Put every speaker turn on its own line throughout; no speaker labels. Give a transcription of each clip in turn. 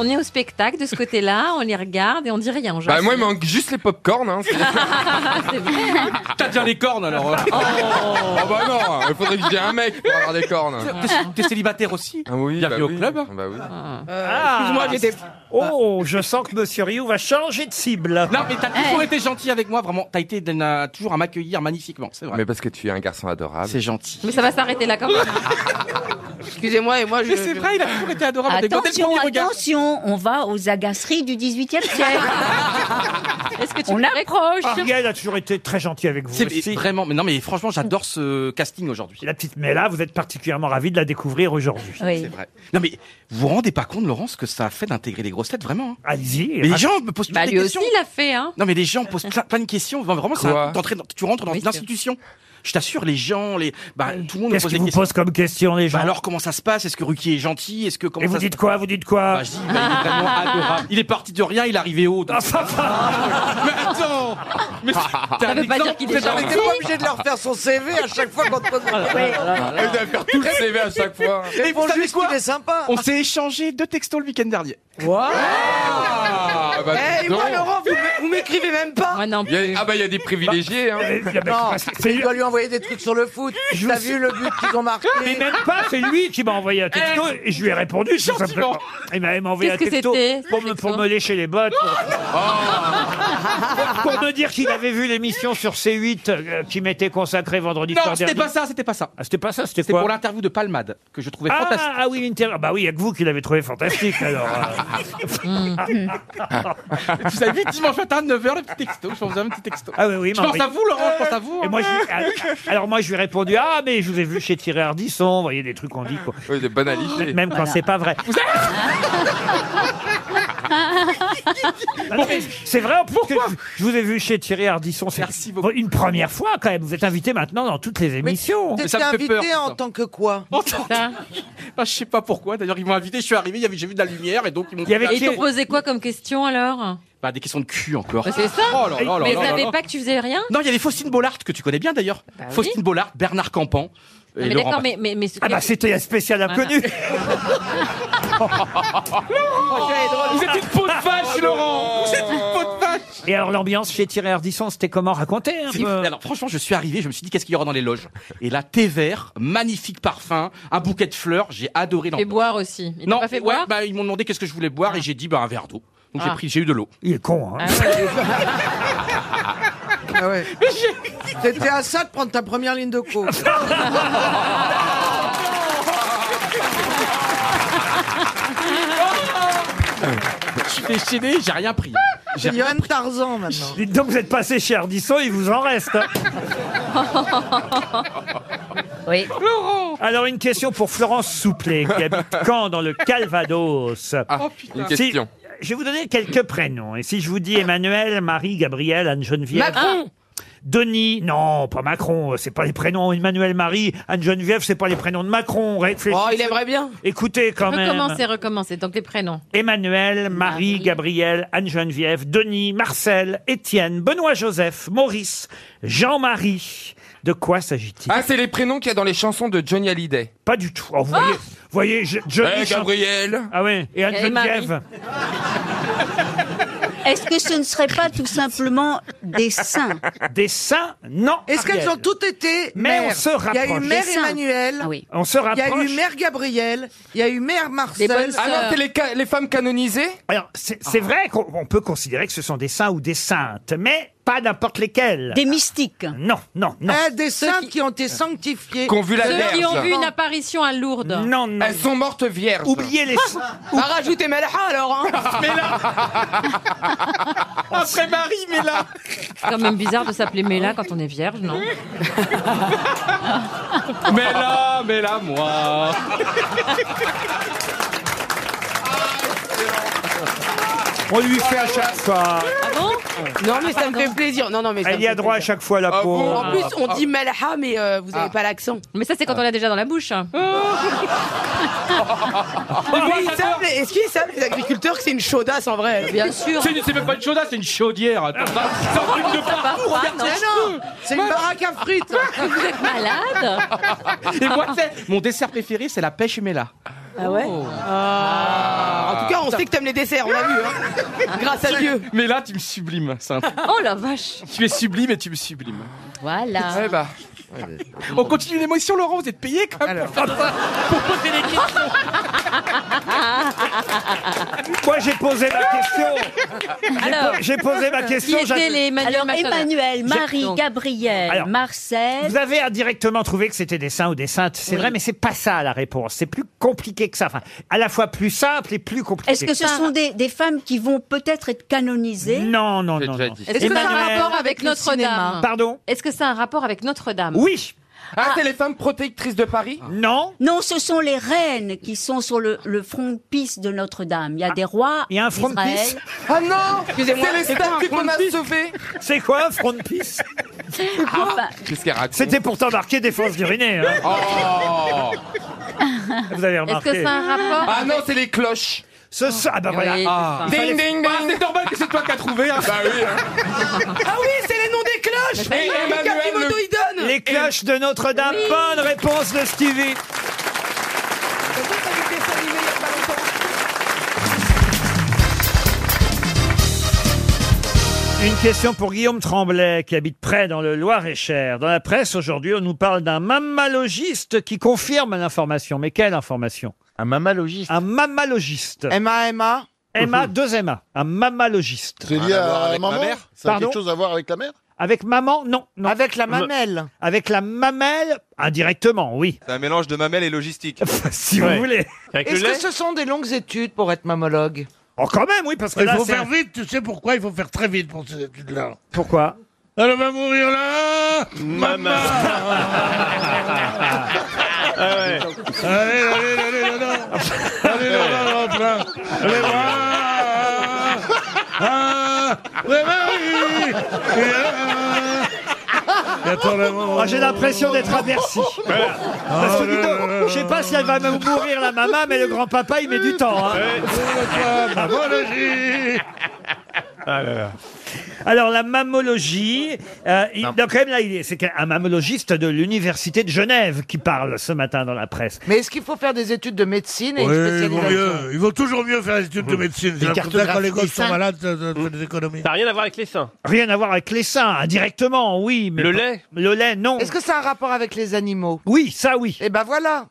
on est au spectacle de ce côté-là, on les regarde et on dit rien. genre,
Bah, moi,
c'est-
il manque juste les pop-corns. Hein.
C'est vrai. hein.
T'as déjà les cornes alors euh.
oh bah non, il faudrait que j'ai un mec pour avoir des cornes.
T'es célibataire aussi
Ah oui,
Bienvenue
bah
au
oui.
club.
Ah Bah oui.
Euh,
Excuse-moi, j'étais. Ah. Oh, je sens que Monsieur Rioux va changer de cible.
Non mais t'as toujours été gentil avec moi, vraiment. T'as été d'un- toujours à m'accueillir magnifiquement, c'est vrai.
Mais parce que tu es un garçon adorable.
C'est gentil.
Mais ça va s'arrêter là quand même.
Excusez-moi, et moi je.
Mais c'est vrai, il a toujours été adorable. Dès- dès le
Attention,
premier regard.
attention, on va aux agaceries du 18e siècle.
Est-ce que tu
On
me reproches
Ah, Ariel a toujours été très gentil avec vous
C'est
aussi.
vraiment. Mais non mais franchement, j'adore ce casting aujourd'hui.
La petite Mela, vous êtes particulièrement ravi de la découvrir aujourd'hui.
C'est
Oui.
vrai. Non mais vous vous rendez pas compte, Laurence, que ça a fait d'intégrer les grosses têtes vraiment. hein.
Allez-y.
Mais les gens me posent
Bah
toutes
lui
des
aussi
questions.
il l'a fait hein.
Non mais les gens posent plein, plein de questions. Enfin, Vraiment, c'est
Quoi
un- t'entres dans- tu rentres dans
Oui,
une
c'est-
institution. Je t'assure, les gens, les, bah, tout le monde me
Qu'est-ce
pose
qu'ils
des
vous
questions.
posent comme question, les gens
Bah alors comment ça se passe Est-ce que Ruki est gentil Est-ce que comment
Et vous
ça se-
dites quoi Vous dites quoi
Bah, je dis, bah, il est vraiment adorable. Il est parti de rien, il est arrivé haut.
Ah,
donc- mais attends Mais c'est- t'as
Ça
un
veut pas
exemple
dire qu'il
t'as
est
un
gentil.
exemple
obligé de leur faire son CV à chaque fois qu'on te pose
Ah,
Elle doit faire tout le CV à chaque fois.
Et vous savez quoi
sympa.
On s'est échangé deux textos le week-end dernier.
Ah bah,
Eh, et
dis donc.
moi, Laurent, vous m- vous m'écrivez même pas
Ouais, non.
Il y a- Ah bah, il y a des privilégiés. Hein.
Eh, eh, bah,
Non,
c'est- c'est-
tu dois lui envoyer des trucs sur le foot. T'as vu le but qu'ils ont marqué
Mais même pas, c'est lui qui m'a envoyé un texto et je lui ai répondu tout
Euh, gentiment.
simplement. Il m'a même envoyé un
Qu'est-ce que
texto
c'était, ce
pour me, pour
texto
me lécher les bottes. Pour- Ah. Pour me dire qu'il avait vu l'émission sur C8 euh, qui m'était consacrée vendredi
Non,
soir
c'était
dernier.
pas ça, c'était pas ça.
Ah, c'était pas ça, c'était
C'était
quoi
pour l'interview de Palmade que je trouvais fantastique.
ah, ah oui, l'interview. Bah oui, il y a que vous qui l'avez trouvé fantastique alors. euh.
Hmm.
Vous avez vu dimanche matin 9h le petit texto, je vous un petit texto.
Ah oui, oui,
je
mais en
pense
vrai-
à vous Laurent, je pense à vous. hein.
Et moi, je lui- ah, alors moi, je lui ai répondu Ah, mais je vous ai vu chez Thierry Ardisson. Vous voyez des trucs qu'on dit, quoi.
Oui, des banalités.
même quand c'est pas vrai. Non, mais c'est vrai en plus que je- je vous ai vu chez Thierry Ardisson. c'est
Merci beaucoup.
Une première fois quand même. Vous êtes invité maintenant dans toutes les émissions.
T'étais
ça me fait
invité
peur,
en
ça.
tant que quoi
Ça.
Ah, je sais pas pourquoi, d'ailleurs ils m'ont invité, je suis arrivé, il y avait- j'ai vu de la lumière et donc ils m'ont
Il y avait
Et ils
Thierry-
t'ont posé quoi comme question alors
Bah, des questions de cul encore.
Bah, C'est ça.
Oh là là là
Mais ils
là là
savaient
là.
pas que tu faisais rien Ah,
Non, il y avait Faustine Bollard que tu connais bien d'ailleurs.
oui.
Faustine Bollard, Bernard Campan. et
Non, mais
Laurent
d'accord,
Baffi.
mais, mais, mais ce-
Ah bah c'était un spécial inconnu.
Vous êtes une peau de vache, Laurent Vous êtes une peau de vache
Et alors l'ambiance chez Thierry Ardisson, c'était comment raconter hein un
C'est-
peu
Alors franchement, je suis arrivé, je me suis dit qu'est-ce qu'il y aura dans les loges. Et là, thé vert, magnifique parfum, un bouquet de fleurs, j'ai adoré
fait
l'ambiance.
boire aussi. Ils t'ont
Non,
pas fait
ouais,
boire
bah, ils m'ont demandé qu'est-ce que je voulais boire et j'ai dit bah un verre d'eau. Donc j'ai
Ah.
pris, j'ai eu de l'eau.
Il est con. Hein.
Ah ouais. T'étais à ça de prendre ta première ligne de coke.
Ah. Je suis déchaîné, j'ai rien pris. J'ai
C'est
rien-
Yann Tarzan maintenant.
Dites donc vous êtes passé chez Ardisson, il vous en reste. hein.
oui.
Alors une question pour Florence Souplet qui habite Caen dans le Calvados.
Ah, une question.
Si- je vais vous donner quelques prénoms. Et si je vous dis Emmanuel, Marie, Gabrielle, Anne-Geneviève.
Macron.
Denis, non, pas Macron, c'est pas les prénoms. Emmanuel, Marie, Anne-Geneviève, c'est pas les prénoms de Macron. Réfléchissez.
aimerait bien.
Écoutez quand même.
Recommencer, recommencer. Donc les prénoms.
Emmanuel, Marie,
Marie.
Gabrielle, Anne-Geneviève, Denis, Marcel, Étienne, Benoît-Joseph, Maurice, Jean-Marie. De quoi s'agit-il
Ah, c'est les prénoms qu'il y a dans les chansons de Johnny Hallyday.
Pas du tout. Oh, vous voyez, voyez je- Johnny
Eh,
chante-
Gabriel
Ah ouais, et Anne-Geneviève.
Est-ce que ce ne serait pas tout simplement des saints
Des saints, non.
Est-ce qu'elles
Ariel.
ont toutes été
Mais on
mères
se
Il y a eu
rapproche.
mère
Des saints.
Emmanuel.
Ah oui.
On se
Il y a
rapproche.
eu mère Gabriel. Il y a eu mère
Des bonnes
Marcel.
Ah non, c'est les, ca- les femmes canonisées Ah.
Alors, c'est c'est vrai qu'on on peut considérer que ce sont des saints ou des saintes, mais pas n'importe lesquels.
Des mystiques
Non, non, non.
Eh,
Ah, des saintes
qui-
qui... ont été sanctifiées.
Qu'on vu la
Ceux qui ont vu
Vierge.
une apparition à Lourdes.
Non, non.
Elles sont mortes vierges.
Oubliez les
Bah, rajoutez Malha alors. Hein.
Après Marie, mais là
C'est quand même bizarre de s'appeler Mela quand on est vierge, non
Mais là, mais là, moi
On lui fait à chaque fois.
Ah bon
Non, mais ça me fait plaisir. Non, non, mais ça
Elle
me
y a
fait
droit à
plaisir.
chaque fois, la
Ah
peau.
bon
En plus, on dit Malha, mais euh, vous
Ah.
n'avez pas l'accent.
Mais ça, c'est quand on l'a déjà dans la bouche.
Oh.
Ah.
Mais ils savent, les- Est-ce qu'ils savent, les agriculteurs, que c'est une chaudasse en vrai
Bien sûr.
C'est c'est même pas une chaudasse, c'est une chaudière. Attends, ça, ça brûle de partout.
Parfois,
Ah non, c'est une baraque à frites.
non. Malade
Et moi, tu sais, mon dessert préféré, c'est la pêche mais là.
Ah ouais Oh. En tout cas, on on sait que t'aimes les desserts, on l'a vu. hein. Grâce à Dieu.
Mais là, tu me sublimes. c'est un-
Oh la vache
tu es sublime et tu me sublimes.
Voilà.
Ouais, bah. On continue l'émotion, Laurent. Vous êtes payé quand même pour faire ça, pour poser des questions.
Moi, j'ai posé ma question.
Alors,
J'ai posé ma
qui
question.
étaient
j'avais-
les Emmanuel
Alors
Macron
Emmanuel, Marie,
donc-
Gabriel,
Alors,
Marcel.
Vous avez indirectement trouvé que c'était des saints ou des saintes. C'est vrai, mais c'est pas ça la réponse. C'est plus compliqué que ça. Enfin, à la fois plus simple et plus compliqué.
Est-ce que ce sont des, des femmes qui vont peut-être être canonisées
Non, non,
J'ai
non.
déjà
non.
dit.
Est-ce que ça a un
Emmanuel.
rapport avec Notre-Dame
Pardon
Est-ce que ça a un rapport avec Notre-Dame
Oui.
Ah, c'est les femmes protectrices de Paris
Non.
Non, ce sont les reines qui sont sur le, le frontispice de Notre-Dame. Il y a des rois.
Ah. Il y a un
d'Israël.
frontispice.
Ah non
Excusez-moi,
C'est les
c'est pas un
statues qu'on a
frontispice.
sauvées
C'est quoi un frontispice
Ah, bah,
Qu'est-ce qu'elle raconte
C'était pourtant marqué défense urinée. Hein.
Oh
Oh.
Vous avez
Est-ce
remarqué.
que ça a un rapport
Ah non, c'est les cloches.
Ce so- ah bah voilà.
Oui,
Ah.
c'est
Ding ding ding.
C'est normal que c'est toi qui as trouvé. hein.
Bah oui. hein.
Ah oui, c'est les noms des cloches
Et Emmanuel
Capimodo,
Le-
il donne
Les cloches de Notre-Dame. Bonne réponse de Stevie.
T'as vu, t'as vu le dessin animé il y a pas longtemps
Une question pour Guillaume Tremblay, qui habite près dans le Loir-et-Cher. Dans la presse, aujourd'hui, on nous parle d'un mammologiste qui confirme l'information. Mais quelle information
Un mamalogiste.
Un mammologiste.
Emma, Emma
Emma, deux Emma. Un mammologiste.
C'est lié
Rien à voir
à,
avec ma
maman
mère
Ça a
Pardon
quelque chose à voir avec la mère
Avec maman Non, non.
Avec la mamelle
Avec la mamelle Indirectement, oui.
C'est un mélange de mamelle et logistique.
si vous voulez.
Est-ce que ce sont des longues études pour être mammologue
Oh, quand même, oui, parce que là, c'est...
vite, tu sais pourquoi il faut faire très vite pour ces études-là.
Pourquoi
Elle va mourir là Maman
Ah
Allez, allez, allez, là, là Allez, là, là, là, là.
Ah
Allez, là Ah Ouais, Marie Et, euh, ah. Et attends, là, maman.
Ah, J'ai l'impression d'être à Bercy.
Oh. Ah,
Parce que, dis donc, je sais pas si elle va même mourir, la maman, mais le grand-papa, il met du temps. hein.
Ah,
Mammologie.
Ah
Alors la mammologie, euh, il- non, quand même là, il est- c'est qu'un- un mammologiste de l'université de Genève qui parle ce matin dans la presse.
Mais est-ce qu'il faut faire des études de médecine et une
Oui, ils vont
spécialisation
mieux. Ils vont toujours mieux faire les études
Hum.
de médecine. C'est pour ça que quand les gosses sont malades, ça ça fait des économies.
Ça n'a rien à voir avec les seins.
Rien à voir avec les seins, indirectement, oui. Mais
Le
pas-
lait
Le lait, non.
Est-ce que ça a un rapport avec les animaux
Oui, ça oui. Ah bah,
Eh ben voilà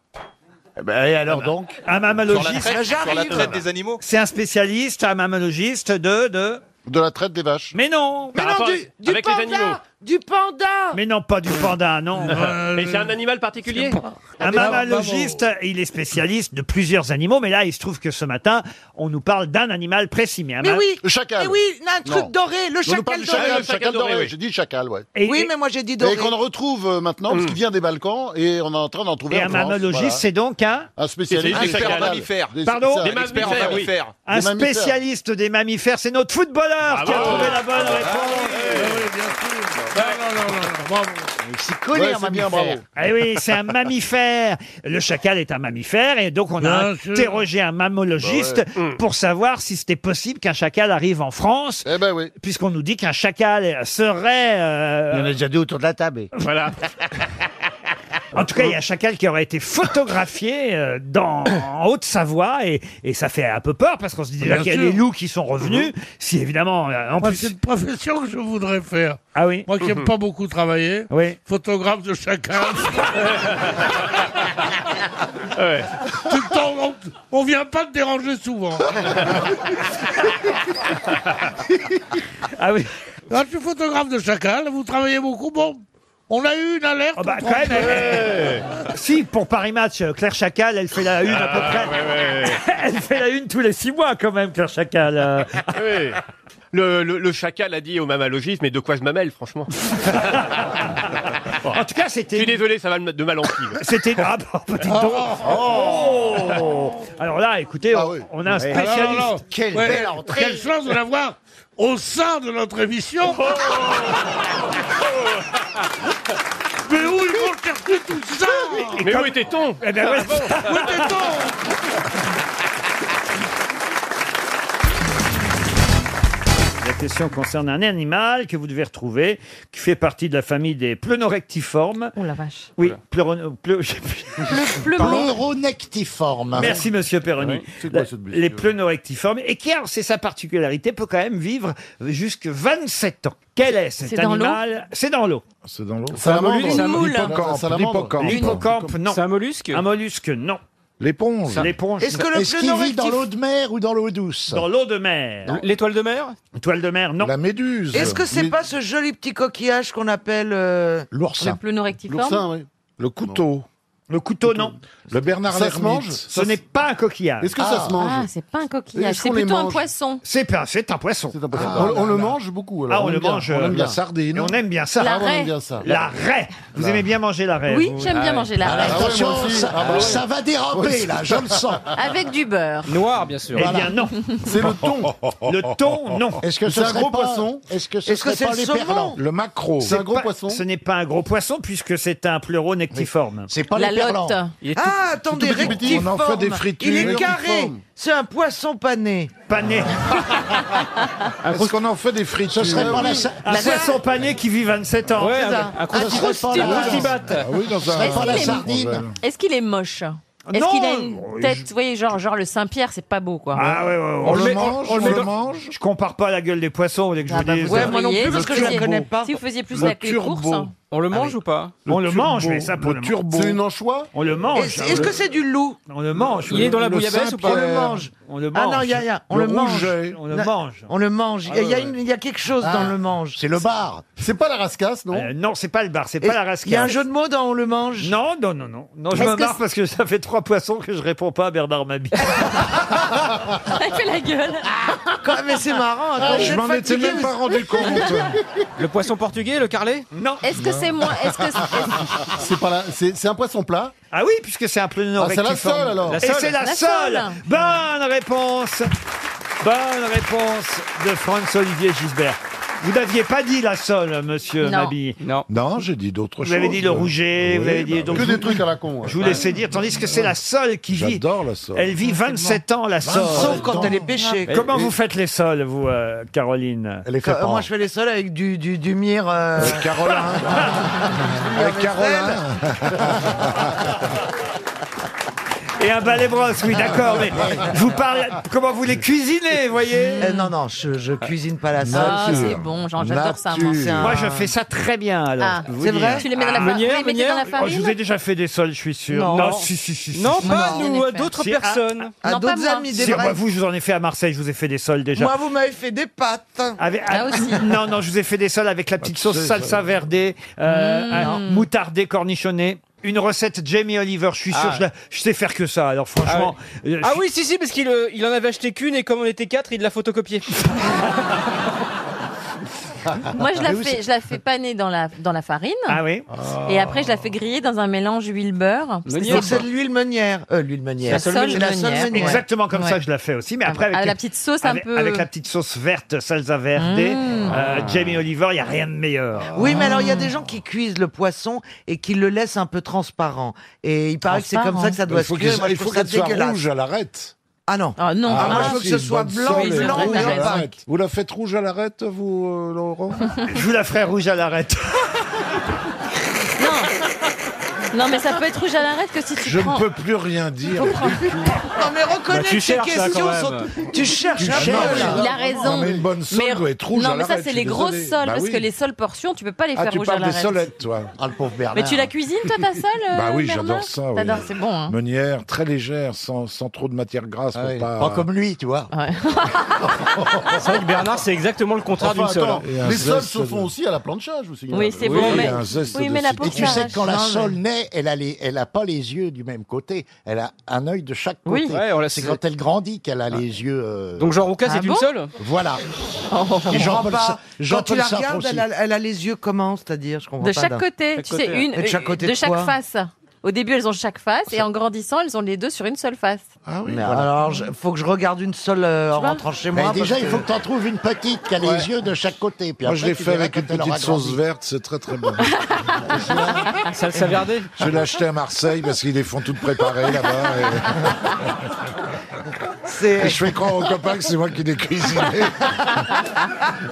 Eh ben,
et alors donc
Un mammologiste,
Sur la traite des animaux
c'est un spécialiste, un mammologiste de de.
De la traite des vaches.
Mais non,
Mais
Par rapport
du, du
avec les
panda
animaux.
Du panda
mais non, pas du panda, non.
Mais c'est un animal particulier Ah,
Un mammologiste, il est spécialiste de plusieurs animaux, mais là, il se trouve que ce matin, on nous parle d'un animal précis. Mais un
Mais
ma-
oui
Le chacal.
Mais oui, un truc
Non.
doré, le
On nous parle
chacal
du chacal,
doré.
doré.
le chacal doré, j'ai dit chacal, ouais.
et-
Oui,
et-
mais moi j'ai dit doré.
Et qu'on retrouve euh, maintenant, parce qu'il vient des Balkans, et on est en train d'en trouver
et
en
un
France,
mammologiste,
voilà.
c'est donc un.
Un spécialiste
C'est des
des
chacals.
chacals.
mammifères.
Des-
Pardon
c'est ça.
Des
Experts
mammifères,
en mammifères.
mammifères.
Un
Des mammifères.
spécialiste des mammifères, c'est notre
Ah
footballeur qui a
Bravo.
trouvé la bonne réponse. Ah
Ouais, c'est bien, bravo.
Eh oui, c'est un mammifère. Le chacal est un mammifère et donc on a
Bien sûr.
interrogé un mammologiste
Bah
pour savoir si c'était possible qu'un chacal arrive en France.
Eh ben oui.
Puisqu'on nous dit qu'un chacal serait... euh,
Il y en a déjà deux autour de la table.
Voilà.
En tout cas, il y a un chacal qui aurait été photographié euh, dans, en Haute-Savoie et, et ça fait un peu peur parce qu'on se dit déjà
Bien
qu'il y a
sûr.
des loups qui sont revenus. Si évidemment, euh, en
Moi,
plus...
c'est une profession que je voudrais faire.
Ah oui
Moi qui n'aime pas beaucoup travailler,
Oui.
photographe de chacal. Tout le temps, on, on vient pas te déranger souvent.
Ah oui
Là, je suis photographe de chacal, vous travaillez beaucoup. Bon, on a eu une alerte.
Oh bah,
on
quand même, elle- euh, Si, pour Paris Match, euh, Claire Chacal, elle fait la une à peu
Ah,
près. elle fait la une tous les six mois quand même, Claire Chacal. euh.
Le, le- le chacal a dit au mammologiste, mais de quoi je mamelle, franchement Je
En tout cas, c'était.
suis désolé, ça va de mal en pis.
C'était. Ah, bah, bah, dis donc. Oh. Alors là, écoutez,
Ah
on,
oui.
on a un
Ah, non,
spécialiste.
non, non.
Quelle
Ouais,
belle entrée.
Quelle chance de l'avoir au sein de notre émission.
Oh.
Mais où ils vont chercher tout ça
Mais où était-on
Eh ben, ouais.
Où était-on
Il y a question concerne un animal que vous devez retrouver, qui fait partie de la famille des pleunorectiformes. Oh la vache. Oui, pleuron- pleu- j'ai plus-
Pleuronectiforme.
Merci, monsieur Perroni. La- les pleunorectiformes, et qui, alors, c'est sa particularité, peut quand même vivre jusqu'à 27 ans. Quel est cet
C'est dans
animal C'est dans l'eau.
C'est dans l'eau.
C'est un mollusque,
C'est un
moule.
L'hippocampe. L'hippocampe.
L'hippocampe, non. C'est un mollusque Un mollusque, non.
L'éponge.
L'éponge.
Est-ce que le vit dans l'eau de mer ou dans l'eau douce
Dans l'eau Euh, de mer.
L'étoile de mer
Étoile de mer, non.
La méduse.
Est-ce que c'est pas ce joli petit coquillage qu'on appelle euh,
L'oursin.
Le pleunorectiforme
Le couteau.
Le couteau, non.
Le Bernard
Ça se mange Ce n'est pas un coquillage.
Est-ce que ça Ah. se mange
Ah, c'est pas un coquillage,
Est-ce
c'est
qu'on les
plutôt un
mange
poisson.
C'est pas- c'est un poisson.
Ah, on- on le mange beaucoup, alors.
Ah, on,
On
le
aime bien.
mange.
On
euh,
aime la sardine.
et On aime bien ça.
La
Ah, on aime
raie.
bien ça. La raie. Vous aimez bien manger la raie
Oui,
vous
j'aime bien manger la raie.
Attention, ça,
Ah bah ouais.
ça va déraper là, je le sens.
Avec du beurre.
Noir, bien sûr.
Eh bien non.
C'est le thon.
Le thon, non.
Est-ce que ce serait pas- Est-ce que ce
Est-ce que
serait
c'est
pas
le
les
saumon
perlants Le maquereau.
C'est pas- Ce n'est pas un gros poisson puisque c'est un pleuronectiforme.
C'est pas
La
les perlants.
lotte. Ah, attendez, rectiforme.
On en fait des fritures.
Il est carré. C'est un poisson pané.
Pané.
Est-ce qu'on en fait des frites Ce serait pas la sa-
Un poisson pané qui vit 27 ans.
Ouais,
C'est
un,
ça.
un
Ce serait pas la-
croustibat.
Ah oui, dans Ce serait un. pas la
Est-ce qu'il est-
sardine.
Est-ce qu'il est moche Est-ce
Non.
qu'il a une tête, vous voyez, genre, genre le Saint-Pierre, c'est pas beau, quoi.
Ah ouais, ouais, ouais,
On
le
le
met-
mange,
on le
on
met
le
dans-
mange.
Je compare pas la gueule des poissons, vous voulez que je
Ah bah
vous dise.
Ouais, moi non
Voyez,
plus, parce que je la
si-
connais pas.
Si vous faisiez plus
Le
la course.
turbo. Ah
hein.
On le mange ou pas
on le mange, mais ça pour le,
turbo. C'est une anchois
On le mange.
Est-ce est-ce que
hein,
c'est du
Ah,
loup
On le mange.
Il est dans la bouillabaisse ou
Saint-Pierre.
pas
On le mange.
On le mange.
Ah non, il y a, il y a- on
Le
le, mange.
rouget.
On le
Non.
mange. Ah,
On le mange. Il y a- il y, a une- il y a quelque chose
Ah.
dans le mange.
C'est le bar. C'est pas la rascasse,
Euh, non, c'est pas le bar, c'est
Est-ce-
pas la rascasse.
Il y a un jeu de mots dans on le mange.
Non, non, non, non. Non, je
Est-ce
me
que
marre
c'est-
parce que ça fait trois poissons que je réponds pas à Bernard Mabie.
Elle fait la gueule.
Ah,
Quoi, mais c'est marrant.
hein.
attends,
Ah. Je
vais
m'en
être
étais même
fatiguée.
pas rendu compte.
Le poisson portugais, le carlet
non.
Est-ce que c'est moins. Est-ce que est-ce-
C'est pas la- C'est c'est un poisson plat.
Ah oui, puisque c'est un plein
Ah, c'est la seule, alors. La
Et c'est la,
La
seule.
seule.
Bonne réponse. Bonne réponse de Franz-Olivier Gisbert. Vous n'aviez pas dit la seule, monsieur
Non.
Mabie.
Non.
Non, j'ai dit d'autres bah,
Vous avez dit le
euh,
rouget, vous avez dit... donc, je,
trucs à la con.
je vous laissais dire, tandis que c'est la seule qui vit...
J'adore la sole.
Elle vit 27 ans, la
Sauf
seule.
quand elle est pêchée. quoi.
Comment vous faites les sols, vous, euh, Caroline
Elle est
Quand- euh, moi, je fais les sols avec du, du, du mire. euh,
Caroline. hein. Avec Caroline.
Et un balai brosse, oui, d'accord, mais je vous parle... Comment vous les cuisinez, voyez
euh, non, non, je, je cuisine pas la sole.
Ah, c'est bon, genre, j'adore ça, moi.
Nature.
C'est un-
Moi, je fais ça très bien, alors.
Ah,
je vous
c'est
dis.
vrai
Tu les mets dans la,
Ah,
farine.
meunière,
les mettez dans
meunière.
la
Oh, je
farine
vous ai déjà fait des sols, je suis sûr.
Non.
si, si, si. si.
Non, pas
Non.
nous,
En
euh,
effet.
d'autres
Si, ah,
personnes.
À
Non, pas
d'autres
moi.
amis, des
Si, ah, bah,
vrais.
vous, je vous en ai fait à Marseille, je vous ai fait des sols déjà.
Moi, vous m'avez fait des pâtes.
Avec-
Ah, aussi. Mm.
Non, non, je vous ai fait des sols avec la
Ah,
petite
tu
sauce
sais,
salsa
ça-
verde, euh, euh, moutardée, cornichonnée. Une recette Jamie Oliver, je suis sûr,
Ah.
je, la- je sais faire que ça. Alors franchement, euh,
Ah
je-
oui, si, si, parce qu'il euh, il en avait acheté qu'une et comme on était quatre, il l'a photocopiée.
Moi,
Ah
je la, fais, je la fais paner dans la, dans la farine.
Ah oui.
Et après, je la fais griller dans un mélange huile-beurre. parce que
Meunière.
Donc,
c'est-
c'est de l'huile meunière. Euh, l'huile meunière.
La sole
C'est la sole
meunière.
meunière.
Exactement comme
Ouais.
ça que je la fais aussi, mais après avec,
Ah,
les-
la petite sauce un
avec,
peu. Mm.
avec la petite sauce verte salsa verde, euh, Jamie Oliver, il y a rien de meilleur.
Oui, mais alors il y a des gens qui cuisent le poisson et qui le laissent un peu transparent. Et il paraît que c'est comme ça que ça doit
Il
se
faut
cuire.
qu'elle
Moi, je
il faut
trouve ça
qu'elle soit
dégueulasse.
rouge à l'arête.
Ah non.
Ah non,
Ah,
ah,
moi, je veux que ce
si,
soit
bonne
blanc,
sole,
blanc,
rouge à
blanc.
l'arête. Vous la faites rouge à l'arête, vous, euh, Laurent
Je vous la ferai rouge à l'arête.
non, mais ça peut être rouge à l'arête que si tu
Je
prends.
ne peux plus rien dire.
Non, mais reconnais
Bah, tu
que ces
hein,
cherches, là,
questions
quand
sont.
même.
Tu cherches un
cherches.
peu, là.
Non,
Il a raison.
Non, mais une bonne sole
Mais-
doit être rouge
non,
à
mais
l'arête.
ça, c'est
je
les
suis
grosses
désolé.
sols,
Bah
parce
oui.
que les sols portions, tu peux pas les faire
Ah, tu
rouge à
parles des
l'arête.
solettes, toi.
Ah, le pauvre Bernard.
Mais tu la cuisines, toi, ta seule euh,
Bah oui,
Bernard
j'adore ça, oui.
T'adores, c'est bon. Hein.
Meunière, très légère, sans, sans trop de matière grasse. pour pas...
comme lui, tu vois.
C'est vrai que Bernard, c'est exactement le contraire d'une seule. hein.
Et un
Les sols
zeste
se font
de-
aussi à la plancha, je vous signale.
Oui, c'est
Oui,
bon. Mais...
un zeste
Oui,
de
mais la
citron.
peau,
Et tu sais
quand la
sole
naît, elle a, elle a pas les yeux du même côté. Elle a un œil de chaque
Oui.
côté.
Ouais, on l'a Ah.
C'est quand elle grandit qu'elle a les yeux. euh,
Donc Jean Roucas, c'est
Ah
d'une
bon
seule
Voilà.
Je comprends
Oh. Jean-Paul Sa-
pas. Quand tu
Jean-Paul
la
Sartre
regardes,
aussi.
bah,
elle a, elle a les yeux comment C'est-à-dire, je comprends
De
pas.
chaque
d'un-
côté, tu sais, une.
Et de chaque
euh,
côté
de
de
chaque
quoi
face. Au début, elles ont chaque face et en grandissant, elles ont les deux sur une seule face.
Ah
oui,
Mais
voilà.
alors, je- faut que je regarde une seule euh, en rentrant chez
Mais
moi.
déjà,
parce
il faut que tu en trouves une petite qui a les yeux de chaque côté. Puis
Moi,
après,
je l'ai
tu
fait
verras
avec
quand
une
elle aura
petite sauce
grandi.
verte,
c'est très très bon.
Salsa verde
Je l'ai acheté à Marseille parce qu'ils les font toutes préparées là-bas. Et...
C'est-
Et je fais croire aux copains que c'est moi qui les cuisiné.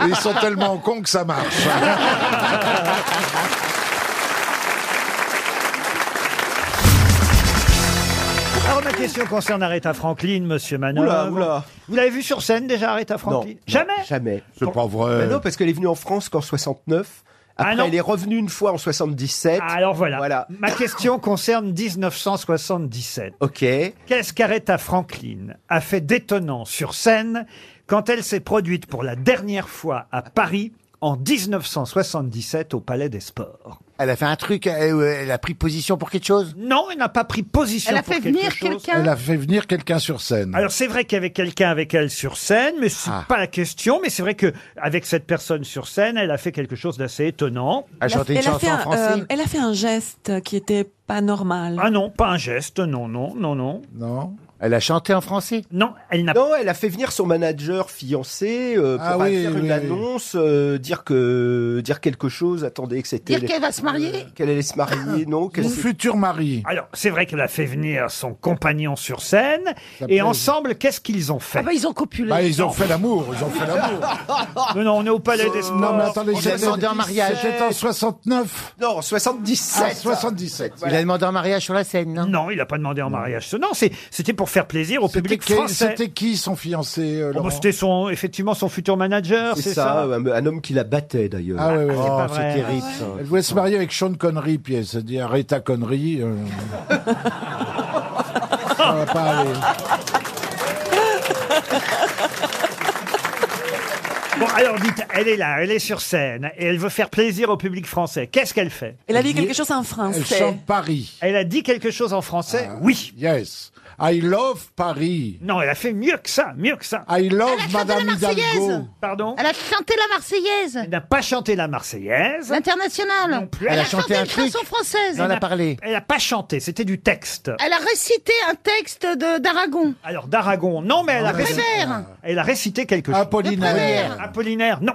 Et ils sont tellement cons que ça marche.
Alors ma question concerne Aretha Franklin, monsieur Manon.
Oula, oula.
Vous l'avez vue sur scène déjà, Aretha Franklin Jamais
Jamais.
C'est pas vrai.
Ben non, parce qu'elle est venue en France qu'en 69. Après,
Ah non. Ah,
elle est revenue une fois en 77.
Alors voilà. Ma question concerne 1977.
Ok.
Qu'est-ce qu'Aretha Franklin a fait d'étonnant sur scène quand elle s'est produite pour la dernière fois à Paris en 1977 au Palais des Sports
Elle a fait un truc, elle, elle a pris position pour quelque chose
Non, elle n'a pas pris position
Elle a
pour
fait
quelque
venir
chose.
quelqu'un Elle a fait venir quelqu'un sur scène.
Alors c'est vrai qu'il y avait quelqu'un avec elle sur scène, mais c'est
Ah.
pas la question. Mais c'est vrai que avec cette personne sur scène, elle a fait quelque chose d'assez étonnant.
Elle a- chanté une elle a chanson fait en un, français euh,
elle a fait un geste qui était pas normal.
Ah non, pas un geste, non, non, non, non.
Non.
Elle a chanté en
français
Non, elle n'a
Non, elle a fait venir son manager fiancé euh, pour
Ah oui,
faire une
oui, oui.
annonce, euh, dire que dire quelque chose, attendez que c'était
Dire qu'elle va se marier
qu'elle allait se marier, non, que
Mon
c'est-
futur mari.
Alors c'est vrai qu'elle a fait venir son compagnon sur scène.
Ça
Et
plaise.
ensemble, qu'est-ce qu'ils ont fait
Ah bah, ils ont copulé.
Bah,
ils ont fait l'amour, ils ont fait l'amour.
Non, non, on est au Palais des Sports.
Non, mais attendez,
On
il a
est-
demandé en mariage. C'était en 69
Non, 77.
Ah, 77.
Il a
demandé en mariage sur la scène, non
Non, il n'a pas demandé en mariage. Non, c'est- c'était pour faire plaisir au public français.
C'était qui son fiancé euh,
Oh, bah,
Laurent
C'était son, effectivement son futur manager, c'est ça,
un, un homme qui la battait d'ailleurs. Oh,
Ah, ouais, ouais.
c'est pas vrai.
ça. Elle voulait se marier avec Sean Connery, puis elle s'est dit arrête ta connerie. euh. ça va pas aller.
Bon, alors dites, elle est là, elle est sur scène, et elle veut faire plaisir au public français. Qu'est-ce qu'elle fait
Elle a dit quelque chose en français.
Elle chante Paris. Ah,
Elle a dit quelque chose en français Oui.
Yes. I love Paris.
Non, elle a fait mieux que ça, mieux que ça.
I love
Elle a chanté
Madame
la Marseillaise.
Hidalgo.
Pardon
Elle a chanté la Marseillaise.
Elle n'a pas chanté la Marseillaise.
L'international.
plus.
Elle, a chanté, une chanson française.
n'a- Elle n'a pas chanté, c'était du texte.
Elle a récité un texte de- d'Aragon.
Alors d'Aragon, non, mais elle a,
De
récité,
Prévert.
elle a récité quelque chose.
Apollinaire. De Prévert.
Apollinaire, non.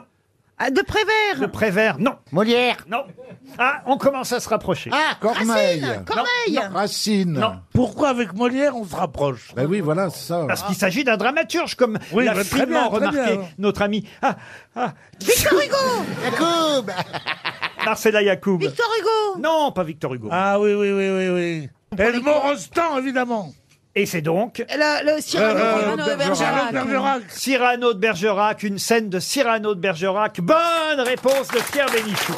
Ah, De Prévert.
De Prévert, non. Molière. Non. Ah, on commence à se rapprocher.
Ah,
Corneille.
Racine. Corneille.
Racine.
Non.
Pourquoi avec Molière on se rapproche
Ben oui, voilà, c'est ça.
Parce qu'il s'agit d'un dramaturge, comme
Oui,
l'a
bah, très
finement
bien, très
remarqué
bien.
notre ami ah, ah,
Victor Hugo.
Jacob
Marcella Yacoub.
Victor Hugo.
Non, pas Victor Hugo.
Ah oui, oui, oui, oui, oui. Edmond Rostand, évidemment.
Et c'est donc
Le, le Cyrano.
Euh,
Cyrano de Bergerac.
Charlotte Bergerac.
Cyrano de Bergerac, une scène de Cyrano de Bergerac. Bonne réponse de Pierre Bénichou.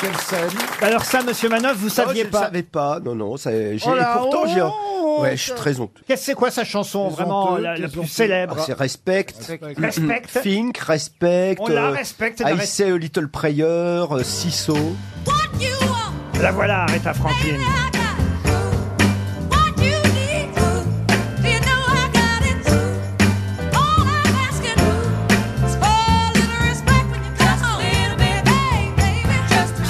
Quelle scène
Alors ça, monsieur Manoff, vous
Oh,
saviez
je
pas. oh,
le savais pas. Non, non. ça- j'ai-
Oh là,
et pourtant, j'ai.
honte.
Ouais, je suis très honteux.
Qu'est-ce que c'est quoi sa chanson
Les
vraiment
honteux,
Oh, la, la
les
plus
honteux.
célèbre
Ah, c'est respect.
Respect.
Think, respect.
On la
euh,
respecte, c'est la
I
res-
say a little prayer, euh, Sisso.
La voilà, Aretha Franklin.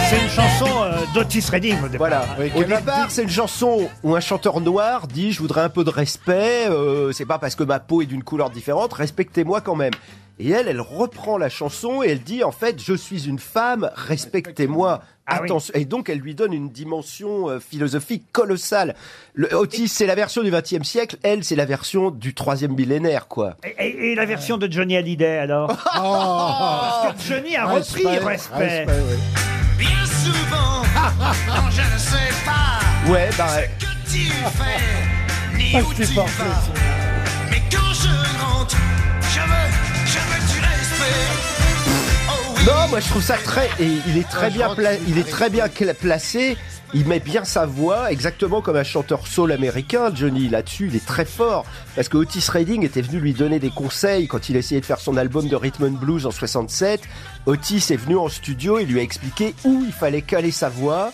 C'est une chanson euh, d'Otis Redding au départ.
Voilà.
Oui,
Au
quel
départ, c'est une chanson où un chanteur noir dit Je voudrais un peu de respect, euh, c'est pas parce que ma peau est d'une couleur différente, respectez-moi quand même. Et elle, elle reprend la chanson et elle dit En fait, je suis une femme, respectez-moi.
Ah oui.
Attention. Et donc, elle lui donne une dimension euh, philosophique colossale. Le, Otis, c'est la version du XXe siècle, elle, c'est la version du troisième millénaire, quoi.
Et, et- et la version de Johnny Hallyday alors Parce que Johnny a repris
Oh. Respect,
Respect.
respect, oui.
Bien souvent, quand je ne sais pas
Ouais, bah. ouais.
que tu fais, ni où tu vas. Mais quand je rentre, je veux, je veux que tu respectes. Oh oui.
Non, moi je trouve ça très. Et il est très bien, pla- il est très bien cla- placé. Il met bien sa voix, exactement comme un chanteur soul américain, Johnny. Là-dessus, il est très fort. Parce que Otis Redding était venu lui donner des conseils quand il essayait de faire son album de Rhythm and Blues en 67. Otis est venu en studio et lui a expliqué où il fallait caler sa voix.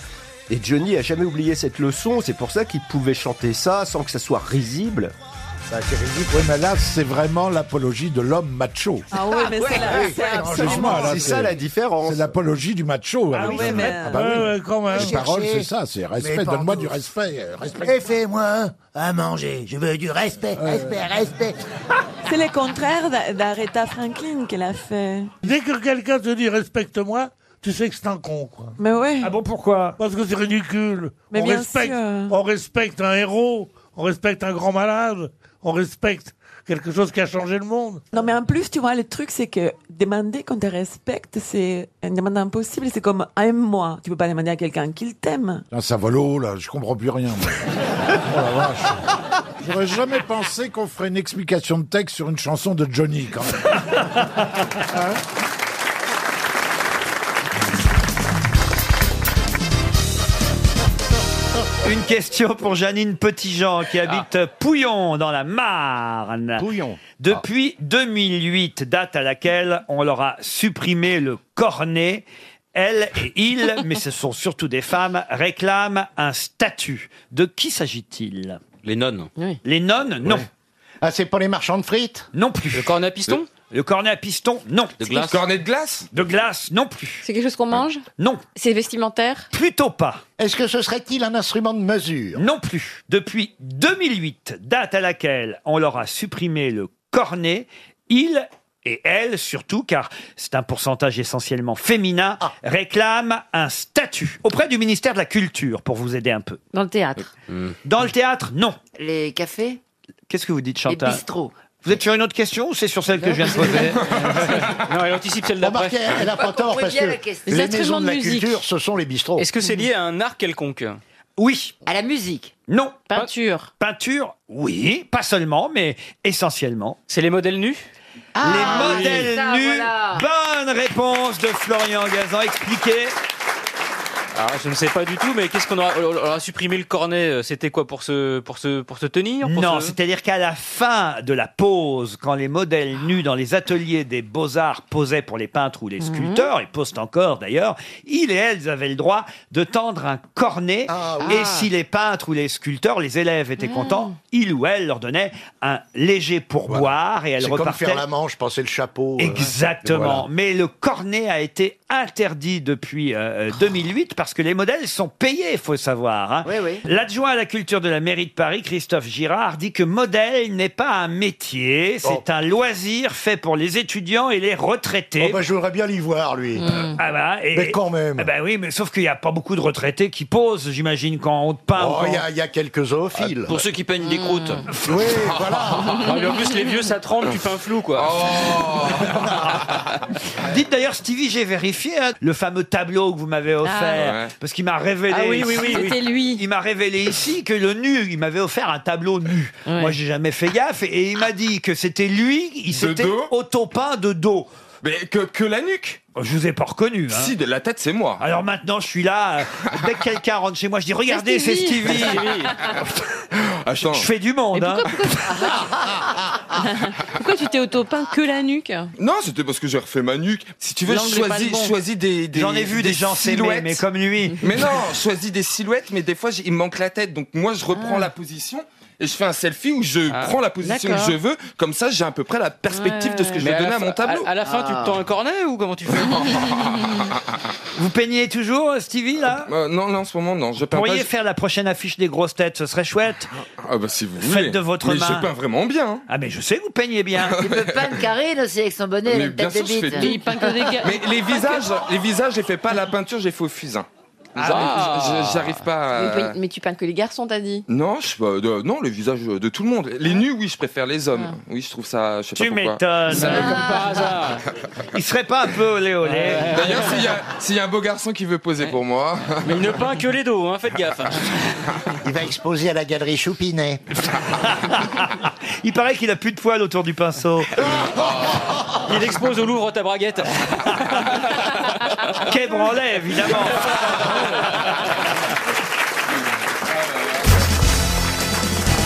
Et Johnny a jamais oublié cette leçon. C'est pour ça qu'il pouvait chanter ça sans que ça soit risible.
Bah, Oui, mais là, c'est vraiment l'apologie de l'homme macho.
Ah oui, mais c'est la- c'est absolument-
Excuse-moi, là,
C'est ça, la
différence. C'est l'apologie du macho.
Ah
Harry.
oui, mais-
bah oui.
euh,
Ouais, ouais, quand même.
Les paroles,
Chercher
c'est ça, c'est
mes
respect. Donne-moi du
pantoufles.
respect. euh, respect.
Et Eh, fais-moi à manger. Je veux du respect, respect, respect.
C'est le contraire d'A- d'Aretha Franklin qu'elle a fait.
Dès que quelqu'un te dit respecte-moi, tu sais que c'est un con, quoi.
Mais ouais.
Ah bon, pourquoi
Parce que c'est ridicule.
Mais
on,
bien
respecte,
sûr.
on respecte un héros, on respecte un grand malade, on respecte quelque chose qui a changé le monde.
Non, mais en plus, tu vois, le truc, c'est que demander qu'on te respecte, c'est une demande impossible. C'est comme aime-moi. Tu peux pas demander à quelqu'un qu'il t'aime.
Là, ça vole haut, là, je comprends plus rien. moi. oh la vache. J'aurais jamais pensé qu'on ferait une explication de texte sur une chanson de Johnny, quand même.
Hein
Une question pour Janine Petitjean qui habite Pouillon dans la Marne.
Pouillon.
Depuis 2008, date à laquelle on leur a supprimé le cornet, elle et il, mais ce sont surtout des femmes, réclament un statut. De qui s'agit-il Les nonnes. Les nonnes, non. Ah, c'est pour les marchands de frites Non plus. Le cornet à piston Le cornet à piston, non. De
glace
Le cornet de glace De glace, non plus.
C'est quelque chose qu'on mange
Non.
C'est vestimentaire
Plutôt pas.
Est-ce que ce serait-il un instrument de mesure
Non plus. Depuis 2008, date à laquelle on leur a supprimé le cornet, il et elle surtout, car c'est un pourcentage essentiellement féminin,
Ah.
réclament un statut auprès du ministère de la Culture pour vous aider un peu.
Dans le théâtre.
Dans le théâtre, non.
Les cafés
Qu'est-ce que vous dites, Chantal
bistrots.
Vous êtes sur une autre question ou c'est sur celle que je viens de poser Non, elle anticipe celle
Remarquez, elle n'a pas tort parce que les maisons de la culture, ce sont les bistrots.
Est-ce que c'est lié à un art quelconque
Oui.
À la musique
Non.
Peinture
Peinture, oui, pas seulement, mais essentiellement. C'est les modèles nus
Ah,
Les modèles
oui. Ça,
nus
voilà.
Bonne réponse de Florian Gazan, expliquez
Alors, Ah, je ne sais pas du tout, mais qu'est-ce qu'on aura, on aura supprimé le cornet euh, C'était quoi pour se, pour se, pour se tenir pour
Non,
se-
c'est-à-dire qu'à la fin de la pause, quand les modèles nus dans les ateliers des beaux-arts posaient pour les peintres ou les sculpteurs, et posent encore d'ailleurs, ils et elles avaient le droit de tendre un cornet.
Ah
Et si les peintres ou les sculpteurs, les élèves étaient contents, ils ou elles leur donnaient un léger pourboire et elles
C'est comme
repartaient.
faire la manche, penser le chapeau. euh,
Exactement.
voilà.
Mais le cornet a été interdit depuis euh,
Oh.
2008 parce que les modèles sont payés, il faut savoir. hein. L'adjoint à la culture de la mairie de Paris, Christophe Girard, dit que modèle n'est pas un métier, c'est un loisir fait pour les étudiants et les retraités.
Oh, bah, je voudrais bien l'y voir, lui.
Ah bah, et-
Mais quand même.
Ah bah oui, mais sauf qu'il n'y a pas beaucoup de retraités qui posent, j'imagine, quand on te peint. ou
Oh,
quand-
il y a- il y, a quelques zoophiles.
Ah, Pour ceux qui peignent des croûtes.
Oui, voilà.
Ah, mais en plus, les vieux, ça tremble, tu peins flou, quoi.
Oh. Dites d'ailleurs, Stevie, j'ai vérifié hein, le fameux tableau que vous m'avez offert.
Ah, Ouais.
Parce qu'il m'a révélé.
Ah oui, oui, oui,
ici-
C'était
lui.
Il m'a révélé ici que le nu, il m'avait offert un tableau nu. Moi, j'ai jamais fait gaffe. Et, et il m'a dit que c'était lui, il s'était autopeint de dos.
Mais que, que la nuque
Oh, Je vous ai pas reconnu. hein.
Si, de la tête, c'est moi.
Alors maintenant, je suis là. euh, Dès que quelqu'un rentre chez moi, je dis Regardez, c'est Stevie.
Ah, Attends.
Je fais du monde. hein.
Ah. Pourquoi tu t'es autopeint que la nuque
Euh.
Non, c'était parce que j'ai refait ma nuque. Si tu veux, je
L'angle est pas le
choisis,
bon.
je choisis des, des-
J'en ai vu des gens s'aimer,
silhouettes.
mais comme lui.
Mais non, je choisis des silhouettes, mais des fois, j'ai- il me manque la tête. Donc moi, je
Ah.
reprends la position et je fais un selfie où je prends la position
D'accord.
que je veux. Comme ça, j'ai à peu près la perspective de ce que je
Mais
vais
à la
donner à
fin-
mon tableau.
À, à la fin,
Ah.
tu te tends un cornet ou comment tu fais
Vous peignez toujours, euh, Stevie, là
Euh, non, non, en ce moment, non. Je
Vous
peins
pourriez
pas.
faire la prochaine affiche des grosses têtes, ce serait chouette.
Ah bah si vous voulez.
Faites de votre
mais
main.
je peins vraiment bien. hein.
Ah mais je sais que vous peignez bien.
Il peut peindre
carré aussi avec son bonnet,
Mais bien sûr, je fais tout. Mais les visages, les visages, je les fais pas à la peinture, je les fais au fusain.
Ah.
J'arrive- je- J'arrive pas.
mais,
à-
pe- mais tu peins que les garçons, t'as dit
Non, je, euh, de- non, le visage de tout le monde. Les nus, oui, je préfère les hommes. Oui, je trouve ça. Je sais
Tu
pas pourquoi.
m'étonnes.
Ça me-
Il serait pas un peu olé olé.
D'ailleurs, s'il y, a- s'il y a un beau garçon qui veut poser pour moi.
Mais il ne peint que les dos, hein, faites gaffe.
Il va exposer à la galerie Choupinet.
Il paraît qu'il a plus de poils autour du pinceau.
Il expose au Louvre ta braguette.
Quai Branlet, évidemment.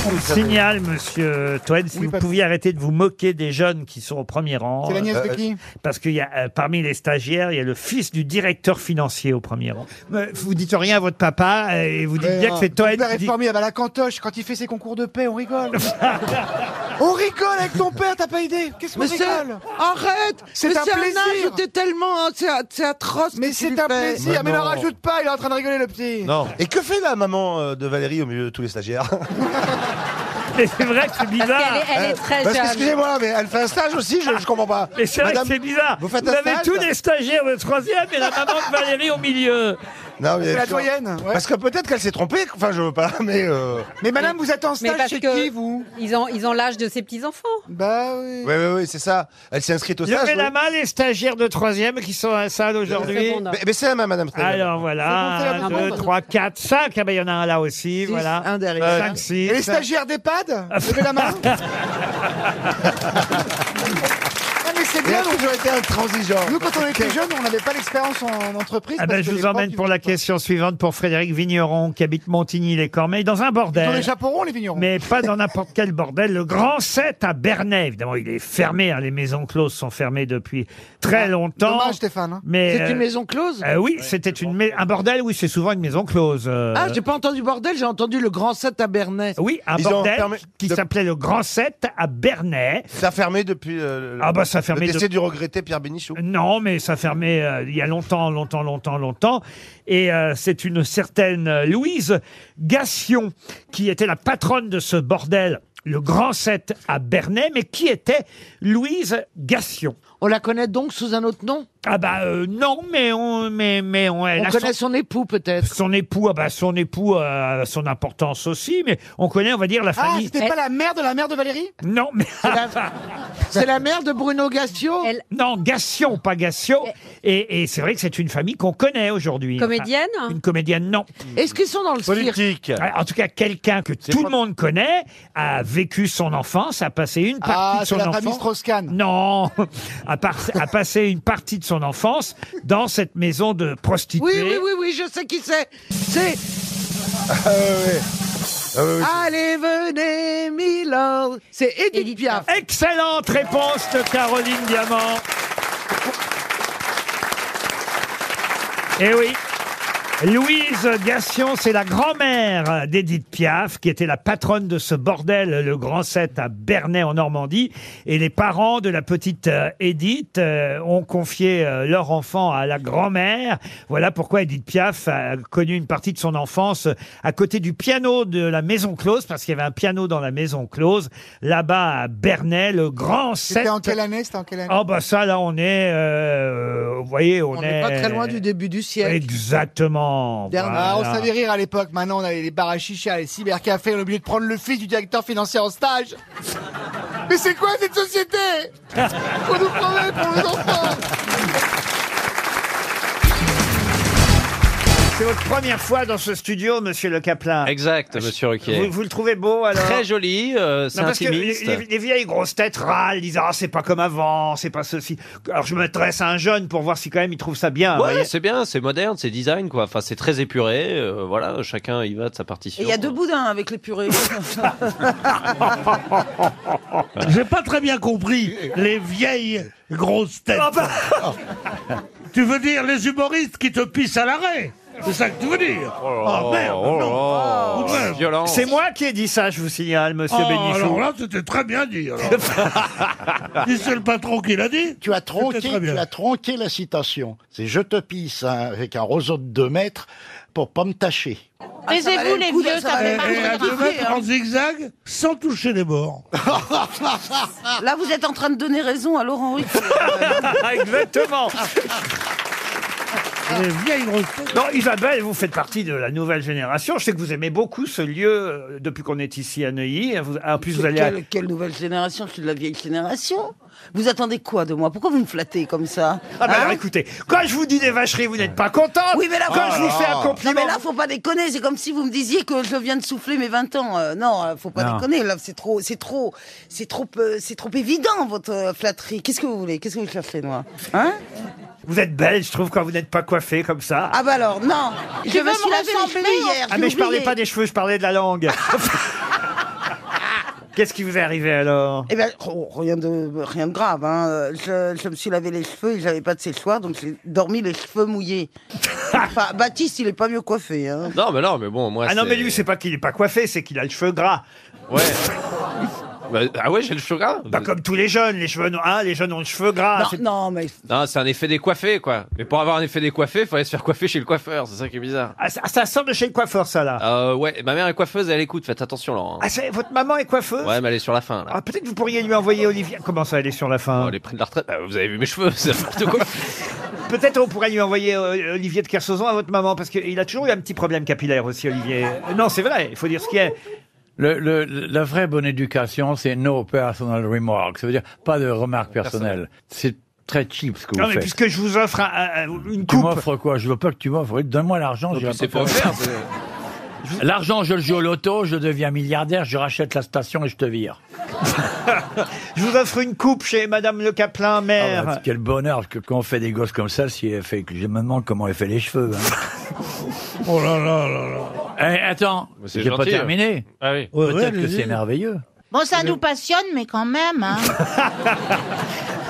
On
vous signale, monsieur Toen, si vous pouviez arrêter de vous moquer des jeunes qui sont au premier rang.
C'est la nièce de
Euh,
qui
Parce qu'il y a, euh, parmi les stagiaires, il y a le fils du directeur financier au premier rang.
Ah, Vous dites rien à votre papa
euh, et vous dites bien que c'est Toen
Ton père
qui
est
dit-
formidable à la cantoche. Quand il fait ses concours de paix, on rigole. on rigole avec ton père, t'as pas idée Qu'est-ce qu'on
Monsieur,
rigole
arrête
C'est
Mais
un
c'est un
plaisir
âge où t'es hein,
tellement... C'est atroce Mais c'est un plaisir Mais,
Mais
ne
non.
rajoute pas, il est en train de rigoler, le petit
Non. Et que fait la maman euh, de Valérie au milieu de tous les stagiaires
Mais c'est vrai que c'est bizarre.
Parce qu'excusez-moi, mais elle fait un stage aussi, je, je comprends pas.
Mais c'est vrai que
Madame,
c'est bizarre.
Vous faites un
avez
stage
tous les stagiaires, le troisième et la maman de Valérie au milieu.
Non, mais
C'est la
sûr.
doyenne, ouais.
Parce que peut-être qu'elle s'est trompée, enfin je veux pas, mais. euh,
Mais
madame, vous êtes en stage
parce
chez
que
qui, vous
Ils ont ils ont l'âge de ses petits-enfants.
Bah oui. Oui, oui, oui, c'est ça. Elle s'est inscrite au stage.
Levez la
oui.
main les stagiaires de troisième qui sont à la salle aujourd'hui.
Mais, mais c'est la main, madame. Steinberg.
Alors
C'est bon,
voilà,
c'est la
1, 2,
bonne.
3, 4, 5. Ah ben il y en a un là aussi, voilà. Euh,
un derrière. Ah,
5, 6.
Et les stagiaires d'EHPAD Levez la main. Ah, mais c'est bien, donc j'aurais été intransigeant. Nous, quand on était jeunes, on n'avait pas l'expérience en entreprise.
Ah ben,
parce que
je vous
les
emmène
profs,
pour la question suivante pour Frédéric Vigneron qui habite Montigny-les-Cormeilles dans
Ils ont
un
les
bordel.
chaperons, les vignerons.
Mais pas dans n'importe quel bordel. Le Grand 7 à Bernay, évidemment, il est fermé. hein, Les maisons closes sont fermées depuis
Ah,
très longtemps.
Dommage, Stéphane. hein.
Mais
C'est une maison close
euh, Oui, c'était une mais- un bordel. Oui, c'est souvent une maison close. euh.
Ah, j'ai pas entendu bordel, j'ai entendu le grand 7 à Bernay.
Oui, un bordel qui s'appelait le Grand 7 à Bernay.
Ça a fermé depuis. euh,
Ah bah, ça a
le
fermé
décès
de- Euh,
du regretté Pierre Bénichou.
Non, mais ça fermait euh, il y a longtemps, longtemps, longtemps, longtemps. Et euh, c'est une certaine euh, Louise Gassion qui était la patronne de ce bordel, le Grand 7 à Bernay, mais qui était Louise Gassion.
On la connaît donc sous un autre nom
Ah bah euh, non, mais on, mais, mais on, elle
On
a
connaît son époux peut-être.
Son époux, ah bah son époux euh, a son importance aussi, mais on connaît, on va dire, la
Ah,
famille.
c'était pas la mère de la mère de Valérie
Non, mais...
C'est la mère de Bruno Gassio
Non, Gassion, pas Gassio. Et, et c'est vrai que c'est une famille qu'on connaît aujourd'hui.
Comédienne
Enfin, Une comédienne, non.
Est-ce qu'ils sont dans le cirque
Politique. En tout cas, quelqu'un que tout le monde connaît a vécu son enfance, a passé une partie
Ah,
de
c'est
son
la famille
enfance.
Strauss-Kahn.
Non, a, par- a passé une partie de son enfance dans cette maison de prostituées.
Oui, oui, oui, oui, je sais qui c'est. C'est. Ah, Allez, venez, Milord. C'est Edith Piaf.
Excellente réponse de Caroline Diamant. Eh oui. Louise Gassion, c'est la grand-mère d'Edith Piaf, qui était la patronne de ce bordel, le Grand 7 à Bernay en Normandie. Et les parents de la petite euh, Edith euh, ont confié euh, leur enfant à la grand-mère. Voilà pourquoi Edith Piaf a connu une partie de son enfance euh, à côté du piano de la maison close, parce qu'il y avait un piano dans la maison close, là-bas à Bernay, le Grand 7.
C'était en quelle année C'était en quelle année
Ah bah ça, là, on est, euh, vous voyez, on,
On
est...
n'est pas très loin du
début du siècle.
Exactement.
Dernier.
voilà.
Ah, on savait rire à l'époque. Maintenant, on avait les bars à chicha, les cybercafés. On est obligé de prendre le fils du directeur financier en stage. Mais c'est quoi cette société On nous promet pour nos enfants
C'est votre première fois dans ce studio, monsieur Le Caplin. Ah,
Exact, monsieur Ruquier.
Vous, vous le trouvez beau alors
Très joli, euh, c'est
Non, parce que les,
intimiste.
les- les vieilles grosses têtes râlent, disent Ah, c'est pas comme avant, c'est pas ceci. Alors je m'adresse à un jeune pour voir si quand même il trouve ça
Ah,
bien. vous
Ouais,
voyez.
c'est bien, c'est moderne, c'est design, quoi. Enfin, c'est très épuré. euh, voilà, chacun y va de sa partition.
Et il y a deux boudins avec les purées.
J'ai pas très bien compris les vieilles grosses têtes. tu veux dire les humoristes qui te pissent à l'arrêt C'est ça que tu veux dire
Ah,
Oh, merde, non. Ou
oh,
Oh,
de même.
C'est moi qui ai dit ça, je vous signale, monsieur
Oh,
Bénichou.
alors là, c'était très bien dit. alors. si c'est le patron qui l'a dit,
Tu as
c'était
tronqué,
très bien.
tu as tronqué la citation. C'est je te pisse hein, avec un roseau de 2 mètres pour pas me tâcher.
Taisez-vous les vieux, ça fait
Et, et à
mal
deux mètres en zigzag, sans toucher les bords.
Là, vous êtes en train de donner raison à Laurent Ruquier.
Exactement.
vieilles
Ah. Non, Isabelle, vous faites partie de la nouvelle génération. Je sais que vous aimez beaucoup ce lieu euh, depuis qu'on est ici à Neuilly. Vous- en plus, vous allez. à-
Quelle, quelle nouvelle génération Je suis de la vieille génération. Vous attendez quoi de moi Pourquoi vous me flattez comme ça
Ah bah
Hein
alors écoutez, quand je vous dis des vacheries, vous n'êtes pas content.
Oui, mais Oh là,
quand je vous fais un compliment,
Non, mais là, faut pas déconner. C'est comme si vous me disiez que je viens de souffler mes 20 ans. Euh, non, euh, faut pas
Non.
déconner. Là, c'est trop, c'est trop, c'est trop, euh, c'est trop évident votre euh, flatterie. Qu'est-ce que vous voulez Qu'est-ce que vous cherchez, moi Hein
vous êtes belle, je trouve, quand vous n'êtes pas coiffée comme ça.
Ah bah alors, non.
Tu
je
veux
me
me
suis lavé
laver les
les cheveux hein hier.
Ah
j'ai
mais je parlais
oublié.
pas des cheveux, je parlais de la langue. Qu'est-ce qui vous est arrivé alors
Eh ben, oh, rien, de, rien de grave. hein. Euh, Je, je me suis lavé les cheveux et j'avais pas de séchoir, donc j'ai dormi les cheveux mouillés. Enfin, Baptiste, il est pas mieux coiffé. Hein.
Non, mais non, mais bon, moi. Ah non, mais lui, c'est pas qu'il est pas coiffé, c'est qu'il a le cheveu gras. Ouais.
bah,
ah ouais, j'ai le cheveu gras
Pas comme tous les jeunes, les cheveux noirs, hein, les jeunes ont le cheveu gras. c'est-
Non, mais
Non, c'est un effet décoiffé, quoi. Mais pour avoir un effet décoiffé, il fallait se faire coiffer chez le coiffeur. C'est ça qui est bizarre.
Ah, ça, ça sort de chez le coiffeur, ça là.
Euh, ouais, ma mère est coiffeuse, elle écoute, faites attention, Laurent.
Ah, c'est- votre maman est coiffeuse
Ouais, mais elle est sur la fin, là.
Ah, peut-être que vous pourriez lui envoyer Olivier. Comment ça, elle est sur la fin
Les prix de la retraite, bah, vous avez vu mes cheveux, c'est n'importe quoi.
Peut-être on pourrait lui envoyer euh, Olivier de Kersauzon à votre maman, parce qu'il a toujours eu un petit problème capillaire aussi, Olivier. Euh, Non, c'est vrai, il faut dire ce qu'il y a.
Le- le- la vraie bonne éducation, c'est no personal remarks. Ça veut dire pas de remarques personnelles. C'est très cheap ce que vous
Non, mais
faites.
puisque je vous offre un- un- un- une
Tu
coupe.
m'offres quoi Je veux pas que tu m'offres. Donne-moi l'argent. j'irai
c'est
pas
pas
faire.
offert,
L'argent, je le joue au loto, je deviens milliardaire, je rachète la station et je te vire.
Je vous offre une coupe chez Madame Le Caplin,
Ah
mère.
bah, quel bonheur que quand on fait des gosses comme ça, si elle fait, que je me demande comment elle fait les cheveux. hein. oh là là là
Eh,
là. attends, c'est j'ai pas gentil, hein. terminé. Ah oui. Peut-être Ouais, ouais, que allez-y. c'est merveilleux.
Bon, ça nous passionne, mais quand même. hein.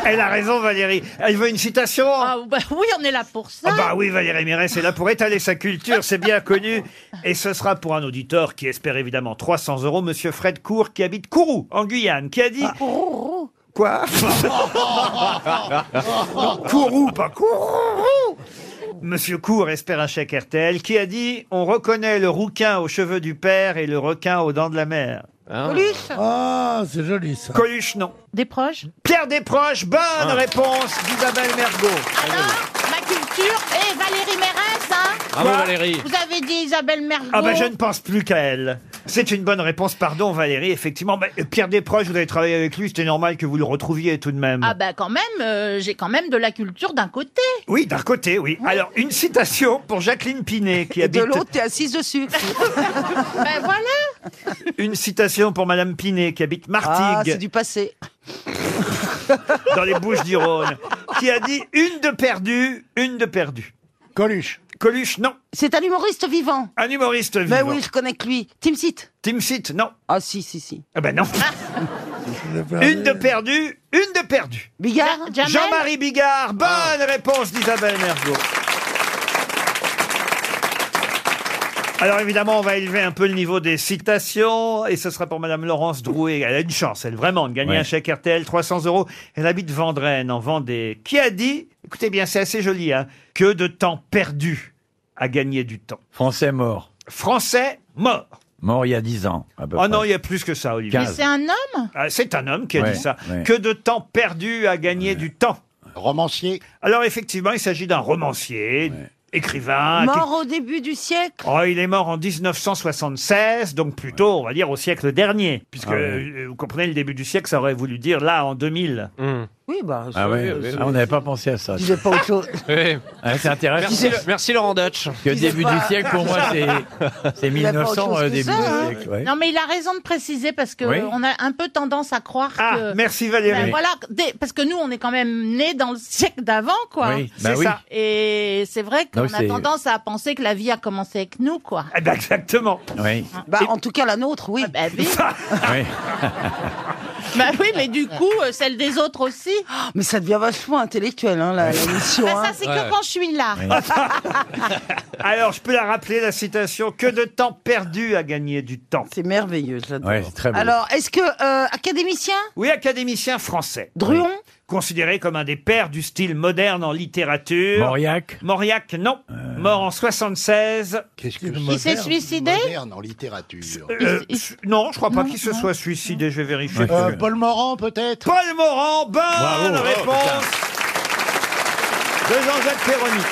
Elle a raison, Valérie. Elle veut une citation.
Ah, bah oui, on est là pour ça.
Ah bah oui, Valérie Mérès est là pour étaler sa culture, c'est bien connu. Et ce sera pour un auditeur qui espère évidemment 300 euros, Monsieur Fred Cour, qui habite Kourou, en Guyane, qui a
Ah,
dit... Quoi Kourou, pas Kourou Monsieur Cour espère un chèque RTL, qui a dit « On reconnaît le rouquin aux cheveux du père et le requin aux dents de la mère
Ah.
Coluche
Ah, c'est joli ça.
Coluche, non.
Des proches
Pierre Desproges, bonne
Ah.
réponse d'Isabelle Mergot.
Ma culture et Eh, Valérie Mérès, hein
Bravo, Valérie.
Vous avez dit Isabelle Mergo.
Ah ben je ne pense plus qu'à elle. C'est une bonne réponse, pardon Valérie, effectivement. Mais Pierre Desproges, vous avez travaillé avec lui, c'était normal que vous le retrouviez tout de même.
Ah bah quand même, euh, j'ai quand même de la culture d'un côté.
Oui, d'un côté, oui. Alors, une citation pour Jacqueline Pinet qui habite...
Oh, t'es assise dessus. ben voilà.
Une citation pour Madame Pinet qui habite
Ah,
Martigues,
c'est du passé.
dans les Bouches du Rhône, qui a dit une de perdue, une de perdue. Coluche. Coluche, non.
C'est un humoriste vivant.
Un humoriste vivant.
Mais oui, je connais que lui. Tim Sit.
Tim Sit, non.
Ah si, si, si.
Ah ben non. une de perdue, une de perdue.
Bigard
Jean-Marie Bigard, bonne
Ah.
réponse d'Isabelle Mergo. Alors évidemment, on va élever un peu le niveau des citations et ce sera pour Madame Laurence Drouet. Elle a une chance, elle vraiment, de gagner
Ouais.
un chèque RTL 300 euros. Elle habite Vendrenne, en Vendée. Qui a dit, écoutez bien, c'est assez joli, hein, que de temps perdu à gagner du temps.
Français mort.
Français mort.
Mort il y a 10 ans. à peu
Oh
près.
non, il y a plus que ça, Olivier.
Mais c'est un homme
Ah, C'est un homme qui a
Ouais,
dit ça.
ouais.
Que de temps perdu à gagner du temps. Romancier. Alors effectivement, il s'agit d'un romancier,
Ah,
écrivain. qui-
Mort au début du siècle.
Oh, il est mort en 1976, donc plutôt, on va dire, au siècle dernier. Puisque,
Ah ouais.
euh, vous comprenez, le début du siècle, ça aurait voulu dire là, en 2000.
Oui, bah.
Ah ouais,
oui,
ah, on n'avait pas pensé à ça.
Disais pas autre chose.
Ah, c'est intéressant.
Merci, merci, Laurent Dutch.
Que début du siècle, pour moi, c'est c'est
Il a pas
1900,
autre chose
euh,
que
début
ça, hein.
du siècle. ouais.
Non mais il a raison de préciser parce que
Oui.
euh, on a un peu tendance à croire que.
Ah, merci, Valérie.
Ben voilà, des- parce que nous on est quand même nés dans le siècle d'avant quoi.
Oui, bah C'est oui. ça.
Et c'est vrai qu'on
Donc
a
c'est-
tendance à penser que la vie a commencé avec nous quoi.
Eh ben, exactement.
Oui.
Bah en tout cas la nôtre oui. Bah oui,
oui.
Bah oui, mais du coup euh, celle des autres aussi.
Ah,
Mais ça devient vachement intellectuel, hein, la, la mission.
Bah,
hein.
ça c'est que quand je suis là.
Alors, je peux la rappeler, la citation Que de temps perdu à gagner du temps.
C'est merveilleux, j'adore.
Ouais, c'est très beau.
Alors, est-ce que euh, académicien
Oui, académicien français. Druon Considéré comme un des pères du style moderne en littérature.
Mauriac Euh.
Mauriac, non. Mort en 76.
Qu'est-ce que
Il s'est suicidé
Moderne en littérature.
Euh, s- non, je crois pas qu'il se soit suicidé, je vais vérifier.
Euh,
Paul Morand, peut-être Paul Morand, bonne
Bravo. Oh,
réponse de Jean-Jacques Perroni.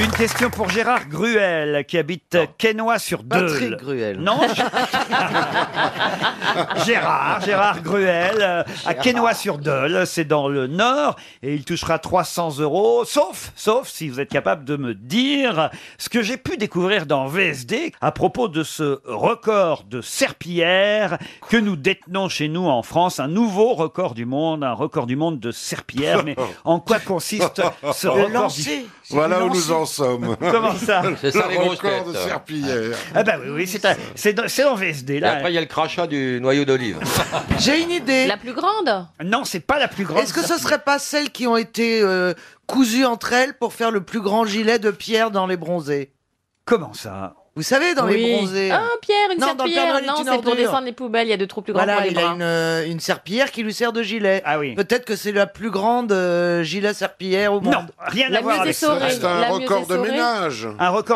Une question pour Gérard Gruel, qui habite Quesnoy sur Deule.
Patrick Gruel.
Non, Gérard, Gérard Gruel, euh, à Quesnoy-sur-Dole, c'est dans le Nord, et il touchera 300 euros, sauf, sauf si vous êtes capable de me dire ce que j'ai pu découvrir dans VSD à propos de ce record de serpillière que nous détenons chez nous en France, un nouveau record du monde, un record du monde de serpillière, mais en quoi consiste ce
Le
record du-
lancer, c'est Voilà le où nous lancer. en sommes.
Comment ça
C'est ça, Le les grosses record de têtes. serpillière.
Ah bah oui, oui, c'est un- c'est dans, c'est dans VSD
Et
là.
après, il y a le crachat du noyau d'olive.
J'ai une idée.
La plus grande
Non, c'est pas la plus grande.
Est-ce que ce serait pas celles qui ont été euh, cousues entre elles pour faire le plus grand gilet de pierre dans les bronzés
Comment ça
Vous savez, dans les
Oui.
bronzés.
Ah, Pierre, une
Non, dans le Père
serpillière.
Noël est
Non,
une
c'est pour
ordure.
descendre les poubelles. Il y a deux trous plus grands
Voilà,
pour les
il a
bras.
une, euh, une serpillière qui lui sert de gilet.
Ah oui.
Peut-être que c'est la plus grande euh, gilet serpillière au monde.
Non, rien à voir avec ça. Un record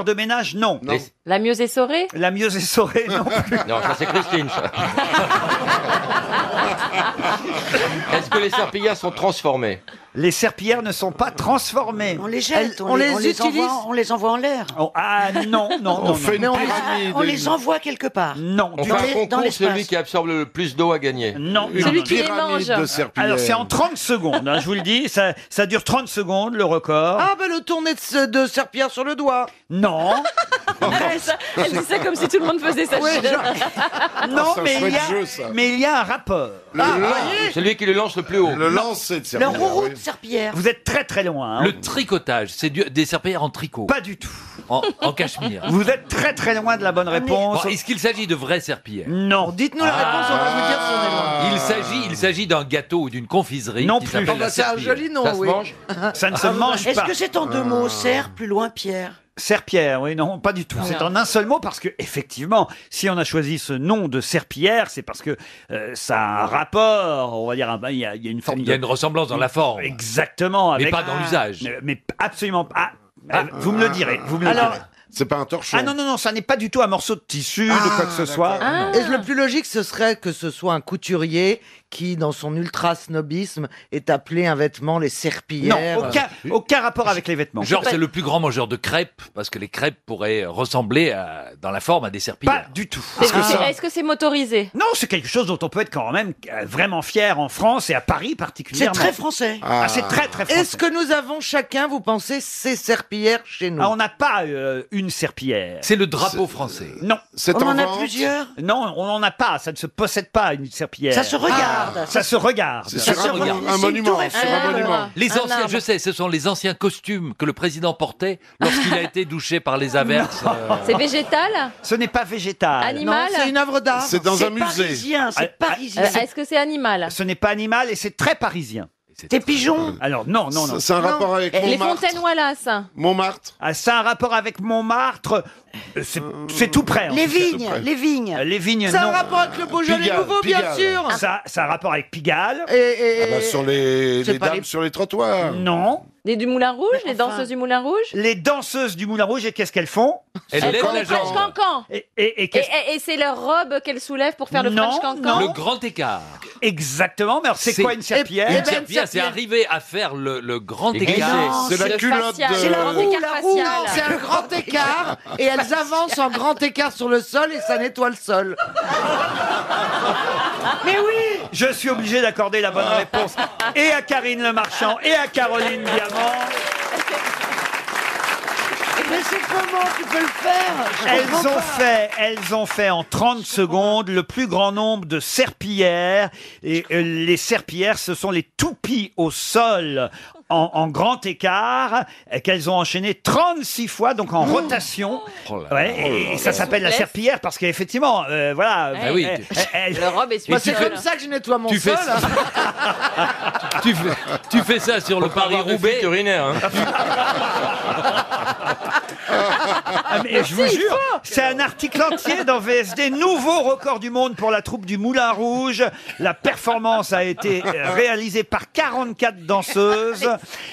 de ménage, non.
La mieux essorée
La mieux essorée, non plus.
Non, ça c'est Christine. ça. Est-ce que les serpillères sont transformées
Les serpillères ne sont pas transformées. On
les
jette, on les- on les envoie-
on les envoie en l'air. ah non, non,
On
non.
fait
non.
une Mais on les- pyramide, on les une-
envoie quelque part.
Non,
On
du-
fait un concours, celui qui absorbe le plus d'eau à gagner.
Non, non, non, non. Alors c'est en 30 secondes, hein, je vous le dis, ça, ça dure 30 secondes le record.
Ah, ben le tourner de, ce- de serpillière sur le doigt.
Non.
Elle dit ça comme si tout le monde faisait ça.
Ouais, genre-
Non,
C'est un
mais il, y a,
chouette jeu, Oh, ça.
mais il y a un rapport.
Le
Ah,
lance-
voyez
celui qui le lance le plus haut.
Le Non. lancer de serpillière, Le rourou oui. de
serpillière.
Vous êtes très très loin. hein.
Le tricotage, c'est du- des serpillères en tricot.
Pas du tout.
En, en cachemire.
Vous êtes très très loin de la bonne
Bon,
réponse.
Est-ce qu'il s'agit de vraies serpillères Ah.
Non.
Dites-nous la réponse, on va vous dire si on est loin.
Il s'agit, il s'agit d'un gâteau ou d'une confiserie.
Non
qui
plus.
s'appelle
Ah bah,
la
c'est un
serpillière.
joli nom, Ça se oui. mange Ça
Ah,
ne se
Ah,
mange
Est-ce
pas. Euh,
que c'est en deux mots Serre, plus loin, Pierre
Serpillère, oui, non, pas du tout. C'est en un seul mot parce que, effectivement, si on a choisi ce nom de Serpillère, c'est parce que euh, ça a un rapport, on va dire, un- il y, a il y a une forme
Il
de- Mm,
y a une ressemblance dans la forme.
Exactement.
Mais
avec-
pas dans l'usage.
Mais, mais absolument pas. Ah, vous me le direz. Vous me le
Alors-
direz.
C'est pas un torchon.
Ah non, non, non, ça n'est pas du tout un morceau de tissu, de quoi que
Ah,
ce soit.
Et le plus logique, ce serait que ce soit un couturier qui, dans son ultra snobisme, ait appelé un vêtement les serpillères. Euh,
Non, aucun-
aucun rapport avec les vêtements.
Genre, c'est le plus grand mangeur de crêpes, parce que les crêpes pourraient ressembler à- dans la forme à des serpillères. Pas
du tout. Ah.
Est-ce que c'est- est-ce que c'est motorisé
Non, c'est quelque chose dont on peut être quand même euh, vraiment fier en France et à Paris particulièrement.
très français.
Ah, c'est très très français.
Est-ce que nous avons chacun, vous pensez, ces serpillères chez nous
Ah, on n'a pas euh, une serpillière. euh,
C'est le drapeau français.
Non.
C'est On en en a vente plusieurs
Non, on n'en a pas. Ça ne se possède pas, une serpillière.
Ça se regarde.
Ah, ça se regarde.
C'est sur Ça se un regarde.
un monument, sur un monument.
Les
Un
anciens,
arbre.
je sais, ce sont les anciens costumes que le président portait lorsqu'il a été douché par les averses. euh.
C'est végétal
Ce n'est pas végétal.
Animal Non, c'est une œuvre d'art. C'est dans un musée.
Ah, ah,
Euh, Est-ce que c'est animal
Ce n'est pas animal et c'est très parisien.
Des pigeons
Alors non, non, non.
C'est un rapport
Non. Les fontaines Wallace.
Montmartre. Ah, c'est un rapport avec Montmartre. Euh, C'est c'est tout près. en
Les
tout cas.
vignes, les vignes.
Euh, Les vignes,
Ça a un
non.
rapport avec
le Beaujolais Pigalle, nouveau, bien Pigalle. sûr.
Ça, ça a un rapport avec Pigalle.
Et- et-
Ah bah, sur les,
C'est
les
pas
dames
les-
sur les trottoirs.
Non.
Les du Moulin Rouge Les danseuses du Moulin Rouge
Les danseuses du Moulin Rouge, et qu'est-ce qu'elles font
Elles font le French Cancan.
Et, et- et
Et,
qu'est-ce-
et- et c'est leur robe qu'elles soulèvent pour faire le
Non,
French Cancan.
Le grand écart.
Exactement, mais alors c'est quoi une serpillière
Une serpillière, c'est arriver à faire le, le grand
Et
écart.
non, C'est la c'est culotte facial. de-
C'est la
Euh,
roue, la roue.
facial.
Non, C'est un grand écart et elles avancent en grand écart sur le sol et ça nettoie le sol.
Mais oui Je suis obligé d'accorder la
Ah.
bonne réponse et à Karine Le Marchand et à Caroline Diamant.
Mais c'est comment tu peux le faire Ah, Je
Elles
comprends
ont
pas.
fait, elles ont fait en 30 secondes le plus grand nombre de serpillères. Et euh, les serpillères, ce sont les toupies au sol en, en grand écart euh, qu'elles ont enchaînées 36 fois, donc en rotation. Ouais,
oh
et,
là
et ça
là.
s'appelle la serpillière parce qu'effectivement, euh,
Eh,
voilà.
Ah oui, tu- Le robe est
Moi,
suisse.
eh. comme
Tu fais-
C'est ça que je nettoie mon
Tu fais
sol.
ça. tu, fais, tu fais ça sur le Paris-Roubaix.
hein. Ah, mais je vous
Si,
jure, c'est un article entier dans VSD. Nouveau record du monde pour la troupe du Moulin Rouge. La performance a été euh, réalisée par 44 danseuses.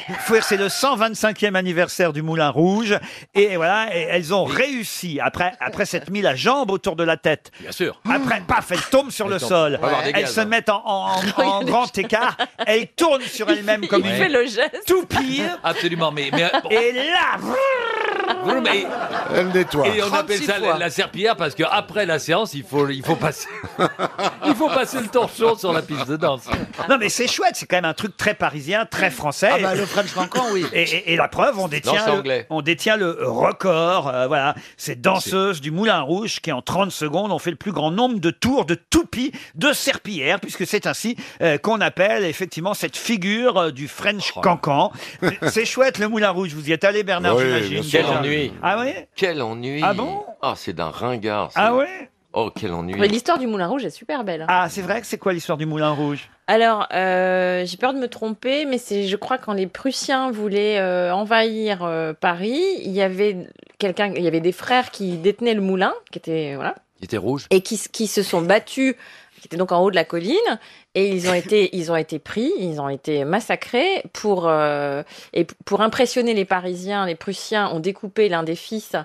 Il faut dire que c'est le 125e anniversaire du Moulin Rouge. Et voilà, et elles ont réussi. Après, après s'être mis la jambe autour de la tête.
Bien sûr.
Après, paf, elles tombent sur
Elles
le
tombent.
sol.
Faut avoir des
Elles
gaz,
se
hein.
mettent en, en- en- en grand écart. Elles tournent sur elles-mêmes comme
Il
une
fait le
geste.
Eh,
Tout pire.
Absolument, mais, mais
Et là,
Non, euh, mais-
Elle nettoie.
Et on appelle
36
ça
fois.
la, la serpillière parce qu'après la séance, il faut, il faut passer, il faut passer le torchon sur la piste de danse.
Ah Non, mais c'est chouette, c'est quand même un truc très parisien, très français.
Ah bah, le
French Cancan, oui. Et, et- et la preuve, on
Non,
détient,
c'est
le,
anglais.
on détient le record. euh, voilà, cette danseuse du Moulin Rouge qui, en 30 secondes, ont fait le plus grand nombre de tours de toupie de serpillière, puisque c'est ainsi euh, qu'on appelle effectivement cette figure euh, du French
Oh
Cancan. c'est chouette, le Moulin Rouge. Vous y êtes allé, Bernard,
Oui, bien
j'imagine.
sûr. Quel
déjà.
ennui.
Ah oui
Quel ennui.
Ah bon
Ah, c'est d'un ringard. ça.
Ah ouais
Oh, quel ennui.
Mais l'histoire du Moulin Rouge est super belle.
Ah, c'est vrai que c'est quoi l'histoire du Moulin Rouge
Alors, euh, j'ai peur de me tromper, mais c'est, je crois, quand les Prussiens voulaient euh, envahir euh, Paris, il y avait quelqu'un, il y avait des frères qui détenaient le moulin, qui était voilà,
Il était rouge.
et qui, s- qui se sont battus, qui étaient donc en haut de la colline, et ils ont été, ils ont été pris, ils ont été massacrés pour euh, et p- pour impressionner les Parisiens, les Prussiens ont découpé l'un des fils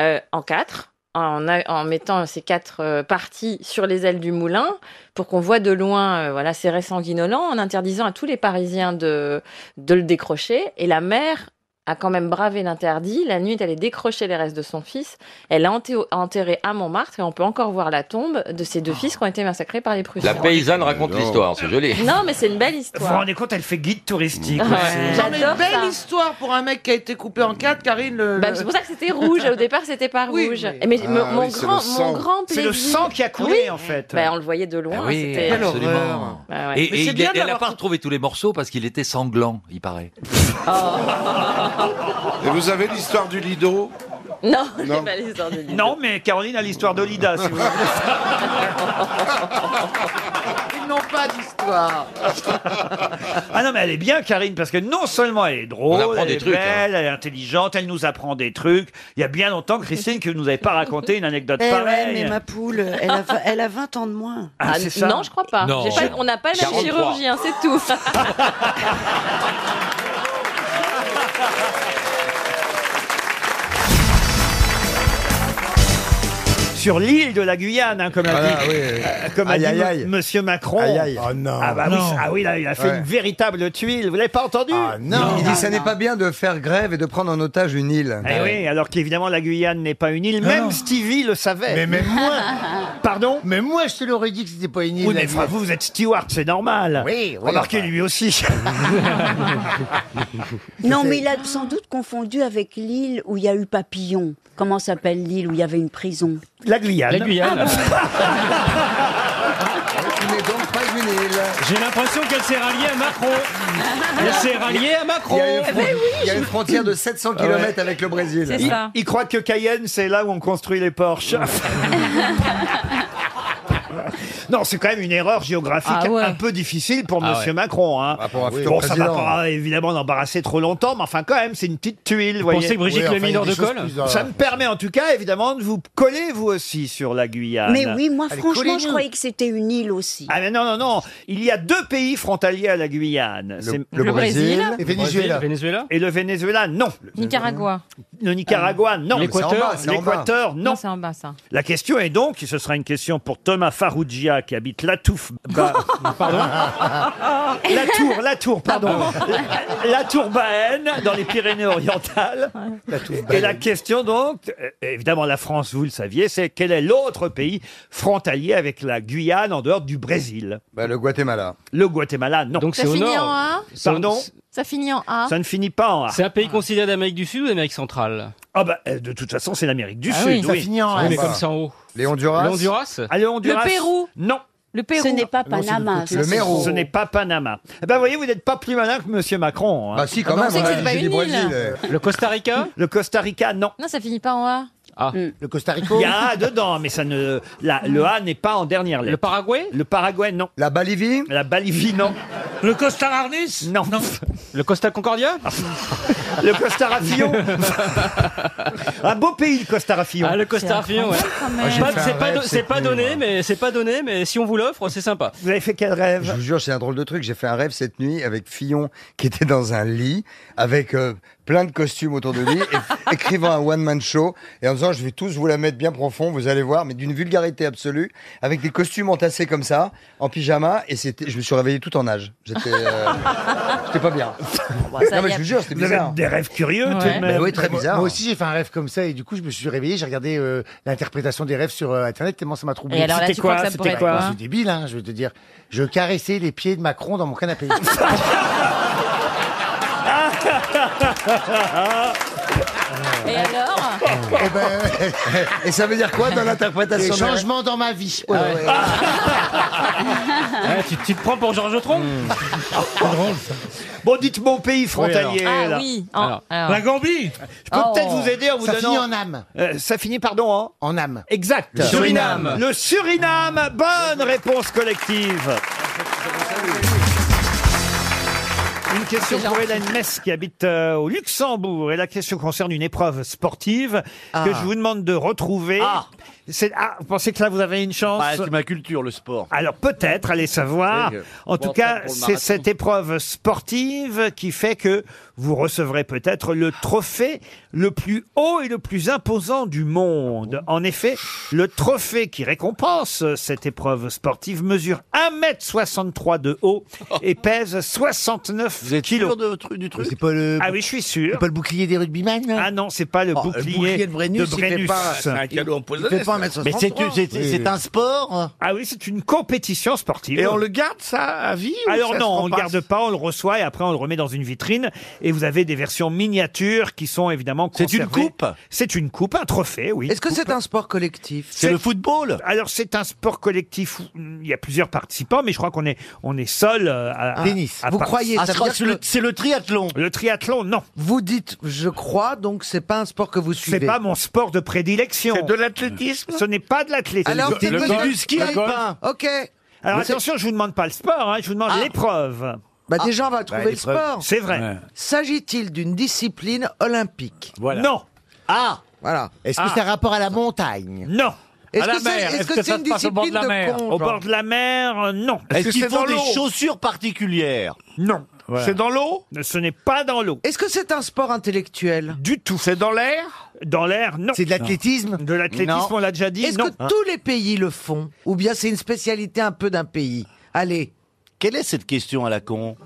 euh, en quatre. En, a- en mettant ces quatre euh, parties sur les ailes du moulin pour qu'on voit de loin euh, voilà ces restes sanguinolents en interdisant à tous les Parisiens de de le décrocher et la mère a quand même bravé l'interdit. La nuit, elle est décrocher les restes de son fils. Elle l'a enté- enterré à Montmartre et on peut encore voir la tombe de ses deux fils qui ont été massacrés par les Prussiens.
La paysanne raconte
non.
l'histoire, c'est joli.
Non, mais c'est une belle
Vous vous
histoire.
rendez compte, elle fait guide touristique.
Ouais.
aussi.
J'adore
mais
ça.
belle histoire pour un mec qui a été coupé en quatre, Karine. Le,
Bah,
le-
c'est pour ça que c'était rouge. Au départ, c'était pas
Oui,
rouge.
mais-
Et Mais,
Ah
mon- mon,
oui, c'est le
grand,
sang.
mon grand
C'est
plaisir.
le sang qui a coulé, en fait.
Bah, on le voyait de loin.
Ah oui,
c'était-
absolument.
Bah ouais.
Et,
Mais
et
c'est
il
bien
a-
hein.
elle n'a
d'avoir-
pas retrouvé tous les morceaux parce qu'il était sanglant, il paraît.
Ah.
Et vous avez l'histoire du Lido
Non,
Non.
j'ai pas les ordres de lui.
Non, mais Caroline a l'histoire d'Olida, si vous voulez.
Ils n'ont pas d'histoire.
Ah non, mais elle est bien, Karine, parce que non seulement elle est drôle,
On apprend
elle
des
est
trucs, hein.
belle, elle est intelligente, elle nous apprend des trucs. Il y a bien longtemps, Christine, que vous nous avez pas raconté une anecdote
Eh ouais,
pareille.
mais ma poule, elle a, vingt- elle a 20 ans de moins.
Ah,
Ah,
c'est ça.
Non, je crois pas.
Non.
J'ai pas- on n'a pas le même
43.
chirurgien, c'est tout.
Sur l'île de la Guyane, hein, comme a
Ah,
dit,
oui, oui.
euh, comme a
Aïe,
dit
aïe,
mo-
aïe.
Monsieur Macron.
Aïe, aïe.
Ah, bah
Non.
oui, ah oui, là, il a fait
Ouais. Ah
une véritable tuile. Vous l'avez pas entendu
Non,
Ah,
il dit ça n'est pas bien de faire grève et de prendre en otage une île. Ah
Eh oui, alors qu'évidemment la Guyane n'est pas une île. Même Stevie le savait.
Mais même moi.
Pardon
Mais moi, je te l'aurais dit que c'était pas une île.
Oui, mais enfin, vous, vous êtes steward, c'est normal.
Oui, oui,
Remarquez,
enfin.
lui aussi.
Non, mais il a sans doute confondu avec l'île où il y a eu papillon. Comment s'appelle l'île où il y avait une prison Ah,
La Guyane.
La
Oh,
Guyane.
J'ai l'impression qu'elle s'est ralliée à Macron. Elle s'est ralliée à Macron. Eh
Il y a une, fron- il y a une frontière de 700 km
Ah ouais.
avec le Brésil.
Il, il croit que Cayenne, c'est là où on construit les Porsche. Non, c'est quand même une erreur géographique
Ah ouais.
un peu difficile pour
Ah
Monsieur
ouais.
Macron. Hein.
pour un futur
bon, ça va
président.
pas évidemment l'embarrasser trop longtemps, mais enfin quand même, c'est une petite tuile. Vous
pensez
voyez.
que Brigitte Oui, l'a mis enfin, il y a hors des de choses colle plus, euh,
Ça me permet en tout cas évidemment de vous coller vous aussi sur la Guyane.
Mais oui, moi,
Allez,
franchement, je
collez-nous.
croyais que c'était une île aussi.
Ah mais non, non, non. Il y a deux pays frontaliers à la Guyane. C'est
le Le Brésil Brésil.
et Venezuela. Le Venezuela.
Et le Venezuela, non.
Nicaragua.
Le
Ah,
Nicaragua, non.
L'Équateur,
L'Équateur, non.
c'est en bas, ça.
La question est donc, et ce sera une question pour Thomas Farougia qui habite La Touffe. bah, la Tour, La Tour, pardon.
Ah
La, la Tour Baène dans les Pyrénées-Orientales. Et la question donc, euh, évidemment la France, vous le saviez, c'est quel est l'autre pays frontalier avec la Guyane en dehors du Brésil
Bah,
Le Guatemala. Le Guatemala, non.
Donc
Ça finit en A
Pardon
Ça finit en A.
Ça ne finit pas en A.
C'est un pays considéré d'Amérique du Sud ou d'Amérique centrale
Ah bah, euh, de toute façon, c'est l'Amérique du
Ah
Sud.
oui. Ça
oui.
finit en Oui, A. mais comme ça en haut. Les Honduras Le Honduras
Ah, le Honduras.
Le Pérou
Non.
Le Pérou. Ce n'est pas Non, c'est de Panama, côté. ça, Le c'est- Mérou.
Ce n'est pas Panama. Eh ben, voyez, vous n'êtes pas plus malin que Monsieur Macron. Bah
si, quand Ah, mais on même, sait que on a c'est dit pas du une Brésil, île. euh.
Le Costa Rica Le Costa Rica, non.
Non, ça finit pas en A.
Hmm.
Le Costa Rica Il y a A dedans, mais ça ne, la- le A n'est pas en dernière lettre. Le Paraguay Le Paraguay, non. La Bolivie La Bolivie, non. Le Costa Arnis non. Le Costa Concordia Le Costa Rafillon Un beau pays, le Costa Ah, Rafillon.
Ah, le Costa Rica, ouais. Ah, Pas- C'est pas, do- c'est pas donné, mais c'est pas donné, mais si on vous l'offre, c'est sympa.
Vous avez fait quel rêve
Je vous jure, c'est un drôle de truc. J'ai fait un rêve cette nuit avec Fillon qui était dans un lit avec euh, plein de costumes autour de lui, é- écrivant un one-man show, et en disant, je vais tous vous la mettre bien profond, vous allez voir, mais d'une vulgarité absolue, avec des costumes entassés comme ça, en pyjama, et c'était, je me suis réveillé tout en âge. J'étais, euh, j'étais pas bien.
bah,
ça
non, mais
y
je
a-
vous jure, c'était
Vous avez
bizarre.
des rêves curieux, tout de Ouais. même.
Ben oui, très
Moi-
bizarre.
Moi aussi, j'ai fait un rêve comme ça et du coup, je me suis réveillé, j'ai regardé euh, l'interprétation des rêves sur euh, Internet tellement ça m'a troublé.
Et alors là,
C'était
tu crois
quoi
que ça pourrait
C'était
être
quoi
quoi
C'est débile, hein, je vais te dire. Je caressais les pieds de Macron dans mon canapé. Ah.
Et
Ah.
alors
Eh ben,
Et ça veut dire quoi dans l'interprétation
Des
des rêves
changements dans ma vie. Ouais, ouais.
tu, te prends pour Georges Tron
Hmm.
Bon, dites mon pays
Oui,
frontalier.
alors.
là.
Ah oui, en- alors. La
Gambie. Je peux
Oh.
peut-être vous aider en vous
Ça
donnant.
finit en âme.
Euh, ça finit, pardon, en.
En âme.
Exact.
Le Suriname.
Le Suriname. Bonne réponse collective. Une question pour Hélène Mess qui habite euh, au Luxembourg. Et la question concerne une épreuve sportive
Ah.
que je vous demande de retrouver. C'est- Ah, vous pensez que là, vous avez une chance
Ah, c'est ma culture, le sport.
Alors peut-être, allez savoir.
Oui, euh,
Ah, En
bon,
tout cas,
pour le
c'est
marathon.
cette épreuve sportive qui fait que vous recevrez peut-être le trophée le plus haut et le plus imposant du
Ah
monde. En effet, le trophée qui récompense cette épreuve sportive mesure 1m63 de haut et pèse 69 vous kilos. du truc
C'est pas le.
Ah oui, je suis sûr.
C'est pas le bouclier des rugbyman
Ah non, c'est pas le
Oh, le
bouclier,
bouclier de Brennus, il fait pas- c'est un cadeau empoisonné, Il fait pas ça. 1m63. Mais c'est- c'est- c'est- c'est un hein.
sport Ah oui, c'est une compétition sportive.
Et on le garde, ça, à vie ou
Alors
ça se
non, on ne
repasse
garde pas, on le reçoit et après on le remet dans une vitrine. Et vous avez des versions miniatures qui sont évidemment
C'est une
conservées.
coupe
C'est une coupe, un trophée, oui.
Est-ce que c'est un sport collectif
football Alors c'est un sport collectif. où Il y a plusieurs participants, mais je crois qu'on est on est seul euh, à
Ah. Tennis.
à
Vous
part-
croyez, ça veut dire que-
triathlon. Le triathlon, non.
Vous dites, je crois, donc c'est pas un sport que vous suivez.
C'est pas mon sport de prédilection.
C'est de
l'athlétisme Ce n'est pas de l'athlétisme.
Alors, Le- peut-être le golf, du ski le alpin. golf.
Ok. Alors
Mais c'est-
attention, je vous demande pas le sport, hein, je vous demande l'épreuve.
Bah
Ah.
déjà, on va trouver le sport.
C'est vrai.
S'agit-il d'une discipline olympique
Non.
Ah Voilà.
Est-ce que
Ah.
c'est un rapport à la montagne
Non.
Est-ce que c'est est-ce que c'est une discipline de, con
Au
genre
bord de la mer, euh, non.
Est-ce Est-ce que qu'ils c'est font dans des l'eau
chaussures particulières Non.
Voilà. C'est dans
l'eau Ce n'est pas dans l'eau. Est-ce que c'est un sport intellectuel Du tout. C'est dans l'air Dans l'air, non.
C'est de l'athlétisme
De l'athlétisme,
Non.
on l'a déjà dit,
Est-ce
non.
que tous les pays le font Ou bien c'est une spécialité un peu d'un pays Allez.
Quelle est cette question à la con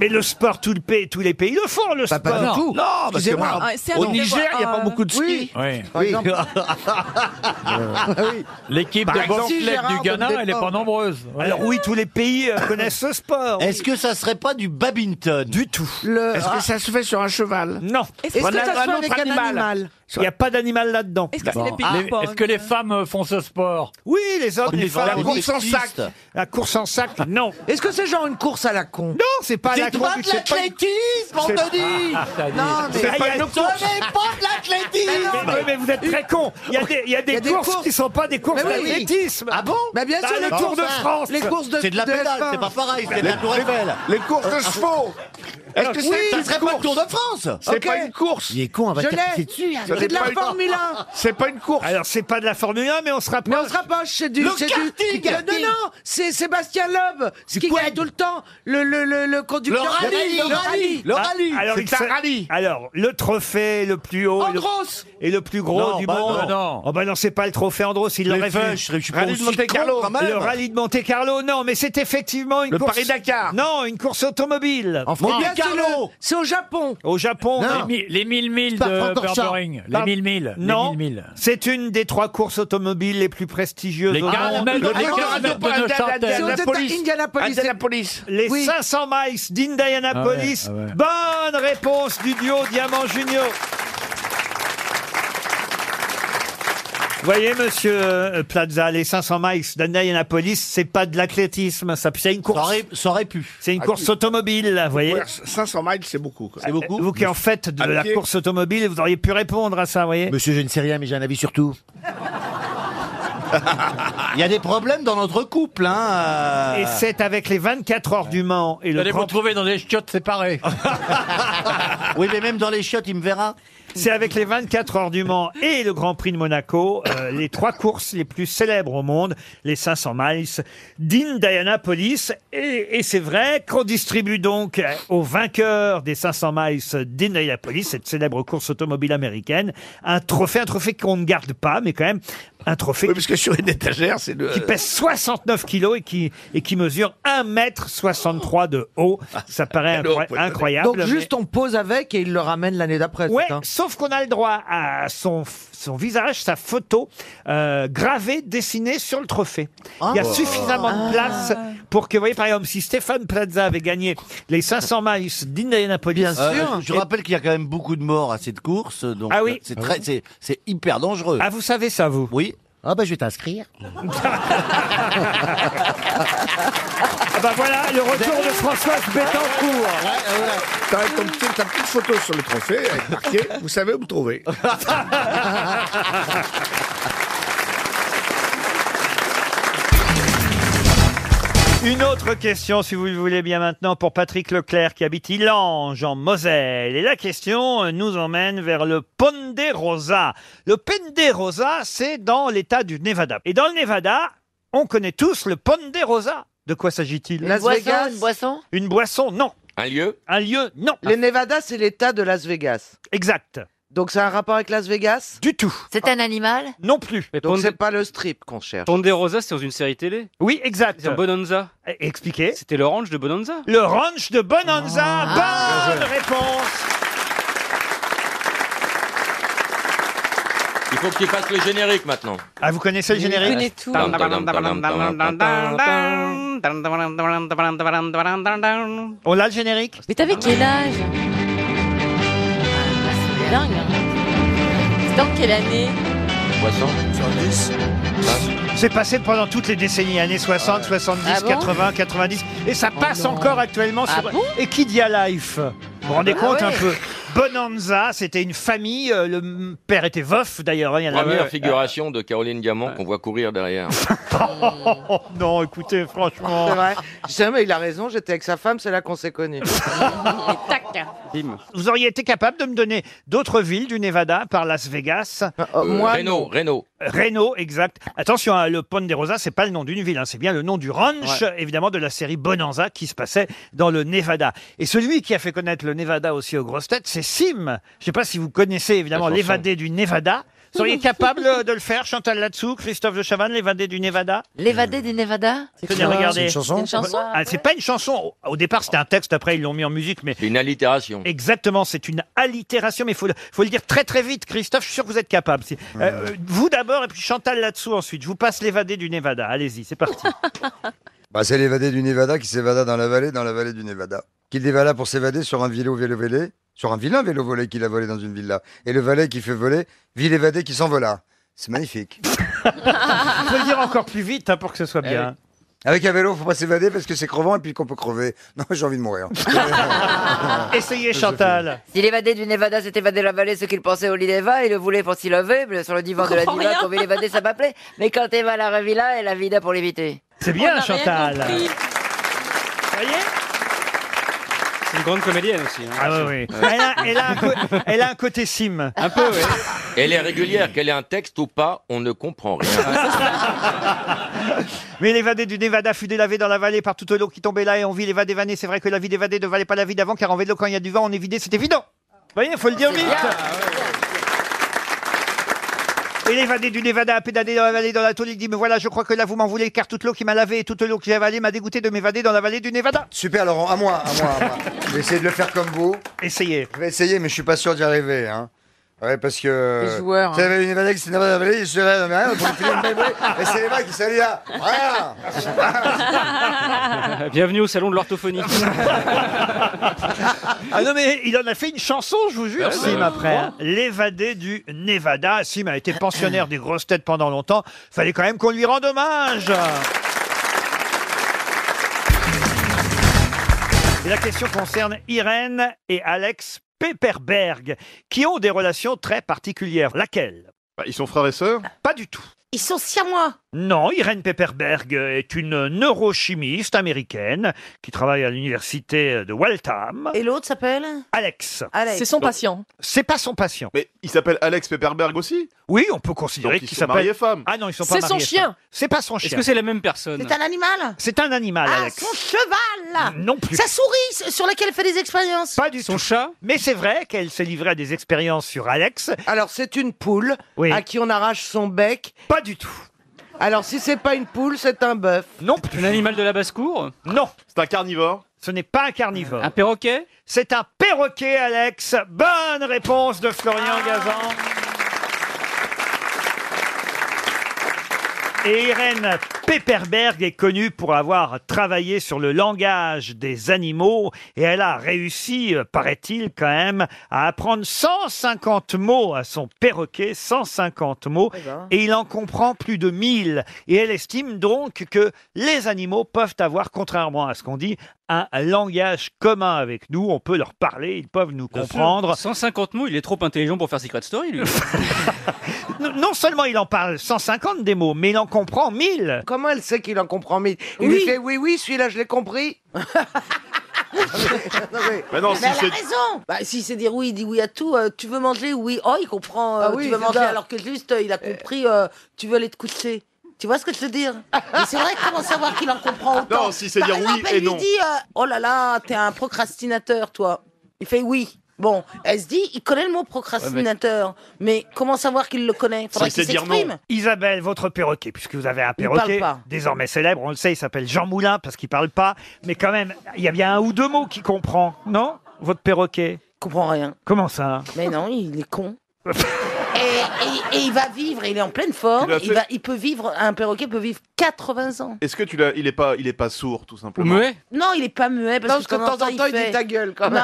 Mais le sport, tout le pays, tous les pays le font, Oh, le
pas
sport.
du tout. Non, parce que
Excusez-moi.
moi, Ah, c'est au un- Niger, il y a pas euh, beaucoup de ski.
Oui.
Oui.
Par exemple.
Ah
L'équipe
Par
de
exemple,
bobsleigh
Gérard
du Ghana,
Depardieu.
elle n'est pas nombreuse. Ouais.
Alors oui, tous les pays euh, connaissent ce sport.
Est-ce que ça serait pas du badminton
Du tout.
Est-ce que ça se fait sur un cheval
Non.
Est-ce que ça se fait avec un animal
Il n'y a pas d'animal là-dedans.
Est-ce que c'est Bon. les pays pauvres Est-ce que
Bah, les femmes euh, font ce sport Oui, les hommes,
Les
les
femmes,
femmes.
La course en sac.
La course en sac, non.
Est-ce que c'est genre une course à la con Non,
c'est pas à la con. c'est pas une- C'est- Ah, ça dit. C'est pas une course.
de l'athlétisme
Mais, oui, mais vous êtes très con. Il y a des, il y a des courses, qui sont pas des courses
Mais oui, oui.
d'athlétisme.
Ah bon Mais bien
Bah,
sûr,
le
les
Tour de
courses, hein.
France.
Les courses de- C'est de la de pédale, F1. c'est pas pareil, c'est de la Tour Eiffel.
Les courses de chevaux.
ah,
Est-ce que
Oui,
c'est ça
une
serait pas le Tour de France
C'est Ok. pas une
course.
Il est con, on va
Je
taper
l'ai.
dessus. hein.
C'est de la Formule 1
C'est pas une course.
Alors c'est pas de la Formule 1, mais on se rapproche.
Mais on se rapproche, c'est du...
Le
c'est
karting.
du... Non, non, c'est Sébastien Loeb, ce qui gagne tout le temps, le, le, le, le conducteur... le rallye, le rallye.
Ah, alors, il se- Alors, le trophée le plus haut et le-
Andros.
et le plus gros
Non,
du
bah
monde.
non.
Oh, bah non, c'est pas le trophée Andros, il
Les
l'aurait vu.
feux, je serais- je suis pas Rallye de aussi Monte-Carlo, con, quand même.
Le rallye de Monte Carlo, non, mais c'est effectivement une
Le
course.
Paris-Dakar.
Non, une course automobile. En
France. Monte Carlo.
C'est au Japon.
Au Japon.
Non. Les mi- les 1000 milles
Pas
de
Francorchamps.
Burberry. Les
Pardon.
1000 milles. Les
Non.
1000 milles.
C'est une des trois courses automobiles les plus prestigieuses.
Les
au monde.
40 mètres,
Le
les
record
40 mètres de
Indiana-
Neuchâtel. C'est aux États- Indianapolis.
Les
Oui.
500 miles d'Indianapolis.
Ah ouais,
Bonne réponse du duo Diamant Junior. Vous voyez, monsieur euh, Plaza, les 500 miles d'Indianapolis, c'est pas de l'athlétisme, ça, c'est une course. Ça aurait, pu. C'est une
Ah,
course
oui.
automobile, là, vous voyez.
500 miles, c'est beaucoup.
Euh, Vous qui en faites de
À
la
pied.
course automobile, vous auriez pu répondre à ça, vous voyez.
Monsieur, je ne sais rien, mais j'ai un avis sur tout.
Il y a des problèmes dans notre couple. Hein,
Et c'est avec les 24 heures du Mans et
Vous
le
allez vous
Grand
retrouver dans des chiottes séparées. oui, mais même dans les chiottes, il me verra.
C'est avec les 24 heures du Mans et le Grand Prix de Monaco, euh, les trois courses les plus célèbres au monde, les 500 miles d'Indianapolis. Et, et c'est vrai qu'on distribue donc euh, aux vainqueurs des 500 miles d'Indianapolis, cette célèbre course automobile américaine, un trophée, un trophée qu'on ne garde pas, mais quand même un trophée.
parce que sur une étagère, c'est de-
Qui pèse 69 kilos et qui, et qui mesure 1m63 de haut.
Ah,
Ça paraît incroy- incroyable.
Donc
mais-
juste on pose avec et il le ramène l'année d'après.
Ouais,
c'est ça
sauf qu'on a le droit à son, son visage, sa photo euh, gravée, dessinée sur le trophée. Il y a
Ah.
suffisamment de place pour que, vous voyez, par exemple, si Stéphane Plaza avait gagné les 500 miles d'Indianapolis.
Bien sûr.
euh,
je
et-
rappelle qu'il y a quand même beaucoup de morts à cette course, donc euh,
Ah oui.
c'est très, c'est, c'est hyper dangereux.
Ah, vous savez ça, vous
Oui.
Ah bah je vais t'inscrire.
Ah bah voilà, le retour de Françoise Bettencourt.
T'as ton petit- ta petite photo sur le trophée, elle est marquée, vous savez où me trouver.
Une autre question, si vous le voulez bien maintenant, pour Patrick Leclerc qui habite Illange, en Moselle. Et la question euh, nous emmène vers le Ponderosa. Le Ponderosa, c'est dans l'État du Nevada. Et dans le Nevada, on connaît tous le Ponderosa. De quoi s'agit-il
Las Boisson, Vegas une
boisson Une boisson, non.
Un lieu
Un lieu, non.
Le Nevada, c'est l'État de Las Vegas.
Exact.
Donc c'est un rapport avec Las Vegas
Du tout.
C'est un animal
Non plus.
Donc c'est pas le strip qu'on cherche.
Ponderosa, c'est dans une série télé
Oui, exact. Eh,
C'est un Bonanza.
Expliquez.
C'était le ranch de Bonanza.
Le ranch de Bonanza.
Ah.
Bonne réponse.
Il faut que tu fasses le générique maintenant.
Ah, vous connaissez le générique
connaît tout. Tam, tam, tam, tam, tam, tam, tam,
On l'a le générique
Mais t'avais quel âge C'est dingue. hein. C'est dans quelle année
Poisson
C'est passé pendant toutes les décennies, années 60, 70,
Ah bon
80, 90, et ça passe encore actuellement sur
Oh Ah bon
Equidia Life. Vous vous rendez
Ah
compte
ouais.
un peu Bonanza, c'était une famille, euh, le m- père était veuf d'ailleurs. hein,
Ah,
il y en a-
Première figuration de Caroline Diamant qu'on voit courir derrière.
Oh, non, écoutez, franchement.
C'est vrai. Je sais, mais il a raison, j'étais avec sa femme, c'est là qu'on s'est connus.
Vous auriez été capable de me donner d'autres villes du Nevada par Las Vegas
Euh, Reno, Reno.
Euh, Reno, exact. Attention, hein, le Ponderosa, c'est pas le nom d'une ville, hein, c'est bien le nom du ranch, évidemment, de la série Bonanza qui se passait dans le Nevada. Et celui qui a fait connaître le Nevada aussi aux grosses têtes, c'est Sim. Je sais pas si vous connaissez évidemment
La chanson.
l'évadé du Nevada. Seriez capable euh, de le faire, Chantal Latsou, Christophe de Chavannes, l'évadé du Nevada
L'évadé des Nevada
Tenez, regardez.
une chanson
Ah, c'est pas une chanson. Au départ, c'était un texte. Après, ils l'ont mis en musique, mais.
C'est une allitération.
Exactement. C'est une allitération, mais il faut, le- faut le dire très très vite, Christophe. Je suis sûr que vous êtes capable. C'est- euh, vous d'abord, et puis Chantal là-dessous ensuite. Je vous passe l'évadé du Nevada. Allez-y, c'est parti.
Bah, c'est l'évadé du Nevada qui s'évada dans la vallée, dans la vallée du Nevada. Qui dévala pour s'évader sur un vélo vélo volé, sur un vilain vélo volé qu'il a volé dans une villa. Et le valet qui fait voler, vit l'évadé qui s'envola. C'est magnifique.
faut le dire encore plus vite hein, pour que ce soit
Eh
bien.
Avec un vélo, faut pas s'évader parce que c'est crevant et puis qu'on peut crever. Non, j'ai envie de mourir.
Essayez, Chantal.
Ah. Si l'évadé du Nevada s'est évadé de la vallée, ce qu'il pensait au lit d'Eva, il le voulait pour s'y lever, mais sur le divan de la Comprends diva rien. qu'on veut l'évader, ça m'appelait. Mais quand Eva la revilla, elle la vida pour l'éviter.
C'est
On
bien,
a rien
Chantal.
compris.
C'est une grande comédienne aussi. hein.
Ah oui, oui. Elle a, elle a un co- elle a un côté sim. Un peu, oui.
Elle est régulière, qu'elle ait un texte ou pas, on ne comprend rien.
Mais l'évadé du Nevada fut délavé dans la vallée par toute l'eau qui tombait là et on vit l'évadé vanné. C'est vrai que la vie d'évadé ne valait pas la vie d'avant car en vélo, quand il y a du vent, on est vidé. C'est évident. Vous voyez, faut le dire vite. Ah Et l'évadé du Nevada a pédalé dans la vallée, dans la tôle. Il dit, mais voilà, je crois que là, vous m'en voulez, car toute l'eau qui m'a lavé et toute l'eau que j'ai avalée m'a dégoûté de m'évader dans la vallée du Nevada.
Super, Laurent, à moi, à moi, à moi. Je vais essayer de le faire comme vous.
Essayez.
Je vais essayer, mais je suis pas sûr d'y arriver. Hein. Ouais, parce que.
Les joueurs,
Tu
hein.
avais une Nevada qui s'est dans la vallée, il se lève, hein, pour le film, mais oui. Et c'est les mecs qui sont là. Rien
Bienvenue au salon de l'orthophonie.
Ah non, mais il en a fait une chanson, je vous jure,
Ouais,
Sim,
bah,
après.
ouais.
hein. L'évadé du Nevada. Sim a été pensionnaire des grosses têtes pendant longtemps. Fallait quand même qu'on lui rende hommage. Et la question concerne Irène et Alex Pepperberg, qui ont des relations très particulières. Laquelle
Bah,
Ils sont frères et sœurs
Pas du tout.
Ils sont siamois.
Non, Irène Pepperberg est une neurochimiste américaine qui travaille à l'université de Waltham.
Et l'autre s'appelle
Alex.
Alex. C'est son patient.
C'est pas son patient.
Mais il s'appelle Alex Pepperberg aussi
Oui, on peut considérer
Donc, ils
qu'il
sont mariés
s'appelle.
femmes.
Ah non, ils sont pas
C'est son
mariés
chien.
femmes. C'est pas son chien.
Est-ce que c'est
la même personne
C'est un animal Mm.
C'est un animal,
Ah,
Alex.
son cheval
Non plus.
Sa souris sur laquelle elle fait des expériences
Pas du son chat. Mais c'est vrai qu'elle s'est livrée à des expériences sur Alex.
Alors, c'est une poule à qui on arrache son bec.
Pas du tout.
Alors, si c'est pas une poule, c'est un bœuf.
Non.
Un animal de la basse-cour
Non.
C'est un carnivore
Ce n'est pas un carnivore. Un perroquet C'est un perroquet, Alex. Bonne réponse de Florian Gazan. Et Irène Pepperberg est connue pour avoir travaillé sur le langage des animaux et elle a réussi, euh, paraît-il, quand même, à apprendre 150 mots à son perroquet, 150 mots,
Eh ben.
et il en comprend plus de 1000. Et elle estime donc que les animaux peuvent avoir, contrairement à ce qu'on dit, un langage commun avec nous. On peut leur parler, ils peuvent nous comprendre.
150 mots, il est trop intelligent pour faire Secret Story, lui.
Non- Non seulement il en parle 150 des mots, mais il en comprend 1000.
Comment elle sait qu'il en comprend mille Il lui fait Eh oui, oui, celui-là, je l'ai compris.
Mais Ah non, si
elle a
c'est-
raison Bah, Si c'est dire oui, il dit oui à tout. euh, tu veux manger Oui. Oh, il comprend. euh,
Ah oui,
tu veux
c'est
manger
ça.
alors que juste, euh, il a compris. euh, tu veux aller te coucher. Tu vois ce que je veux dire Mais c'est vrai, comment savoir qu'il en comprend autant
Ah
Bah,
Non, si c'est
Par
dire oui
exemple, elle
et
lui
non.
dit euh, Oh là là, t'es un procrastinateur, toi. Il fait oui. Bon, elle se dit, il connaît le mot procrastinateur, mais... comment savoir qu'il le connaît Faudrait qu'il s'exprime.
Isabelle, votre perroquet, puisque vous avez un
Il parle
perroquet
pas.
désormais célèbre, on le sait, il s'appelle Jean Moulin parce qu'il parle pas, mais quand même, il y a bien un ou deux mots qu'il comprend, non Votre perroquet
comprend rien.
Comment ça Euh,
Mais non, il est con. Et, et- et il va vivre, il est en pleine forme.
Il a
Il,
fait-
va, il peut vivre, un perroquet peut vivre 80 ans.
Est-ce que tu l'as. Il est pas, il est pas sourd, tout simplement.
Non, il est pas muet parce
Non,
que,
parce que de temps en temps, il dit
fait-
ta gueule, quand même.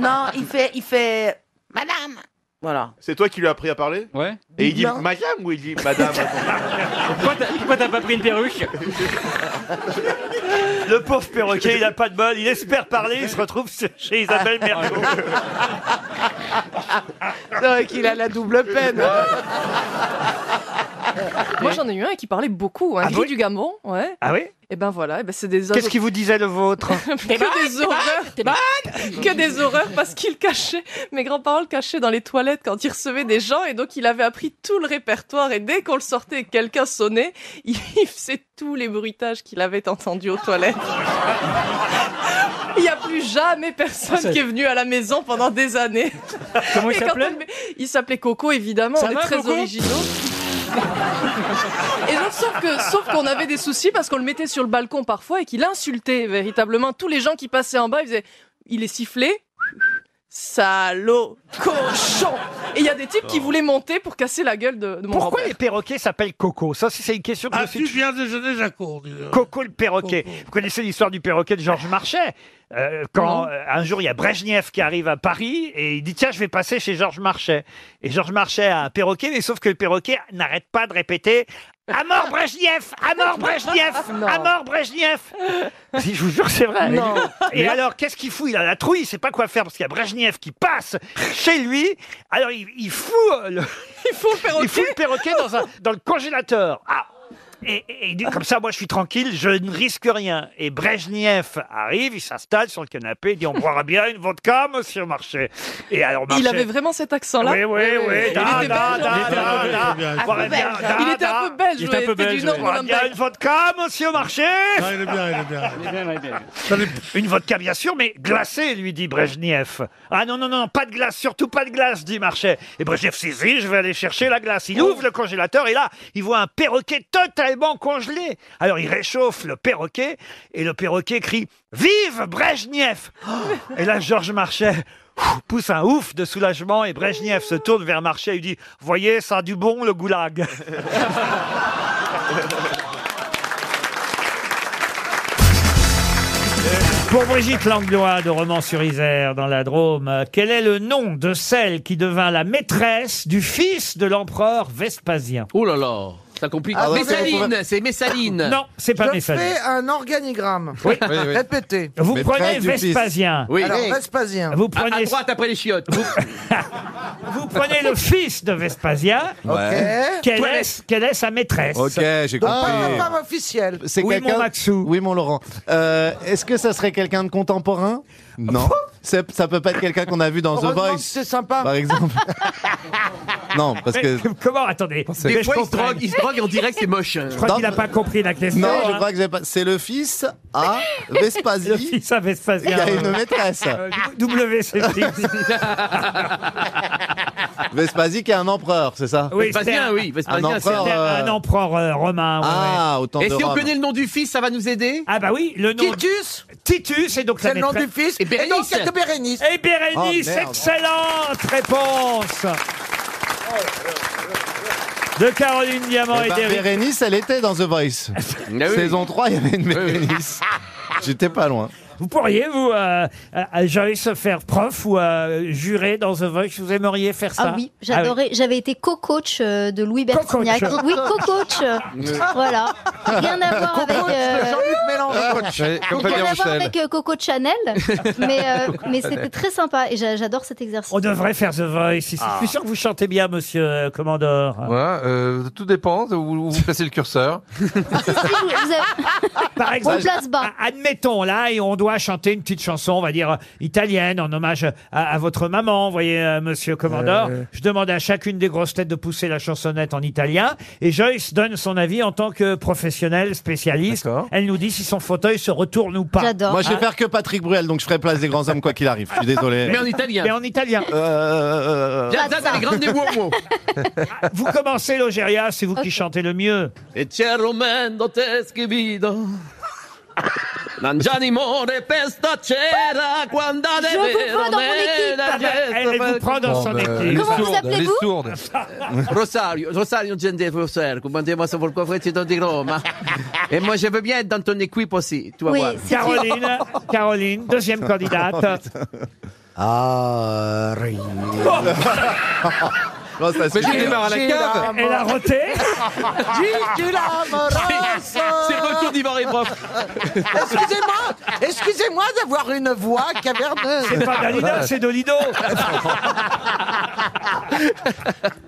Non, non, il fait, il fait, madame.
Voilà. C'est toi qui lui as appris à parler
Ouais.
Et il dit
Non.
madame ou il dit madame attends.
Pourquoi t'as- Pourquoi t'as pas pris une perruque
Le pauvre perroquet, il n'a pas de bol, il espère parler, il se retrouve chez Isabelle
Ah,
Mergo.
C'est vrai qu'il a la double peine.
Moi, j'en ai eu un qui parlait beaucoup, un
Ah
gris
oui
du Gabon, ouais.
Ah oui
Et ben voilà, et ben c'est des
Qu'est-ce qu'il vous disait le vôtre
que des horreurs, que des horreurs parce qu'il cachait. Mes grands-parents le cachaient dans les toilettes quand il recevait des gens et donc il avait appris tout le répertoire et dès qu'on le sortait et que quelqu'un sonnait, il, il faisait tous les bruitages qu'il avait entendus aux toilettes. Il n'y a plus jamais personne
Ah, ça-
qui est venu à la maison pendant des années.
Comment il
Et quand
s'appelait
on le met- Il s'appelait Coco évidemment,
Ça
on est
va,
très
Coco
originaux. Et donc, sauf que, sauf qu'on avait des soucis parce qu'on le mettait sur le balcon parfois et qu'il insultait véritablement tous les gens qui passaient en bas. Il faisait, il est sifflé, salaud, cochon. Et il y a des types qui voulaient monter pour casser la gueule de, de mon
Pourquoi
grand-père.
les perroquets s'appellent Coco Ça, c'est une question que je me suis...
Ah, viens
déjeuner, Coco le perroquet. Vous connaissez l'histoire du perroquet de Georges Marchais Euh, quand
Non.
euh, un jour il y a Brejnev qui arrive à Paris et il dit tiens je vais passer chez Georges Marchais et Georges Marchais a un perroquet mais sauf que le perroquet n'arrête pas de répéter à mort Brejnev à mort Brejnev à mort Brejnev si je vous jure c'est vrai
Non.
et alors qu'est-ce qu'il fout il a la trouille il sait pas quoi faire parce qu'il y a Brejnev qui passe chez lui alors il, il fout euh, le il fout le perroquet dans, un- dans le congélateur ah et, et il dit comme ça, moi je suis tranquille, je ne risque rien. Et Brejnev arrive, il s'installe sur le canapé, il dit on boira bien une vodka, monsieur Marché. Et alors Marché.
Il avait vraiment cet accent-là.
Oui, oui, oui.
Il était
Da, da,
belge.
da,
Il était
da, da.
belge. Il était
Boire
belge.
bien, da,
Il était un
da.
peu belge, Il était un oui, peu il était du belge, Nord oui. Hollandais.
Boire bien Une vodka, monsieur Marché.
Ah, il est bien, il est bien.
Il est bien, il est bien.
Une vodka, bien sûr, mais glacée, lui dit Brejnev. Ah non, non, non, pas de glace, surtout pas de glace, dit Marchais. Et Brejnev si, si, je vais aller chercher la glace. Il ouvre le congélateur et là, il voit un perroquet totalement congelé. Alors il réchauffe le perroquet et le perroquet crie Vive Brejnev Et là, Georges Marchais ouf, pousse un ouf de soulagement et Brejnev se tourne vers Marchais et lui dit Voyez, ça a du bon le goulag. Pour Brigitte Langlois de Romans-sur-Isère, dans la Drôme, euh, quel est le nom de celle qui devint la maîtresse du fils de l'empereur Vespasien
Oh là là
ça complique.
Ah, bah,
Messaline,
Eh,
c'est-
c'est Messaline.
Non, c'est pas Je Messaline. fais un organigramme.
Oui.
Oui, oui. Répétez. Vous prenez Vespasien.
Oui.
Alors, Vespasien.
Vous
Vous
prenez...
prenez-
à, droite après les chiottes. Vous-
Vous prenez le fils de Vespasien,
Ouais.
quelle,
Toilette.
est, quelle est sa maîtresse
Ok, j'ai
Donc,
Ah,
compris.
pas la femme officielle.
Oui, mon
Maxou. Oui, mon Laurent. Euh, Est-ce que ça serait quelqu'un de contemporain
Ah
Non. C'est- Ça peut pas être quelqu'un qu'on a vu dans The
Heureusement
Voice.
que c'est sympa.
Par exemple. non, parce que.
Comment Attendez.
Mais
Des
je
fois, il se,
comprends.
drogue, il se drogue et on dirait que c'est moche.
Je crois Non. qu'il a
pas compris la question.
Non,
hein.
je crois que j'ai pas. C'est le fils à Vespasie. Le
fils à Vespasie.
Il a une maîtresse.
Euh, W, c'est
Vespasie qui est un empereur, c'est ça
Vespasien, oui. Vespasien,
un empereur.
c'est-
euh,
empereur euh, romain. ouais,
Ah,
ouais.
autant
Et
de
si on
Rome.
connaît le nom du fils, ça va nous aider
Ah bah oui, le nom.
Titus
Titus, et donc sa
C'est le nom
maîtresse-
du fils. Et Bérénice. Et donc, c'est de Bérénice.
Et Bérénice,
Oh, merde.
excellente réponse de Caroline Diamant
Eh
et
ben,
d'Éric. Ah
Bérénice, elle était dans The Voice.
Ah
Saison 3, il y avait une Bérénice. J'étais pas loin.
Vous pourriez, vous, euh, euh, Joyce, faire prof ou euh, jurer dans The Voice Vous aimeriez faire ça
Ah oui, j'adorais. J'avais été co-coach euh, de Louis Bertignac.
Co-coach.
Oui, co-coach. euh, voilà. Rien à voir avec. euh, Rien à voir avec euh, Coco Chanel, mais, euh, mais c'était très sympa et j'a- j'adore cet exercice.
On devrait faire The Voice. ici.
Ah.
Je suis sûr que vous chantez bien, monsieur euh, Commandeur.
Ouais, euh, tout dépend de où où vous placez le curseur.
Par exemple,
On place bas.
a- admettons là, et on doit chanter une petite chanson, on va dire euh, italienne, en hommage à, à votre maman, vous voyez, euh, Monsieur Commandeur.
Euh.
Je demande à chacune des grosses têtes de pousser la chansonnette en italien, et Joyce donne son avis en tant que professionnelle spécialiste. Elle nous dit si son fauteuil se retourne ou pas. Ah.
J'adore.
Moi, je vais faire que Patrick Bruel, donc je ferai place des grands hommes, quoi qu'il arrive. Je suis désolé.
Mais en italien. Mais en italien.
Euh, euh,
La date, elle est grande des Uomo.
Vous commencez l'Ogeria, c'est vous qui chantez le mieux.
E c'è Romendo te scrivido. Non già di more per sta cera quando
Je vous veux dans mon équipe. Ah bah,
Elle, vous prend
dans son équipe.
Comment vous appelez-vous
Eh, Rosario, Rosario gente Rosario, come andiamo a Volco Frecito di Roma. Et moi je veux bien être dans ton équipe aussi, tu vas
Oui,
voir.
c'est Caroline, Caroline, deuxième candidate.
Ah, oui. Non, ça, c'est-
Elle a roté.
Gigi l'amoroso.
C'est le retour d'Ivar et Prof.
Excusez-moi, excusez-moi d'avoir une voix caverneuse.
C'est pas Dalida, c'est Dolido.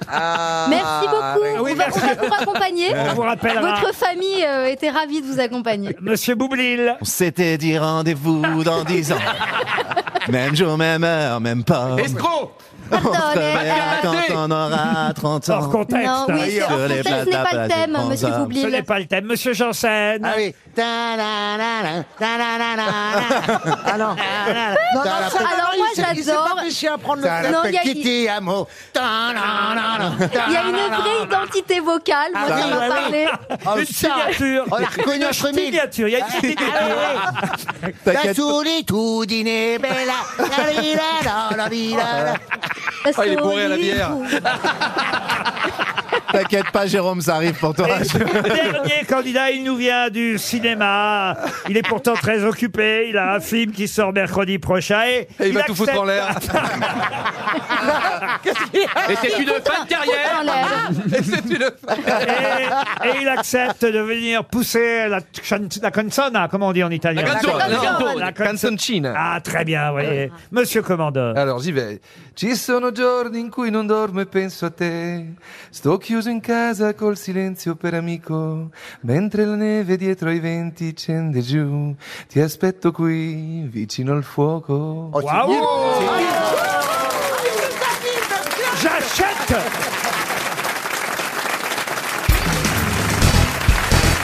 Ah,
Merci beaucoup.
Oui,
on, va, on
merci.
va vous accompagner.
On vous rappellera.
Votre famille euh, était ravie de vous accompagner.
Monsieur Boublil.
On s'était dit rendez-vous dans 10 ans. Même jour, même heure, même pas. hein.
Escroc
On se
Attendez.
reverra quand
Attendez.
on aura 30 ans.
Hors contexte.
Non, oui, c'est- hors
Sur les
contexte, ce n'est pas
plates
le thème,
à
monsieur
Panza.
Boublil.
Ce n'est pas le thème. Monsieur Janssen. Ah oui.
Alors, non,
T'as la
ça,
petite- Alors,
non,
moi,
il s'est- Il s'est
j'adore.
pas empêché à prendre le
T'as la
Non,
petite-
il y a-
Kitty, Il y a une vraie identité vocale, moi,
Ah,
ça m'a
oui,
parlé.
Ah,
Une signature.
On l'a reconnu
Une
entre mille.
signature. Il y a une
Ah
signature.
T'inquiète.
solitudine bella, la vita, la vita.
Oh, il est bourré à la bière. T'inquiète pas, Jérôme, ça arrive pour toi.
Dernier candidat, il nous vient du cinéma. Il est pourtant très occupé. Il a un film qui sort mercredi prochain. Et,
Et il va tout
accepte-
foutre en l'air.
Et c'est une fin de carrière.
Et c'est une
Et, et il accepte de venir pousser la, chan- la canzona, comment on dit en italien
La canzone, la canzone.
canzoncina. Ah, très bien, voyez. Monsieur Commandeur.
Alors j'y vais. Ci sono giorni in cui non dormo e penso a te. Sto chiuso in casa col silenzio per amico. Mentre la neve dietro i venti scende giù. Ti aspetto qui, vicino al fuoco.
Waouh
Ah,
J'achète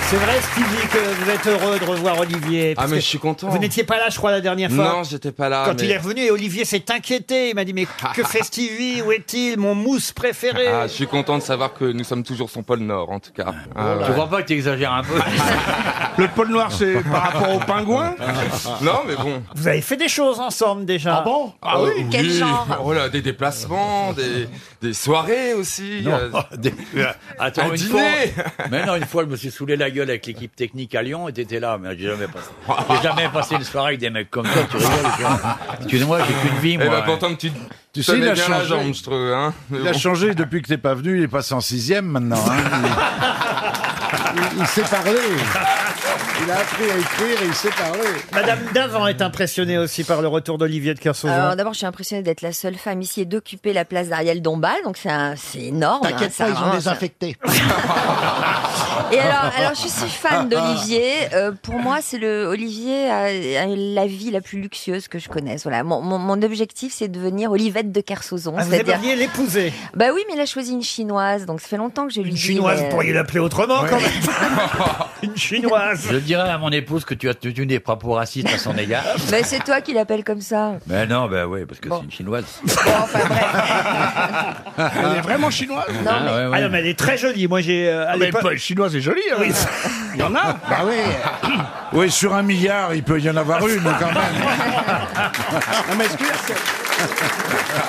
C'est vrai, Stevie, que vous êtes heureux de revoir Olivier. parce
Ah, mais
que
je suis content.
Vous n'étiez pas là, je crois, la dernière fois.
Non, j'étais pas là,
Quand
mais-
il est revenu, et Olivier s'est inquiété. Il m'a dit Mais que fait Stevie Où est-il Mon mousse préféré
Ah, je suis content de savoir que nous sommes toujours son pôle Nord, en tout cas.
Ah,
Je crois pas que tu exagères un peu.
Le pôle Noir, c'est
par rapport aux pingouins
Non, mais bon.
Vous avez fait des choses ensemble déjà. Ah bon
Ah oui, oh là, Des déplacements, des, des soirées aussi.
Non,
euh,
des- Attends,
un
une
dîner.
fois. Mais non, une fois, je me suis saoulé la gueule avec l'équipe technique à Lyon et t'étais là, mais j'ai jamais passé. J'ai jamais passé une soirée avec des mecs comme toi, tu rigoles. tu vois. Excuse-moi, j'ai qu'une vie,
Eh
moi.
ben,
hein.
pourtant, une petite,
Tu
Ça
sais, il
met
a
bien la
changé.
jambe, ce truc, hein. Mais
Il a
bon.
changé depuis que t'es pas venu, il est passé en sixième maintenant. hein. il il sait parler. Il a appris à écrire et il sait parler.
Madame Davant est impressionnée aussi par le retour d'Olivier de Kersauzon.
Alors d'abord, je suis impressionnée d'être la seule femme ici et d'occuper la place d'Ariel Dombal, donc c'est un- c'est énorme.
T'inquiète
hein,
pas,
ça,
ils ont
vraiment, ça-
désinfecté.
Et alors, alors, je suis fan d'Olivier. Euh, pour moi, c'est le Olivier a, a la vie la plus luxueuse que je connaisse. Voilà, mon, mon- mon objectif, c'est de devenir Olivette de Kersauzon.
Ah, vous
c'est-à-dire-
aimeriez l'épouser
Bah oui, mais il a choisi une chinoise, donc ça fait longtemps que je lui dis.
Chinoise,
mais,
vous
euh,
pourriez l'appeler autrement quand même. Une chinoise.
Je dirais à mon épouse que tu as tenu des propos racistes à son égard.
Bah, c'est toi qui l'appelles comme ça.
Mais non, ben oui, parce que c'est une chinoise.
Elle est vraiment chinoise
Non, mais-
Ah, non,
mais elle est très jolie. Moi, j'ai. euh,
Ah, mais pas chinoise est jolie. hein.
Il y en a
Bah oui. oui, sur un milliard, il peut y en avoir une quand même.
Non, mais excuse, c'est-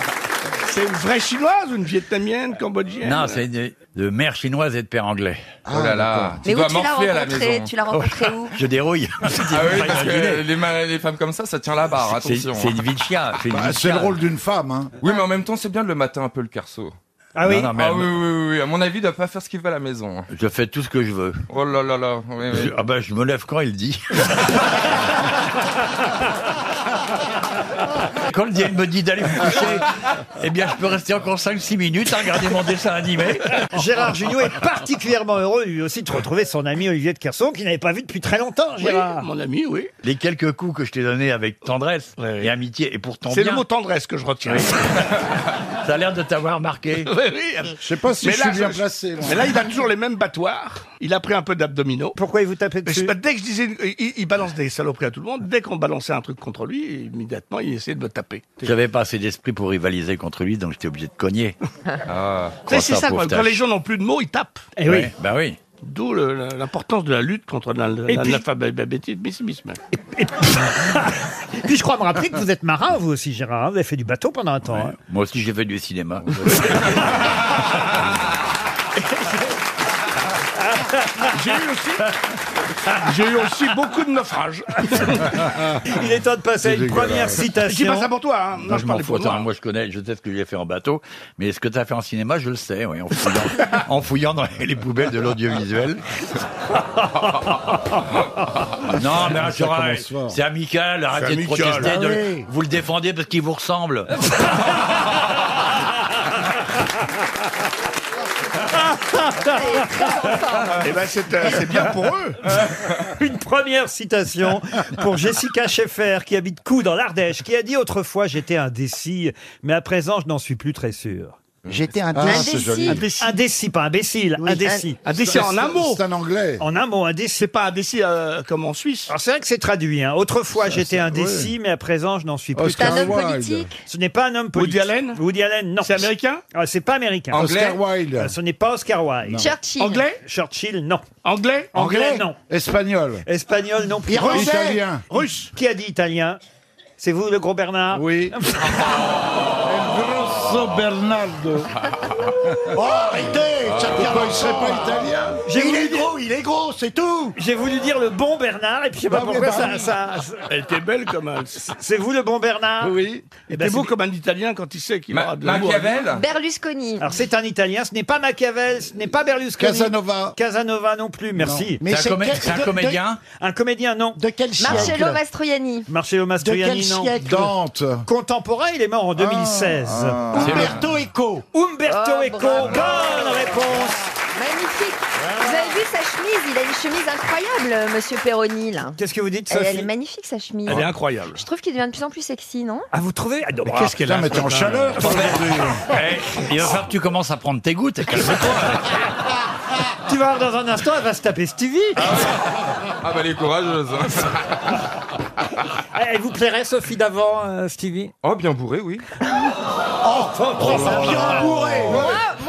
c'est une vraie chinoise ou une vietnamienne, cambodgienne Ah,
Non, c'est de, de mère chinoise et de père anglais.
Oh là là,
d'accord.
tu Mais dois où tu l'as morfler à la rencontrée maison. Tu l'as rencontrée
Oh,
où
Je dérouille.
Ah oui, parce que les, ma- les femmes comme ça, ça tient la barre,
C'est-
attention. hein.
c'est une vie de chien, c'est une Bah, vie de c'est le chien. rôle
d'une femme. Hein.
Oui, mais en même temps, c'est bien de le matin un peu le carceau.
Ah oui Non, non, mais-
Ah. oui, oui, oui, À mon avis, il doit pas faire ce qu'il veut à la maison. hein.
Je fais tout ce que je veux.
Oh là là là. oui, oui.
Je, ah ben, je me lève quand il dit. quand le diable me dit d'aller me coucher, eh bien, je peux rester encore 5-6 minutes à regarder mon dessin animé.
Gérard Junior est particulièrement heureux, lui aussi, de retrouver son ami Olivier de Kerson, qu'il n'avait pas vu depuis très longtemps, Gérard.
mon ami, oui. Les quelques coups que je t'ai donnés avec tendresse et amitié, et pourtant
C'est le
bien,
mot tendresse que je retiens.
ça a l'air de t'avoir marqué.
Je sais pas si je suis bien placé. moi.
Mais là, il a toujours les mêmes battoirs. Il a pris un peu d'abdominaux.
Pourquoi il vous tapait
dessus Dès que je disais, il, il balance des saloperies à tout le monde. Dès qu'on balançait un truc contre lui, immédiatement, il essayait de me taper.
J'avais pas assez d'esprit pour rivaliser contre lui, donc j'étais obligé de cogner. Oh,
Tu sais, Ah. C'est ça, quand, quand les gens n'ont plus de mots, ils tapent.
Eh oui. Ouais, bah oui.
D'où le- le- l'importance de la lutte contre l'an-
Et puis-
l'analphabétisme.
Puis je crois me rappeler que vous êtes marin, vous aussi, Gérard. hein. Vous avez fait du bateau pendant un temps. hein.
Moi aussi, j'ai fait du cinéma.
J'ai eu aussi. J'ai eu aussi beaucoup de naufrages.
Il est temps de passer à
C'est
une
dégueulasse.
première
Je dis
citation.
pas ça pour toi. Hein.
Non,
Non, je
je m'en
parlais
fous.
pour
Attends,
toi.
moi, je connais, je sais ce que j'ai fait en bateau, mais ce que tu as fait en cinéma, je le sais, oui, en fouillant, en fouillant dans les poubelles de l'audiovisuel. non, mais
Ça
c'est vrai,
commence fort.
c'est amical, arrêtez de
amical,
protester.
ah
de-
oui.
Vous le défendez parce qu'il vous ressemble.
Eh ben, c'est, euh, c'est bien pour eux.
Une première citation pour Jessica Schaeffer, qui habite Cou dans l'Ardèche, qui a dit autrefois j'étais indécis, mais à présent je n'en suis plus très sûr. Ah, J'étais
indécis. c'est joli.
indécis. Indécis, pas imbécile, indécis.
un- indécis en un mot.
C'est un anglais.
En un mot, indécis.
C'est pas indécis euh, comme en Suisse.
Alors c'est vrai que c'est traduit. hein. Autrefois j'étais
c'est-
indécis, mais à présent je n'en suis
Oh,
plus.
Oscar
très
C'est un homme
sûr.
politique
Ce n'est pas un homme politique. Woody Allen Woody Allen, non. C'est américain C'est pas américain.
Anglais Oscar Wilde.
Euh, Ce n'est pas Oscar Wilde.
Non.
Churchill. Anglais
Churchill, non.
Anglais
Anglais, non.
Espagnol.
Espagnol, non plus.
Irlandais. Italien.
Russe. Qui a dit italien C'est vous, le gros Bernard
Oui. Grosso Bernardo.
Oh,
arrêtez
Ah,
Pourquoi il serait pas italien
il est gros, il est gros, c'est tout J'ai voulu dire le bon Bernard, et puis je sais pas
Bah oui,
pourquoi
bah
ça,
oui.
ça- ça-
Elle était belle comme un.
C'est vous le bon Bernard
Oui. Il
ben,
était beau
c'est-
comme un Italien quand il sait qu'il
Ma-
aura de l'amour.
Machiavel
Berlusconi.
Alors c'est un italien, ce n'est pas Machiavel, ce n'est pas Berlusconi.
Casanova.
Casanova non plus, merci.
Mais C'est un c'est comé- quel- c'est un de- comédien
Un comédien, non. De quel
Marcello Mastroianni.
Marcello Mastroianni,
quel
non.
siècle
Dante.
Contemporain, il est mort en 2016.
ah. Umberto
Eco. Umberto
Ah,
Eco,
bravo.
bonne réponse
Magnifique. Vous avez vu sa chemise Il a une chemise incroyable, euh, Monsieur Perroni, là.
Qu'est-ce que vous dites,
Elle,
Sophie
elle est magnifique, sa chemise.
Elle est incroyable.
Je trouve qu'il devient de plus en plus sexy, non
Ah, vous trouvez Ah, non,
Mais
ah,
qu'est-ce qu'elle a
putain,
mais t'es en chaleur, toi, aujourd'hui.
Eh, Il va falloir que tu commences à prendre tes gouttes. et calme-toi.
Tu vas voir dans un instant, elle va se taper Stevie.
Ah bah, elle est courageuse.
Ah, Elle vous plairait, Sophie, d'avant, euh, Stevie
Oh, bien bourré, oui.
Enfin,
Oh
bien bourré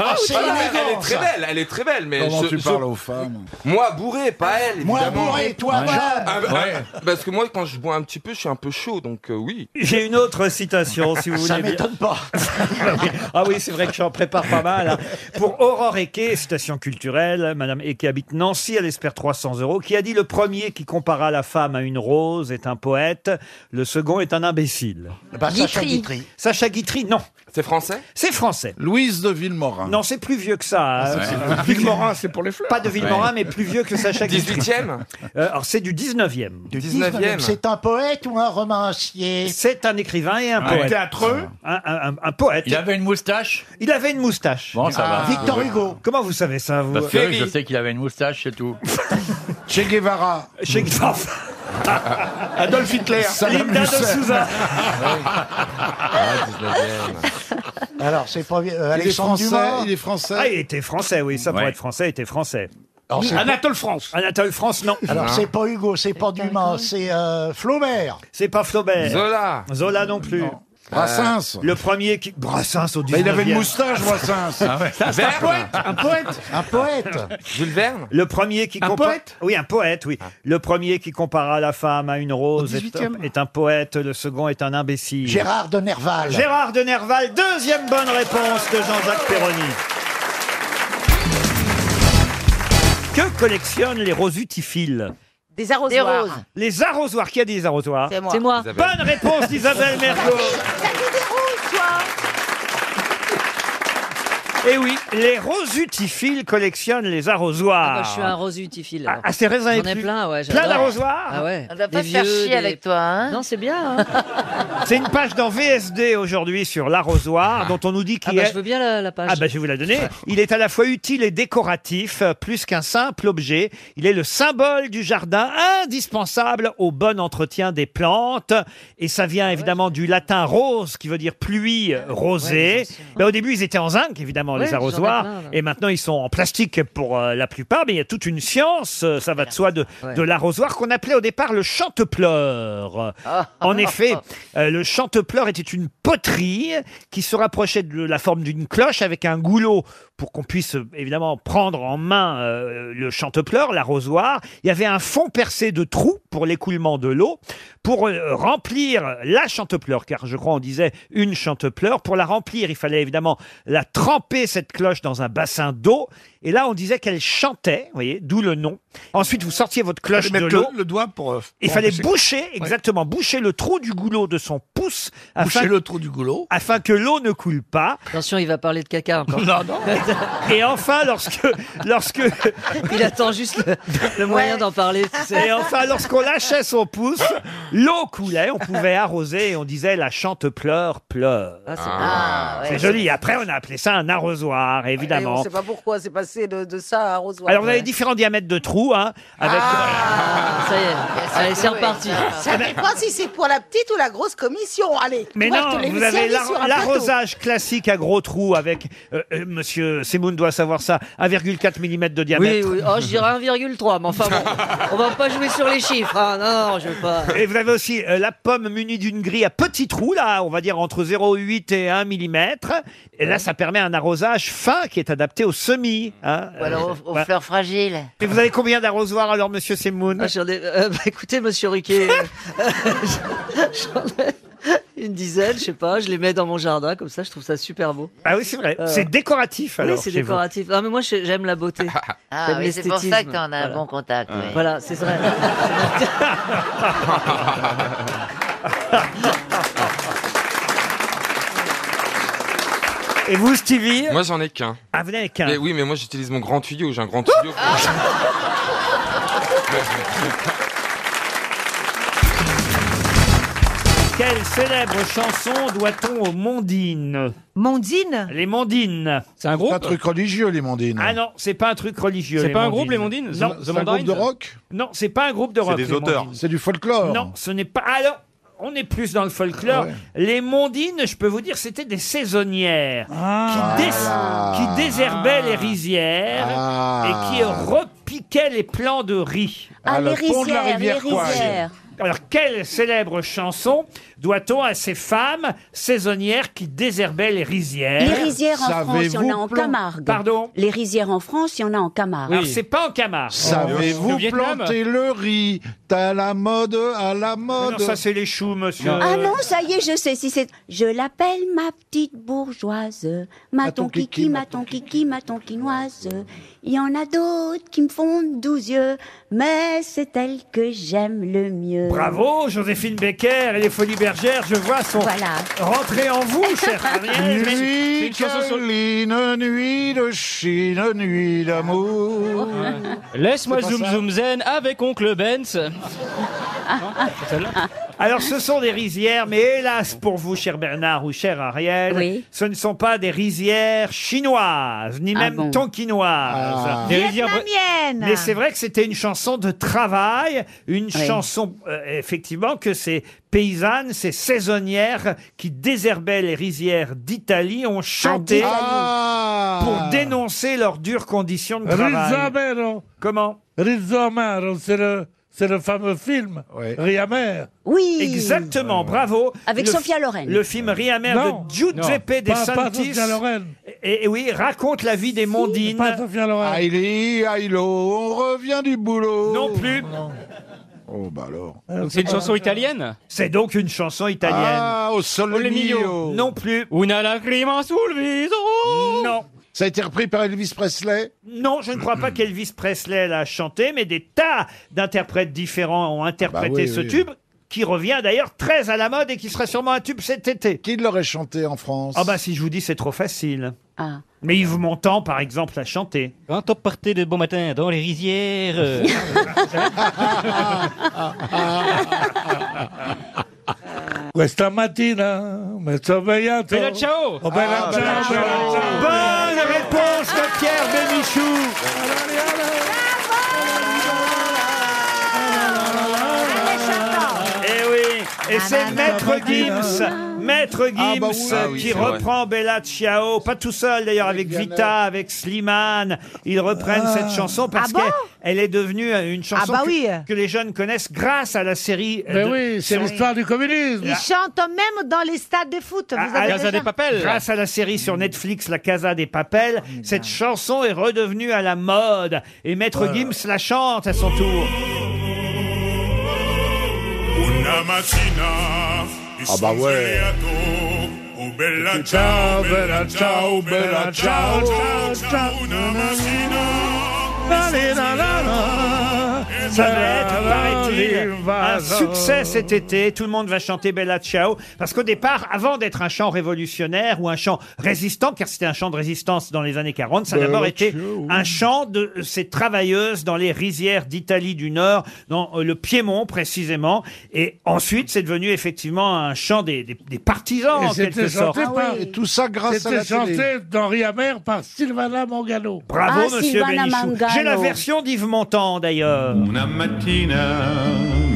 Ah, c'est
elle,
élégant,
est très
ça.
belle, elle est très belle, mais
Comment
je-
tu
je-
parles aux femmes
Moi bourré, pas elle.
Moi
évidemment.
bourré, toi, Ouais. Bob.
Ah, bah,
Ouais.
ah, Parce que moi, quand je bois un petit peu, je suis un peu chaud, donc euh, oui.
J'ai une autre citation, si vous voulez.
Ça
bien.
m'étonne
pas.
ah oui, c'est vrai que j'en prépare pas mal. hein. Pour Aurore Equet, citation culturelle, euh, madame, et qui habite Nancy, elle espère 300 euros, qui a dit le premier qui compara la femme à une rose est un poète, le second est un imbécile.
bah, Sacha Guitry. Guitry.
Sacha Guitry, non.
C'est français
C'est français.
Louise de Villemorin.
Non, c'est plus vieux que ça. hein.
Ah, c'est- Villemorin, c'est pour les fleurs.
Pas de Villemorin,
Ouais.
mais plus vieux que Sacha Guitry.
18e?
Euh, Alors, c'est du 19e. Du
19e. e C'est un poète ou un romancier
C'est un écrivain et un
Un
poète.
théâtreux
un, un- un- un poète. Il avait une moustache Il avait une moustache.
Bon, ça va. Ah. Victor Hugo.
Comment vous savez ça, vous
Parce que je sais qu'il avait une moustache, c'est tout.
Che Guevara. Ah.
Che Guevara.
Adolf Hitler.
Saddam
Linda de
Hussein.
Souza.
Ah,
Ah. Alors, c'est pas euh,
Il est
Alexandre
français,
Dumas.
il est français. Ah, il était français, oui, ça pour
Ouais.
être français, il était français.
Alors, c'est-
Anatole France. Anatole France, non. Ah.
Alors, c'est pas Hugo, c'est pas Dumas, c'est euh, Flaubert.
C'est pas Flaubert.
Zola.
Zola non plus. Euh,
Brassens.
Le premier qui. Brassens au 19
Bah, il avait une moustache, Brassens. Ah ouais. Ça, c'est un Verne.
Un poète. Un poète.
Jules Verne Le premier qui
Un
compa-
poète
Oui, un poète, oui. Le premier qui compara la femme à une rose
Au
est,
18e.
est un poète, le second est un imbécile.
Gérard de Nerval.
Gérard de Nerval, deuxième bonne réponse de Jean-Jacques Perroni. Que collectionnent les rosutifils
Des arrosoirs. Des roses.
Les arrosoirs. Qui a dit les arrosoirs
C'est moi. C'est moi. Isabelle.
Ah. Bonne réponse d'Isabelle Mergo.
T'as vu des roses, toi
Eh oui, les rosutifils collectionnent les arrosoirs.
Ah, bah, je suis un rose utifile. alors.
Ah, c'est raisin et
J'en ai
plus.
plein, ouais.
Plein
j'adore.
d'arrosoirs
Ah ouais.
On va pas
Des
faire
vieux,
chier
des-
avec toi, hein
Non, c'est bien. hein.
C'est une page dans VSD aujourd'hui sur l'arrosoir dont on nous dit
Ah
qu'il
bah,
est...
je veux bien la, la page.
Ah bah, je vais vous la donner. Il est à la fois utile et décoratif, euh, plus qu'un simple objet. Il est le symbole du jardin, indispensable au bon entretien des plantes. Et ça vient évidemment du latin rose, qui veut dire pluie, euh, rosée. Mais au début, ils étaient en zinc, évidemment,
Ouais,
les
j'en ai
arrosoirs.
plein, là.
et maintenant, ils sont en plastique pour euh, la plupart. Mais il y a toute une science, euh, ça va de soi, de, de l'arrosoir qu'on appelait au départ le chantepleur. En effet, euh, le chantepleur était une poterie qui se rapprochait de la forme d'une cloche avec un goulot pour qu'on puisse euh, évidemment prendre en main euh, le chantepleur, l'arrosoir. Il y avait un fond percé de trous pour l'écoulement de l'eau pour euh, remplir la chantepleur, car je crois on disait une chantepleur. Pour la remplir, il fallait évidemment la tremper cette cloche dans un bassin d'eau. Et là, on disait qu'elle chantait, vous voyez, d'où le nom. Ensuite, vous sortiez votre cloche de
Mettre
l'eau.
le, le doigt pour. euh,
Il
pour
fallait
empêcher-
boucher,
Ouais.
exactement, boucher le trou du goulot de son pouce.
Boucher
afin,
le trou du goulot.
Afin que l'eau ne coule pas.
Attention, il va parler de caca encore.
Non, non.
Et enfin, lorsque. lorsque
il attend juste le, le moyen d'en parler. tu sais.
Et enfin, lorsqu'on lâchait son pouce, l'eau coulait, on pouvait arroser et on disait la chante pleure, pleure.
c'est
Ah, ouais.
C'est joli. Après, on a appelé ça un arrosoir,
Et on
évidemment.
sait pas pourquoi c'est passé de, de ça à arrosoir.
Alors, vous avez différents diamètres de trous, hein, avec
Ah,
Ah,
Ça y est. Allez, c'est reparti.
Ça dépend si c'est pour la petite ou la grosse commission. Allez.
Eh ben- Mais
Moi, je
non,
te l'ai
vous
mis
avez
servi
l'ar-
sur un plateau.
l'arrosage classique à gros trous avec, euh, euh, monsieur Semoun doit savoir ça, 1,4 mm de
Oui,
diamètre.
oui. Oh, je dirais 1,3, mais enfin bon. On va pas jouer sur les chiffres. hein. Non, non, je veux pas.
Et vous avez aussi euh, la pomme munie d'une grille à petits trous, là, on va dire entre 0,8 et 1 mm. Et là, ça permet un arrosage fin qui est adapté aux semis. Hein.
Ou alors aux- aux fleurs
fragiles. Et vous avez combien d'arrosoirs alors, monsieur Semoun
Ah, j'en ai- euh, bah, écoutez, monsieur Riquet, euh, j'en ai une dizaine, je sais pas, je les mets dans mon jardin, comme ça, je trouve ça super beau.
Ah oui, c'est vrai.
Euh,
C'est décoratif alors.
oui, c'est
chez vous.
décoratif. Ah, mais moi, je- j'aime la beauté.
Ah
J'aime
oui, c'est pour ça
l'esthétisme.
que t'en as un
Voilà.
bon contact. oui.
Voilà, c'est vrai.
Et vous, Stevie
Moi, j'en ai qu'un.
Ah, vous n'avez qu'un Ah,
Mais Oui, mais moi, j'utilise mon grand tuyau. J'ai un grand tuyau.
Quelle célèbre chanson doit-on aux Mondines Mondines Les Mondines. C'est un
C'est un truc religieux, les Mondines.
Ah non, c'est pas un truc religieux.
C'est
les
pas un groupe, les
Mondines.
Mondines
Non,
The- The C'est un groupe Mondines de rock
Non, c'est pas un groupe de
C'est
rock.
des
les
auteurs.
Mondines.
C'est du folklore.
Non, ce n'est pas. Alors, on est plus dans le folklore.
Ah ouais.
Les Mondines, je peux vous dire, c'était des saisonnières qui, dés-
Ah.
qui désherbaient les rizières
Ah.
et qui repiquaient quel est plan de riz
Ah, Ah, le les pont de la rizières, rivière les Kwai. rizières.
Alors, quelle célèbre chanson doit-on à ces femmes saisonnières qui désherbaient les rizières
Les rizières en France, il y en a en
Savez-vous, plan-
Camargue.
Pardon
Les rizières en France, il y en a en Camargue.
Alors, c'est pas en Camargue.
Oh,
Savez-vous planter le riz T'as la mode à la mode.
Non, ça, c'est les choux, monsieur.
Ah non, ça y est, je sais si c'est. Je l'appelle ma petite bourgeoise, ma tonkiki, ma tonkiki, ma tonkinoise. Il y en a d'autres qui me font douze yeux, mais c'est elle que j'aime le mieux.
Bravo, Joséphine Becker et les Folies Bergères, je vois son rentrée en vous, chère Ariel.
Nuit, Caroline, nuit de Chine, nuit d'amour.
Laisse-moi
C'est pas
zoom
ça
zoom zen avec oncle Benz.
Ah,
Alors, ce sont des rizières, mais hélas pour vous, cher Bernard ou cher Ariel, ce ne sont pas des rizières chinoises, ni
Ah
même
bon.
tonkinoises.
Ah. Des rizières br- Vietnamiennes.
Mais c'est vrai que c'était une chanson de travail, une
Oui.
chanson, euh, effectivement, que ces paysannes, ces saisonnières qui désherbaient les rizières d'Italie ont chanté
d'Italie. Ah.
pour dénoncer leurs dures conditions de travail.
Rizzamero.
Comment
Rizzamero, c'est le, c'est le fameux film. Riamer.
Oui.
Exactement, bravo.
Avec
Le
Sophia
fi-
Loren.
Le film Riamer
Non.
de Giuseppe
Non.
De
Pas- pas
Santis.
Sophia Loren.
Et, et oui, raconte la vie des mondines.
Aïli, Aïlo, on revient du boulot.
Non plus.
Oh bah alors.
Donc c'est une chanson italienne
Euh, C'est donc une chanson italienne.
Ah, au sole
Ole mio.
Non plus.
Una lacrima sul viso.
Non.
Ça a été repris par Elvis Presley
Non, je ne crois pas qu'Elvis Presley l'a chanté, mais des tas d'interprètes différents ont interprété
Bah oui,
ce
oui.
tube, qui revient d'ailleurs très à la mode et qui sera sûrement un tube cet été.
Qui l'aurait chanté en France
Ah bah si je vous dis, c'est trop facile.
Ah.
Mais Yves Montand, par exemple, l'a chanté.
Quand on partait de bon matin dans les rizières. euh,
Questa mattina mi sono svegliato.
Bella ciao.
Oh, bella
Ah,
ciao,
bella
bella
ciao.
ciao.
Bonne réponse de Pierre Bénichou. Eh oui, et
bah,
c'est Maître Gims, Maître Gims
Ah bah oui. Ah oui,
qui
c'est vrai.
reprend Bella Ciao, pas tout seul d'ailleurs, avec Vita, avec Slimane, ils reprennent cette chanson parce
Ah bon
qu'elle elle est devenue euh, une chanson
Ah bah
que,
oui.
que les jeunes connaissent grâce à la série.
Mais oui, c'est l'histoire du communisme.
Ils chantent même dans les stades de foot. Vous avez déjà-
Ah, Grâce à la série sur Netflix La Casa des Papels,
Ah,
cette chanson est redevenue à la mode et Maître Gims la chante à son tour.
Una mattina mi
Ah, bah
son
ouais.
svegliato. Oh bella ciao,
Ciao,
bella
bella
ciao,
ciao,
bella ciao,
bella ciao,
ciao,
ciao,
ciao. Una mattina mi son svegliato. E
Ça va
la
être,
la
paraît-il,
la
un succès cet été. Tout le monde va chanter Bella Ciao. Parce qu'au départ, avant d'être un chant révolutionnaire ou un chant résistant, car c'était un chant de résistance dans les années 40, ça a
Bella
d'abord été
Ciao.
un chant de ces travailleuses dans les rizières d'Italie du Nord, dans euh, le Piémont précisément. Et ensuite, c'est devenu effectivement un chant des, des- des partisans,
Et
en quelque
c'était
sorte.
chanté par. C'était chanté dans Riamer par Sylvana Mangano.
Bravo,
Ah,
monsieur Bénichou. J'ai la version d'Yves Montand, d'ailleurs.
Una mattina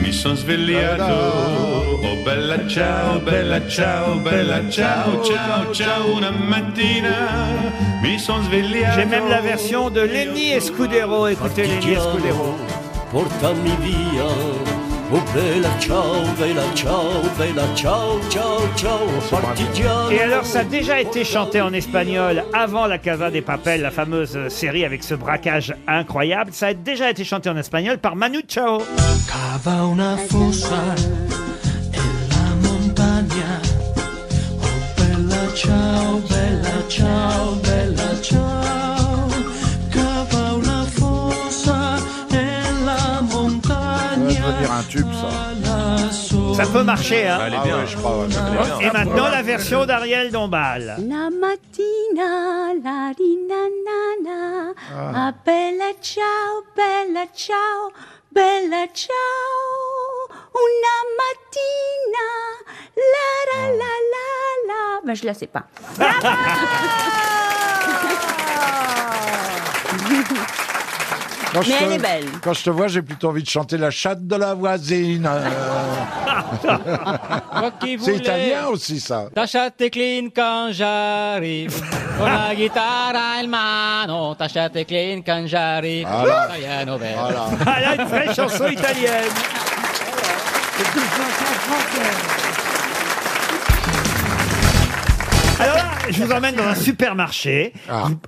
mi son svegliato. Oh bella ciao, bella ciao, bella ciao, ciao, ciao. Una mattina mi son svegliato.
J'ai même la version de Lenny Escudero. Écoutez Lenny Escudero.
portami via. Oh bella ciao, bella ciao, bella ciao, ciao, ciao, partigiano.
Et alors, ça a déjà été chanté en espagnol avant la Casa des Papel, la fameuse série avec ce braquage incroyable. Ça a déjà été chanté en espagnol par Manu Chao.
Cava una fossa en la montagna. Oh bella ciao, bella ciao, bella ciao. Cava una fossa en la montagna.
Ça peut marcher, hein
Ah, Bah, Elle est
Ah
bien, je crois.
Et maintenant, la version d'Ariel Dombal.
La mattina, la rinanana,
Ah.
ah. bella ciao, bella ciao, bella ciao, una mattina, la
Ah.
la la la la. Ben, je la sais pas.
Quand je
Mais
te-
elle est belle.
Quand je te vois, j'ai plutôt envie de chanter la chatte de la voisine. euh.
Ah,
C'est italien aussi, ça.
Ta chatte est clean quand j'arrive. Con la guitare in mano. Ta chatte est clean quand j'arrive.
Voilà.
Italiano bello.
Voilà une vraie chanson italienne. Alors là, je vous emmène dans un supermarché.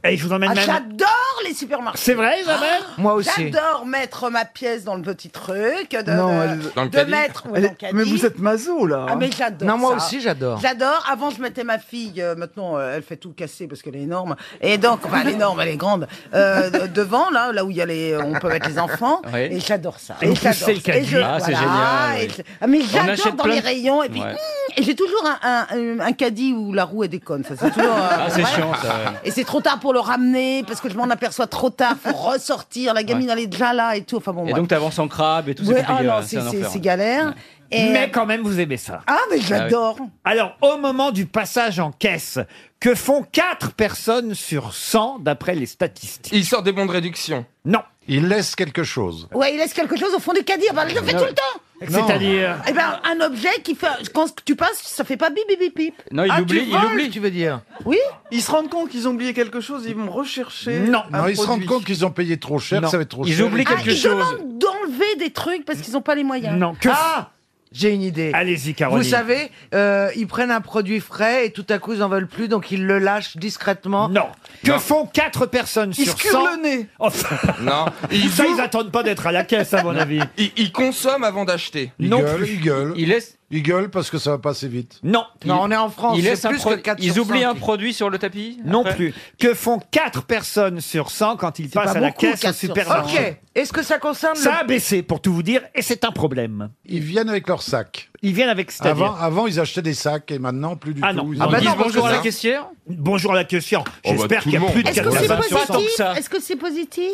Et je vous emmène
Ah,
même-
J'adore les supermarchés.
C'est vrai, Isabelle
Ah,
Moi aussi.
J'adore mettre ma pièce dans le petit truc. De,
Non,
de-
elle- Dans le
de
caddie
mettre. ouais,
Elle-
dans le caddie.
mais vous êtes maso, là,
Ah,
hein.
mais j'adore.
Non, moi
ça.
aussi, j'adore.
J'adore. Avant, je mettais ma fille. euh, maintenant, euh, elle fait tout casser parce qu'elle est énorme. Et donc, enfin, elle est énorme, elle est grande. Euh, de- devant, là, là où il y a les, on peut mettre les enfants.
Oui.
Et j'adore ça.
Et vous
j'adore
poussez le
ça. Et
caddie. Ah, c'est génial,
et
oui.
je- ah, mais
On
j'adore
achète
dans
plein
les
de-
rayons. Et puis,
Ouais.
mm, et j'ai toujours un, un- un caddie où la roue est déconne. Ça, c'est toujours. euh,
Ah, c'est
voilà.
chiant, ça, ouais.
Et c'est trop tard pour le ramener parce que je m'en aperçois trop tard. Faut ressortir. La gamine, elle est déjà là et tout. Enfin bon.
Et
bref.
donc t'avances en crabe et tout, c'est
Ouais,
compliqué. euh,
euh,
ah
ouais,
non, c'est,
un
c'est-
enfer.
c'est galère. Et- euh,
Mais quand même, vous aimez ça.
Ah, mais j'adore.
Alors, au moment du passage en caisse, que font 4 personnes sur 100 d'après les statistiques
Il sort des bons de réduction.
Non.
Il laisse quelque chose.
Ouais, il laisse quelque chose au fond du caddie. Bah, je le fais
Non.
tout le temps.
C'est-à-dire
Eh ben, un objet qui fait. Quand tu passes, ça fait pas bip bip bip bip.
Non, il
Ah, tu
oublie, il
voles.
oublie, tu veux dire.
Oui.
Ils se rendent compte qu'ils ont oublié quelque chose, ils vont rechercher.
Non,
un
non, ils se
produit.
rendent compte qu'ils ont payé trop cher,
Non.
ça va être trop
Ils
cher.
oublient
Ah, ils demandent d'enlever des trucs parce qu'ils n'ont pas les moyens.
Non, que-
Ah J'ai une idée.
Allez-y, Caroline.
Vous savez, euh, ils prennent un produit frais et tout à coup ils en veulent plus, donc ils le lâchent discrètement.
Non. Que font 4 personnes
Ils
sur Oh,
se curent
100
le nez.
Enfin,
Non.
ça, ils attendent pas d'être à la caisse, à mon avis.
Il, il consomme avant d'acheter.
Ils gueulent, ils gueulent.
Il laisse.
Ils gueulent parce que ça va passer vite.
Non.
Non, on est en France,
Il
c'est
laisse un
plus
pro-
que 4
ils
sur
oublient
5.
un
Produit sur le tapis
Non
après
plus. Que font 4 personnes sur 100 quand ils passent
pas
à la
beaucoup,
caisse au
4 sur 100.
supermarché
Ok. Est-ce que ça concerne
Ça a
le...
baissé, pour tout vous dire, et c'est un problème.
Ils viennent avec leur sac.
Ils viennent avec c'est-à-dire
Avant, avant, ils achetaient des sacs et maintenant, plus du
Ah
tout.
non.
Ils
Ah
en
bah
disent
non, bonjour à la
caissière.
Bonjour à la caissière.
Oh bah,
J'espère
tout
qu'il
le
y a
monde.
plus de
Est-ce que c'est
4 sur 100.
positif Est-ce que c'est positif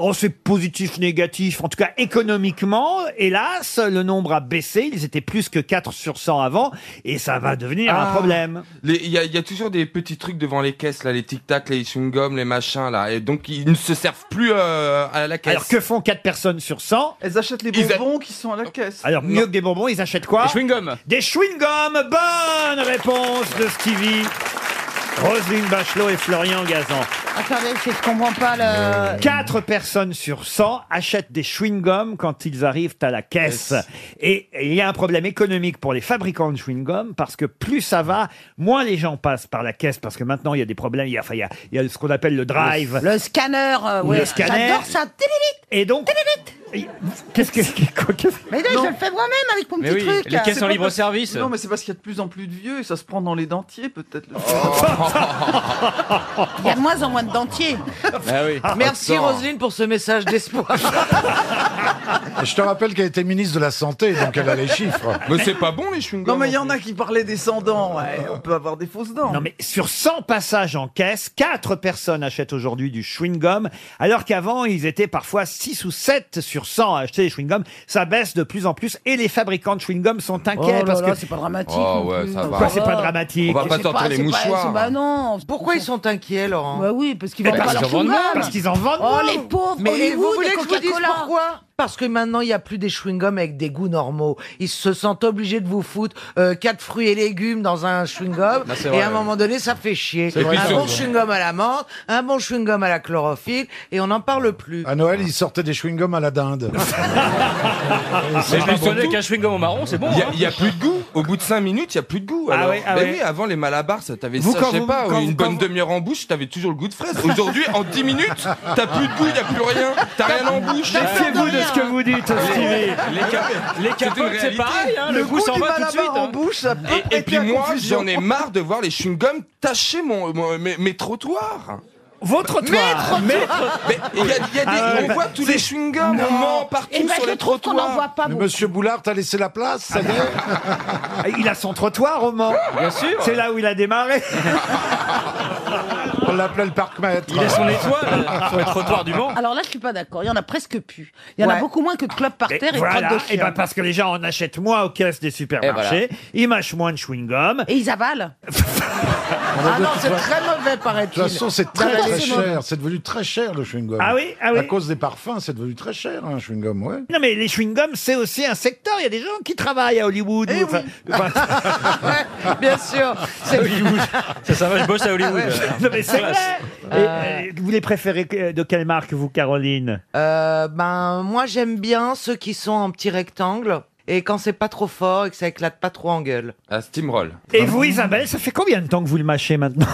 Oh, c'est positif, négatif. En tout cas, économiquement, hélas, le nombre a baissé. Ils étaient plus que 4 sur 100 avant. Et ça va devenir un
Ah.
problème.
Les- Il y, a- il y a toujours des petits trucs devant les caisses, là, les tic-tac, les chewing-gums, les machins, là. Et donc, ils ne se servent plus euh, à la caisse.
Alors, que font 4 personnes sur 100
Elles achètent les
Ils a-
bonbons qui sont à la caisse.
Alors, mieux que des bonbons, ils achètent quoi Des
chewing-gums.
Des chewing-gums. Bonne réponse de Stevie. Roselyne Bachelot et Florian Gazan.
Attendez, c'est- je comprends pas
Euh,
le.
4 personnes sur 100 achètent des chewing-gums quand ils arrivent à la caisse. Et et il y a un problème économique pour les fabricants de chewing-gums parce que plus ça va, moins les gens passent par la caisse parce que maintenant il y a des problèmes. Il y a, enfin, il y a, il y a ce qu'on appelle le drive.
Le scanner. euh,
Ou
ouais.
le scanner.
J'adore ça. Télélit.
Et donc. Qu'est-ce que. quoi, qu'est-ce-
Mais non,
Non.
je le fais moi-même avec mon petit truc.
les caisses
C'est
en
pas
libre
parce-
service.
Non, mais c'est parce qu'il y a de plus en plus de vieux et ça se prend dans les dentiers, peut-être. le-
Il y a de moins en moins de dentiers.
Ah,
Merci
Attends.
Roselyne pour ce message d'espoir.
Je te rappelle qu'elle était ministre de la Santé, donc elle a les chiffres.
Mais c'est pas bon, les chewing-gums.
Non, mais il y en a qui parlaient des sans dents. ouais, on peut avoir des fausses dents.
Non mais sur 100 passages en caisse, 4 personnes achètent aujourd'hui du chewing-gum, alors qu'avant ils étaient parfois 6 ou 7 sur 100 à acheter des chewing-gums. Ça baisse de plus en plus et les fabricants de chewing-gum sont inquiets
Oh là
parce
là,
que
c'est pas dramatique.
Oh,
non
ouais,
plus.
ça va.
Pourquoi c'est pas dramatique
On va pas
C'est
sortir les
c'est pas-
mouchoirs.
c'est- bah non.
Pourquoi ils sont inquiets, Laurent
Bah oui, parce qu'ils
Mais
vendent pas
parce
leur
qu'ils en vendent moins.
parce qu'ils en vendent
Oh,
moins.
les pauvres
Mais vous
Hollywood,
voulez
les
que je vous dise
Coca-Cola.
pourquoi Parce que maintenant, il n'y a plus des chewing-gums avec des goûts normaux. Ils se sentent obligés de vous foutre euh, quatre fruits et légumes dans un chewing-gum.
Bah, c'est
et
vrai,
à un
ouais.
moment donné, ça fait chier.
C'est vrai,
un
c'est
bon
vrai.
chewing-gum à la menthe, un bon chewing-gum à la chlorophylle, et on n'en parle plus.
À Noël, ils sortaient des chewing-gums à la dinde.
Mais
c'est
je
pas
me
bon
souviens
goût.
qu'un
chewing-gum au marron, c'est bon.
ah, Il y a- il y a, plus de goût. Au bout de 5 minutes, il y a plus de goût.
Ah
Alors.
ouais, ah
Mais
ouais.
oui, avant les malabars, ça t'avais
Vous,
ça,
quand
je sais
vous-
pas,
quand
une
vous-
bonne
quand
demi-heure en bouche, t'avais toujours le goût de fraise. Aujourd'hui, en 10 minutes, t'as plus de goût, il y a plus rien, t'as rien en bouche.
Méfiez-vous de ce que vous dites, Stevie.
Les, cap- les capotes, c'est pareil, hein, le, goût, s'en
du
va tout de
Malabar
suite.
en
hein.
bouche, ça peut
et, et
prêter
puis
à
moi,
confusion.
j'en ai marre de voir les chewing-gums tacher mon, mon- mes, mes trottoirs. Bah,
Vos trottoirs
Mais il y a, il y a des,
Ah ouais,
on voit
bah,
tous les chewing-gums,
Non.
on ment partout
Eh ben,
sur
je
les
trouve qu'on en
trottoirs.
voit pas
Mais
beaucoup.
Monsieur Boulard, t'as laissé la place, ça y est
Il a son trottoir au Mans.
Bien sûr.
C'est là où il a démarré.
On l'appelait le parc-maître.
Il a son étoile sur les trottoirs du Mans.
Ah, Alors là, je suis pas d'accord. Il y en a presque plus. Il y en a
Ouais.
beaucoup moins que de clubs par
Et
terre et de
voilà,
crottes de
et ben
chien.
parce que les gens en achètent moins aux caisses des supermarchés, ils mâchent moins de chewing-gum.
Et ils avalent.
Ah non, c'est très mauvais,
De
paraît-il.
toute façon, c'est très
Bah,
très
c'est mauvais.
cher. C'est devenu très cher le chewing-gum.
Ah oui, ah oui.
À cause des parfums, c'est devenu très cher un chewing-gum, ouais.
Non, mais les chewing-gums, c'est aussi un secteur. Il y a des gens qui travaillent à Hollywood. ou- enfin, enfin-
Bien sûr. C'est-
Ça, ça va, je bosse à Hollywood.
non, Ah, mais c'est vrai. Et,
Euh.
euh, vous les préférez que- de quelle marque, vous, Caroline
Euh, ben, moi, j'aime bien ceux qui sont en petit rectangle. Et quand c'est pas trop fort et que ça éclate pas trop en gueule.
À Steamroll.
Et vous, Isabelle, ça fait combien de temps que vous le mâchez maintenant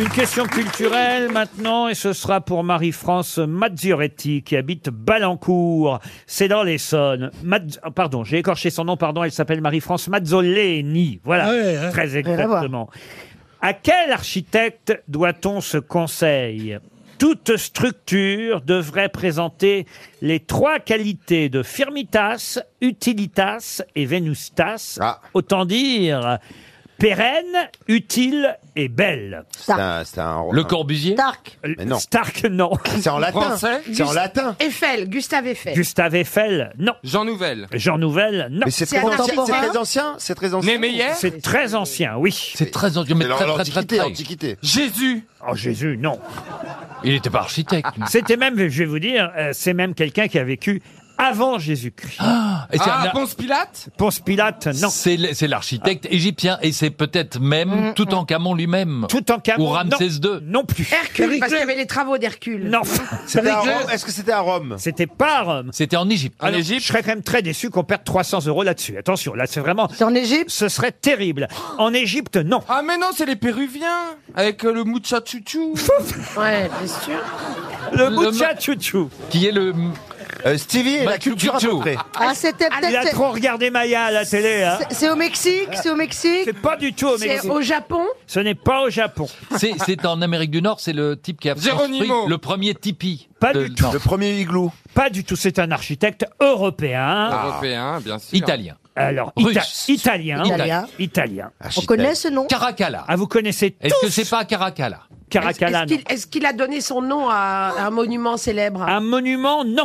Une question culturelle maintenant, et ce sera pour Marie-France Mazzuretti, qui habite Balancourt. C'est dans l'Essonne. Maz- oh, Pardon, j'ai écorché son nom, pardon, elle s'appelle Marie-France Mazzoleni. Voilà,
Ah ouais, hein.
très
Rien à voir.
exactement. À quel architecte doit-on ce conseil Toute structure devrait présenter les trois qualités de firmitas, utilitas et venustas.
Ah.
Autant dire pérenne, utile et belle.
Le Corbusier
Stark.
non.
Stark, non.
C'est en latin. Français C'est en latin.
Eiffel, Gustave Eiffel.
Gustave Eiffel, non.
Jean Nouvel.
Jean Nouvel, non.
Mais c'est très, ancien, c'est très ancien. C'est très ancien.
C'est très ancien, oui. C'est très ancien,
mais C'est très, très, très, l'Antiquité, très. l'Antiquité.
Jésus Oh, Jésus, non.
Il n'était pas architecte. lui.
C'était même, je vais vous dire, euh, c'est même quelqu'un qui a vécu avant Jésus-Christ.
Ah, Et
Ah,
c'est un-
Ponce Pilate Ponce Pilate, non.
C'est l- c'est l'architecte égyptien et c'est peut-être même
Mm,
Toutankhamon lui-même.
Toutankhamon,
Ou Ramsès II.
Non plus.
Hercule, parce qu'il y avait les travaux d'Hercule.
Non.
C'était à Héraclès. Rome
Est-ce que c'était à Rome C'était pas à Rome.
C'était en Égypte.
Alors, Je serais quand même très déçu qu'on perde 300 euros là-dessus. Attention, là, c'est vraiment. C'est
en Égypte
Ce serait terrible. En Égypte, non.
Ah mais non, c'est les Péruviens avec euh, le mucha chuchu.
ouais, bien sûr.
Le Mucha Chuchu.
Qui est le.
Stevie et la culture à peu près.
Ah, c'était peut-être.
Il a
c'est-
trop regardé Maya à la télé. hein.
c'est- C'est au Mexique, c'est au Mexique.
C'est pas du tout au Mexique.
C'est au Japon.
Ce n'est pas au Japon.
C'est c'est en Amérique du Nord, c'est le type qui a
Geronimo.
construit le premier tipi.
Pas
de-
du tout.
non.
premier igloo. Pas du tout. C'est un architecte européen.
Ah. Européen, bien sûr.
Italien.
Alors,
Russe.
Ita- italien.
Italien.
Italien.
Architecte. connaît ce
nom
Caracalla.
Ah, vous connaissez tous
Est-ce que c'est pas Caracalla
Caracalla,
Est-ce qu'il- est-ce qu'il a donné son nom à un monument célèbre
Un monument, non.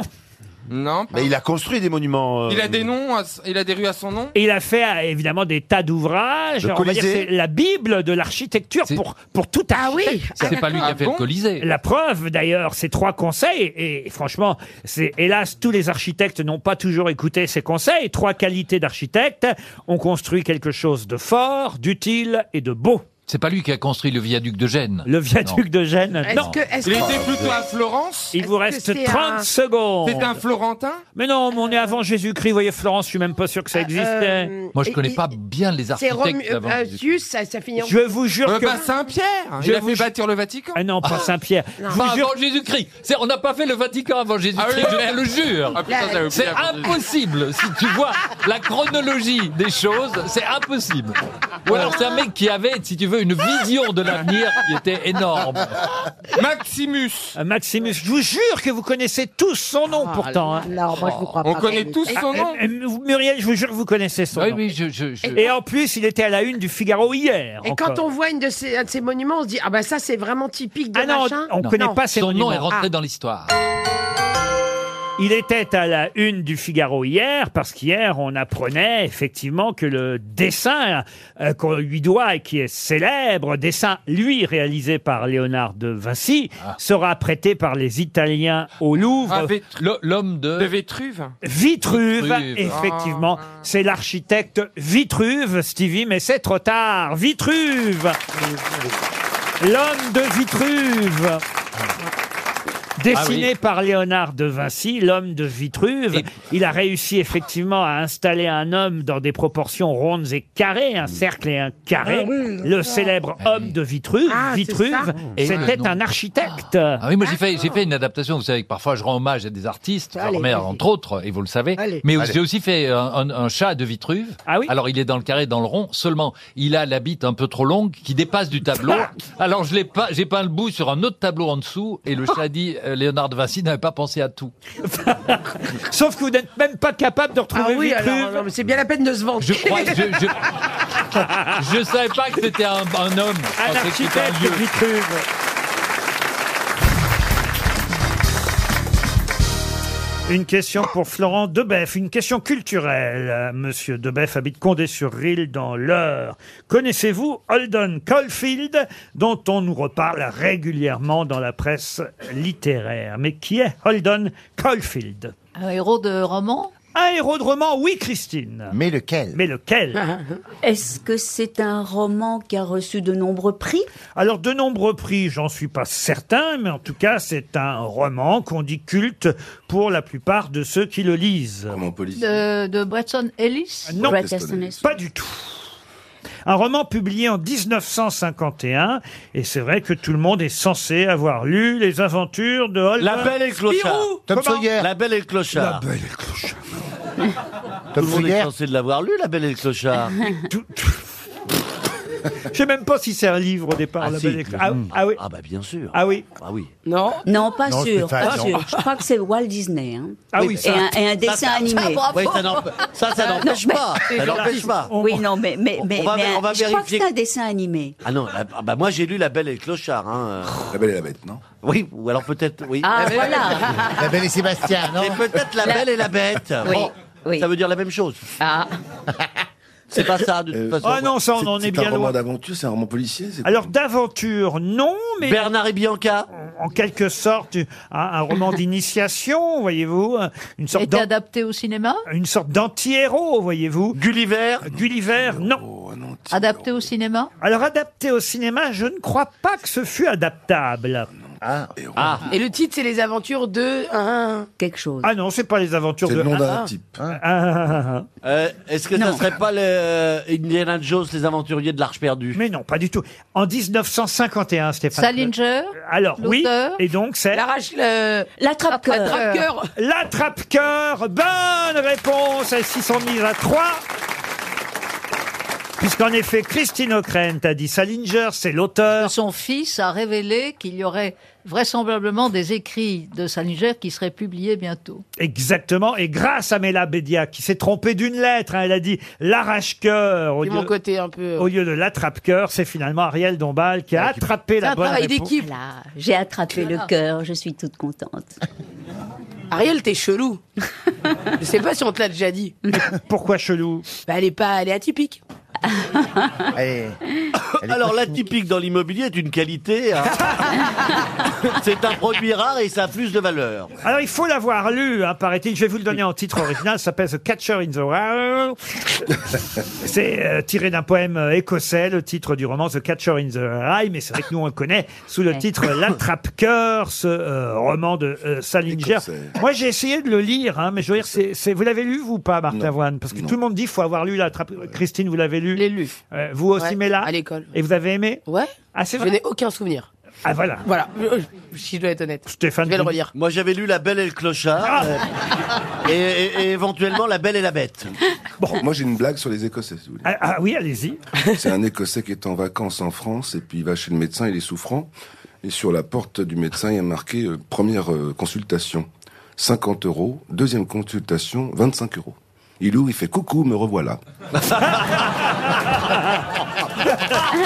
Non.
Mais il a construit des monuments. euh,
Il a des noms, à s- il a des rues à son nom.
Et il a fait euh, évidemment des tas d'ouvrages.
Le
On va dire
Colisée.
c'est la Bible de l'architecture pour, pour tout architecte. Ah oui
C'est Ah, pas lui qui a fait le Colisée.
La preuve d'ailleurs, ces trois conseils, et, et franchement, c'est hélas, tous les architectes n'ont pas toujours écouté ces conseils. Trois qualités d'architecte. On construit quelque chose de fort, d'utile et de beau.
C'est pas lui qui a construit le viaduc de Gênes. Ah,
Le viaduc de Gênes,
Est-ce
non.
que- est-ce Il que- était plutôt à
Florence
Il vous
Est-ce que
reste
c'est
30
un-
secondes.
C'est un Florentin
Mais non, mais on est avant Jésus-Christ. Vous voyez, Florence, je suis même pas sûr que ça existait.
euh, Moi, je et- connais et- pas
bien les
C'est Romu- euh, Zeus, ça, ça finit en.
Je vous jure
bah,
que...
Saint-Pierre
Je
Il a
vous
fait bâtir le Vatican
Ah non, pas Saint-Pierre. Je
Pas
vous
avant
jure-
Jésus-Christ. C'est- On n'a pas fait le Vatican avant Jésus-Christ,
Ah oui,
je te le jure.
Ah putain, j'avais oublié
c'est
la conduite.
impossible. Si tu vois la chronologie des choses, c'est impossible. Ou alors c'est un mec qui avait, si tu veux, une vision de l'avenir qui était énorme.
Maximus.
Euh, Maximus, je vous jure que vous connaissez tous son nom pourtant. hein.
Non, Ah, moi, je vous crois On pas. connaît tous son
Ah,
nom.
euh, euh, Muriel, je vous jure que vous connaissez son
Oui,
nom.
oui, je, je, je-
Et en plus, il était à la une du Figaro hier.
Et
encore.
quand on voit une de ces, un de ces monuments, on se dit Ah ben ça, c'est vraiment typique de
Ah non,
machin.
on connaît pas ses
Son nom
monuments.
est rentré
Ah.
dans l'histoire.
Il était à la une du Figaro hier, parce qu'hier, on apprenait effectivement que le dessin euh, qu'on lui doit et qui est célèbre, dessin, lui, réalisé par Léonard de Vinci,
Ah.
sera prêté par les Italiens au Louvre.
Ah, Vét-
L'ho- L'homme de...
De Vétruve
Vitruve,
Vitruve.
effectivement. C'est l'architecte Vitruve, Stevie, mais c'est trop tard. Vitruve L'homme de Vitruve Dessiné
Ah oui.
par Léonard de Vinci, l'homme de Vitruve, il a réussi effectivement à installer un homme dans des proportions rondes et carrées, un cercle et un
Ah
carré.
oui, Ah,
le célèbre homme de Vitruve, Vitruve,
Et
c'était
le nom.
un architecte. Ah
oui, moi j'ai fait, j'ai fait une adaptation. Vous savez que parfois je rends hommage à des artistes,
Allez,
Vermeer
vas-y.
entre autres, et vous le savez.
Allez.
Mais
Allez.
j'ai aussi fait un, un- un chat de Vitruve.
Ah
Alors il est dans le carré, dans le rond. Seulement, il a la bite un peu trop longue qui dépasse du tableau. Alors je l'ai pas, j'ai peint le bout sur un autre tableau en dessous, et le chat dit euh, Léonard de Vinci n'avait pas pensé à tout.
Sauf que vous n'êtes même pas capable de retrouver
Ah oui,
Vitruve.
alors, non, mais c'est bien la peine de se vendre.
Je crois, je, je, je savais pas que c'était un, un homme. Je pensais que c'était un lieu.
Vitruve. Une question pour Florent Debeff, une question culturelle. Euh, Monsieur Debeff habite Condé-sur-Risle dans l'Eure. Connaissez-vous Holden Caulfield, dont on nous reparle régulièrement dans la presse littéraire Mais qui est Holden Caulfield
Ah
Un héros de roman
Un héros de roman, oui, Christine. Mais lequel Mais lequel
Est-ce que c'est un roman qui a reçu de nombreux prix
Alors, de nombreux prix, j'en suis pas certain, mais en tout cas, c'est un roman qu'on dit culte pour la plupart de ceux qui le lisent.
de, de Bretton Ellis
Ah, Non, pas du tout. Un roman publié en 1951, et c'est vrai que tout le monde est censé avoir lu les aventures de Holden.
La Belle et le Clochard.
Spirou.
Tom
Comment
Sawyer. La Belle et le Clochard.
La Belle
et le Clochard. Tout le monde est censé de l'avoir lu, La Belle et le Clochard.
Je sais même pas si c'est un livre au départ.
Ah,
La
si.
Belle et le Clochard. Ah, ah oui.
Ah bah bien sûr.
Ah oui.
Ah oui.
Non. Non, pas
Non,
sûr.
Stéphane,
pas
non.
sûr. Je crois que c'est Walt Disney. hein.
Ah oui,
et,
ça-
un, et un
ça,
dessin
ça-
animé.
ça, bravo. Oui, ça n'empê- ça, ça
Euh,
n'empêche
non,
pas.
mais-
Ça n'empêche pas.
Oui, non, mais, mais,
On-
mais,
on va-
mais
on va
je crois que
vérifier.
c'est un dessin animé.
Ah non, la- ah bah moi j'ai lu La Belle et le Clochard. Hein. La Belle et la Bête, non Oui, ou alors peut-être, oui.
Ah, voilà.
La Belle et Sébastien, non C'est peut-être La
La-
Belle et la Bête.
Oui,
Bon, Ça veut dire la même chose.
Ah.
C'est pas ça, de toute façon.
Ah non, ça, on en est, bien loin.
d'aventure, c'est Euh, un roman policier
Alors d'aventure, non, mais
Bernard et Bianca,
en quelque sorte, un, un roman d'initiation, voyez-vous, une
a
sorte
été
d'an-
adapté au cinéma
une sorte d'anti-héros, voyez-vous.
Gulliver,
Gulliver, non.
Oh,
Adapté au cinéma
Alors adapté au cinéma, je ne crois pas que ce fût adaptable.
Ah,
Et le titre, c'est Les aventures de. un-
Quelque chose.
Ah non, c'est pas les aventures
C'est
de.
le nom d'un
Ah.
type. hein.
Ah, ah, ah, ah.
Euh, Est-ce que ça
Non.
serait pas le euh, Indiana Jones, les aventuriers de l'Arche perdue
Mais non, pas du tout. En 1951, Stéphane.
Salinger
Alors oui,
L'auteur
et donc c'est
L'attrape-cœur.
Attrape-cœur.
L'attrape-cœur. Bonne réponse. Elles s'y sont mises à 3. Puisqu'en effet, Christine O'Krent a dit Salinger, c'est l'auteur.
Son fils a révélé qu'il y aurait vraisemblablement des écrits de Salinger qui seraient publiés bientôt.
Exactement. Et grâce à Mela Bédia, qui s'est trompée d'une lettre, hein, elle a dit l'arrache-cœur au,
C'est mon
lieu-
côté hein. un peu.
au lieu de l'attrape-cœur. C'est finalement Ariel Dombal qui a attrapé la bonne réponse.
Voilà, J'ai attrapé
Voilà.
le cœur, je suis toute contente.
Ariel, t'es chelou. Je sais pas si on te l'a déjà dit.
Pourquoi chelou
Bah, elle est pas, elle est atypique.
Alors l'atypique dans l'immobilier est une qualité. hein. c'est un produit rare et ça a plus de valeur.
Alors, il faut l'avoir lu, hein, paraît-il. Je vais vous le donner en titre original. Ça s'appelle The Catcher in the Rye. C'est euh, tiré d'un poème euh, écossais, le titre du roman The Catcher in the Rye. Mais c'est vrai que nous, on le connaît sous le
Ouais.
titre L'attrape-cœur, ce euh, roman de euh, Salinger. Moi, j'ai essayé de le lire, hein, mais je veux dire, c'est, c'est- vous l'avez lu, vous, ou pas, Marc Lavoine Parce que tout le monde dit qu'il faut avoir lu l'attrape... Christine, vous l'avez lu l'ai
lu.
vous aussi,
Ouais,
Mela
à l'école.
Et vous avez aimé
Ouais.
Ah, c'est
Je
vrai
n'ai aucun souvenir.
Ah, voilà.
Voilà,
Euh,
je- je- si je dois être honnête.
Stéphane,
Je vais le
vous-
relire.
Moi j'avais lu La Belle et le Clochard euh, et, et- et éventuellement La Belle et la Bête.
Bon, moi j'ai une blague sur les Écossais, si vous voulez.
Ah, ah oui, allez-y.
C'est un Écossais qui est en vacances en France et puis il va chez le médecin, il est souffrant. Et sur la porte du médecin, il y a marqué euh, première euh, consultation, 50 euros. Deuxième consultation, 25 euros. Il ouvre, il fait coucou, me revoilà.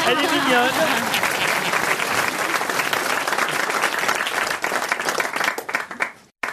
Elle est mignonne.